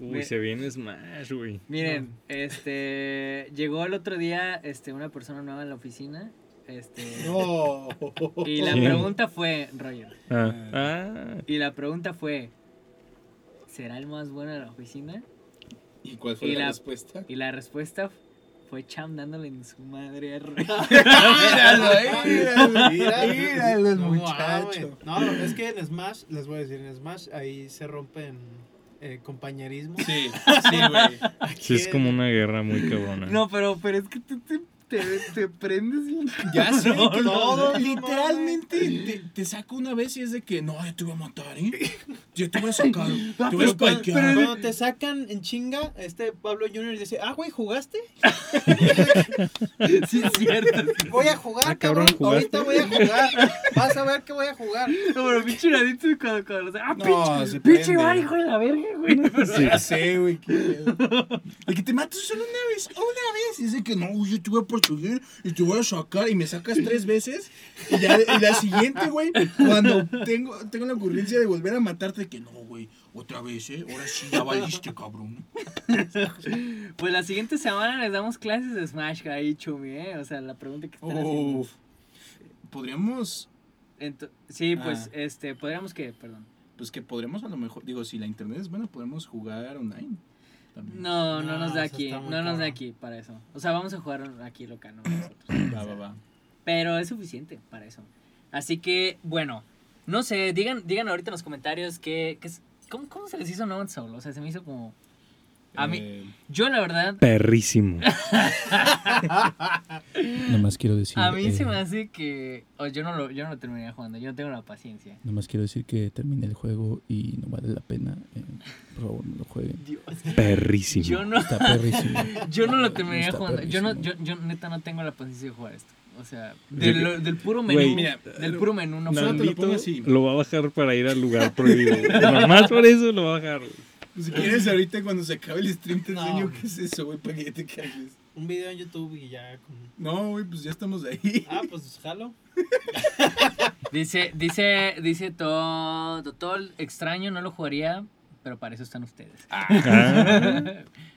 Speaker 4: Uy, se viene Smash, güey.
Speaker 3: Miren, este llegó el otro día este una persona nueva en la oficina, este
Speaker 6: No.
Speaker 3: y la
Speaker 4: ¿Quién?
Speaker 3: pregunta fue, Roger,
Speaker 4: Ah, ah,
Speaker 3: y la pregunta fue ¿Será el más bueno de la oficina?
Speaker 2: ¿Y cuál fue
Speaker 3: Y
Speaker 2: la,
Speaker 3: la-
Speaker 2: respuesta?
Speaker 3: Y la respuesta fue Cham dándole en su madre a Roger.
Speaker 6: Míralo, no, muchacho. No, es que en Smash, les voy a decir, en Smash ahí se rompen eh, compañerismo.
Speaker 2: Sí, sí, güey.
Speaker 4: sí, es como una guerra muy cabrona.
Speaker 3: No, pero pero es que tú te, te, te prendes bien.
Speaker 2: Ya sé,
Speaker 6: No,
Speaker 2: que
Speaker 6: no, no,
Speaker 2: literalmente te, te saco una vez y es de que no, yo te voy a matar, ¿eh? Yo te voy a sacar. te voy a spikear.
Speaker 6: Cuando te sacan en chinga, este Pablo Junior dice, ah, güey, ¿jugaste?
Speaker 3: Sí es cierto.
Speaker 6: Voy a jugar,
Speaker 4: Ah, cabrón,
Speaker 6: cabrón.
Speaker 4: ¿jugaste?
Speaker 6: Ahorita voy a jugar. Vas a ver que voy a jugar.
Speaker 3: No, pero pinche Nadito cuando cuando los- ah,
Speaker 2: No, se
Speaker 3: pinche pinche
Speaker 2: prende.
Speaker 3: Iván, hijo de la verga, güey.
Speaker 2: Ya sé, güey, qué pedo. De que te mato solo una vez, oh, una vez. Y es de que no, yo te voy a perseguir y te voy a sacar. Y me sacas tres veces. Y, ya, y la siguiente, güey, cuando tengo, tengo la ocurrencia de volver a matarte, de que no, güey, otra vez, ¿eh? Ahora sí ya valiste, cabrón.
Speaker 3: Pues la siguiente semana les damos clases de Smash ahí, Chumi, ¿eh? O sea, la pregunta que están haciendo.
Speaker 2: Uf. Oh. Podríamos
Speaker 3: Ento- sí, pues,
Speaker 2: Ah.
Speaker 3: este, podríamos que, perdón.
Speaker 2: Pues que podríamos a lo mejor, digo, si la internet es buena, podemos jugar online. También.
Speaker 3: No, no,
Speaker 6: No,
Speaker 3: nos da
Speaker 6: eso
Speaker 3: aquí,
Speaker 6: está muy
Speaker 3: no nos da
Speaker 6: cabrón.
Speaker 3: aquí para eso. O sea, vamos a jugar aquí local, no nosotros.
Speaker 2: Va, va, va.
Speaker 3: Pero es suficiente para eso. Así que, bueno, no sé, digan, digan ahorita en los comentarios que, que es- ¿cómo, cómo se les hizo No Man's Soul? O sea, se me hizo como... A mí,
Speaker 2: Eh,
Speaker 3: yo la verdad,
Speaker 4: Perrísimo.
Speaker 5: Nomás quiero decir.
Speaker 3: a mí se me
Speaker 5: eh,
Speaker 3: hace que... o yo, no lo, yo no lo terminaría jugando, yo no tengo la paciencia.
Speaker 5: Nomás quiero decir que terminé el juego y no vale la pena. eh, por favor, no lo jueguen.
Speaker 3: Dios,
Speaker 4: Perrísimo.
Speaker 3: yo no...
Speaker 5: Está perrísimo.
Speaker 3: Yo no lo
Speaker 5: Está
Speaker 3: terminaría jugando. Yo, no, yo,
Speaker 5: perrísimo.
Speaker 3: yo neta no tengo la paciencia de jugar esto. O sea, del,
Speaker 4: Yo-
Speaker 3: del puro menú.
Speaker 4: Güey,
Speaker 2: mira,
Speaker 3: del puro menú no
Speaker 2: solo te
Speaker 3: puedo.
Speaker 2: lo pongo así.
Speaker 4: Lo va a bajar para ir al lugar prohibido. güey. Nomás por eso lo va a bajar. güey.
Speaker 2: Si quieres, ahorita cuando se acabe el stream te
Speaker 6: No,
Speaker 2: enseño
Speaker 6: güey.
Speaker 2: qué es eso, güey, para que ya te calles.
Speaker 6: un video en YouTube y ya con...
Speaker 2: No, güey, pues ya estamos ahí.
Speaker 6: Ah, pues jalo.
Speaker 3: Dice, dice, dice todo, todo extraño, no lo jugaría, pero para eso están ustedes.
Speaker 4: Ah.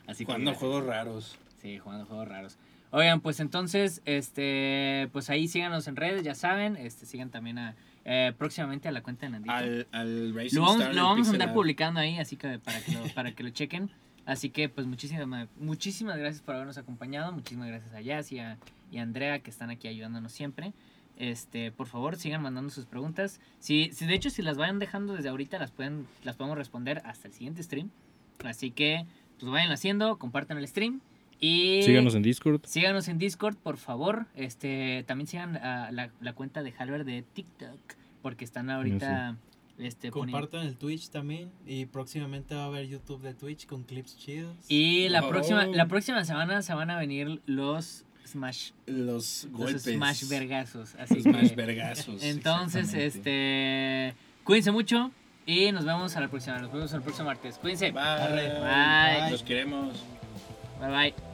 Speaker 3: Así que
Speaker 2: Jugando
Speaker 3: gracias.
Speaker 2: juegos raros.
Speaker 3: Sí, jugando juegos raros. Oigan, pues entonces, este, pues ahí síganos en redes, ya saben, este, sigan también a, eh, próximamente a la cuenta de Nandito.
Speaker 2: Al, al Rising
Speaker 3: lo vamos,
Speaker 2: Star del
Speaker 3: lo vamos a
Speaker 2: Pixel
Speaker 3: andar
Speaker 2: Art.
Speaker 3: publicando ahí, así que para que lo, para que lo chequen. Así que, pues muchísimas, muchísimas gracias por habernos acompañado, muchísimas gracias a Jazz y a, y a Andrea que están aquí ayudándonos siempre. Este, por favor, sigan mandando sus preguntas. Si, si de hecho, si las vayan dejando desde ahorita, las pueden, las podemos responder hasta el siguiente stream. Así que, pues vayan haciendo, compartan el stream y
Speaker 4: Síganos en Discord.
Speaker 3: Síganos en Discord, por favor. Este, también sigan a la, la cuenta de Halber de TikTok, porque están ahorita este, poniendo-
Speaker 6: Compartan el Twitch también. Y próximamente va a haber YouTube de Twitch con clips chidos.
Speaker 3: Y la
Speaker 2: Oh.
Speaker 3: próxima la próxima semana se van a venir los Smash,
Speaker 2: Los golpes.
Speaker 3: los Smash vergazos, así
Speaker 2: Los
Speaker 3: que-
Speaker 2: Smash vergazos.
Speaker 3: entonces
Speaker 2: exactamente.
Speaker 3: este cuídense mucho y nos vemos a la próxima, nos vemos el próximo martes. Cuídense.
Speaker 2: Bye.
Speaker 3: este, Bye.
Speaker 2: Los queremos.
Speaker 3: Bye bye.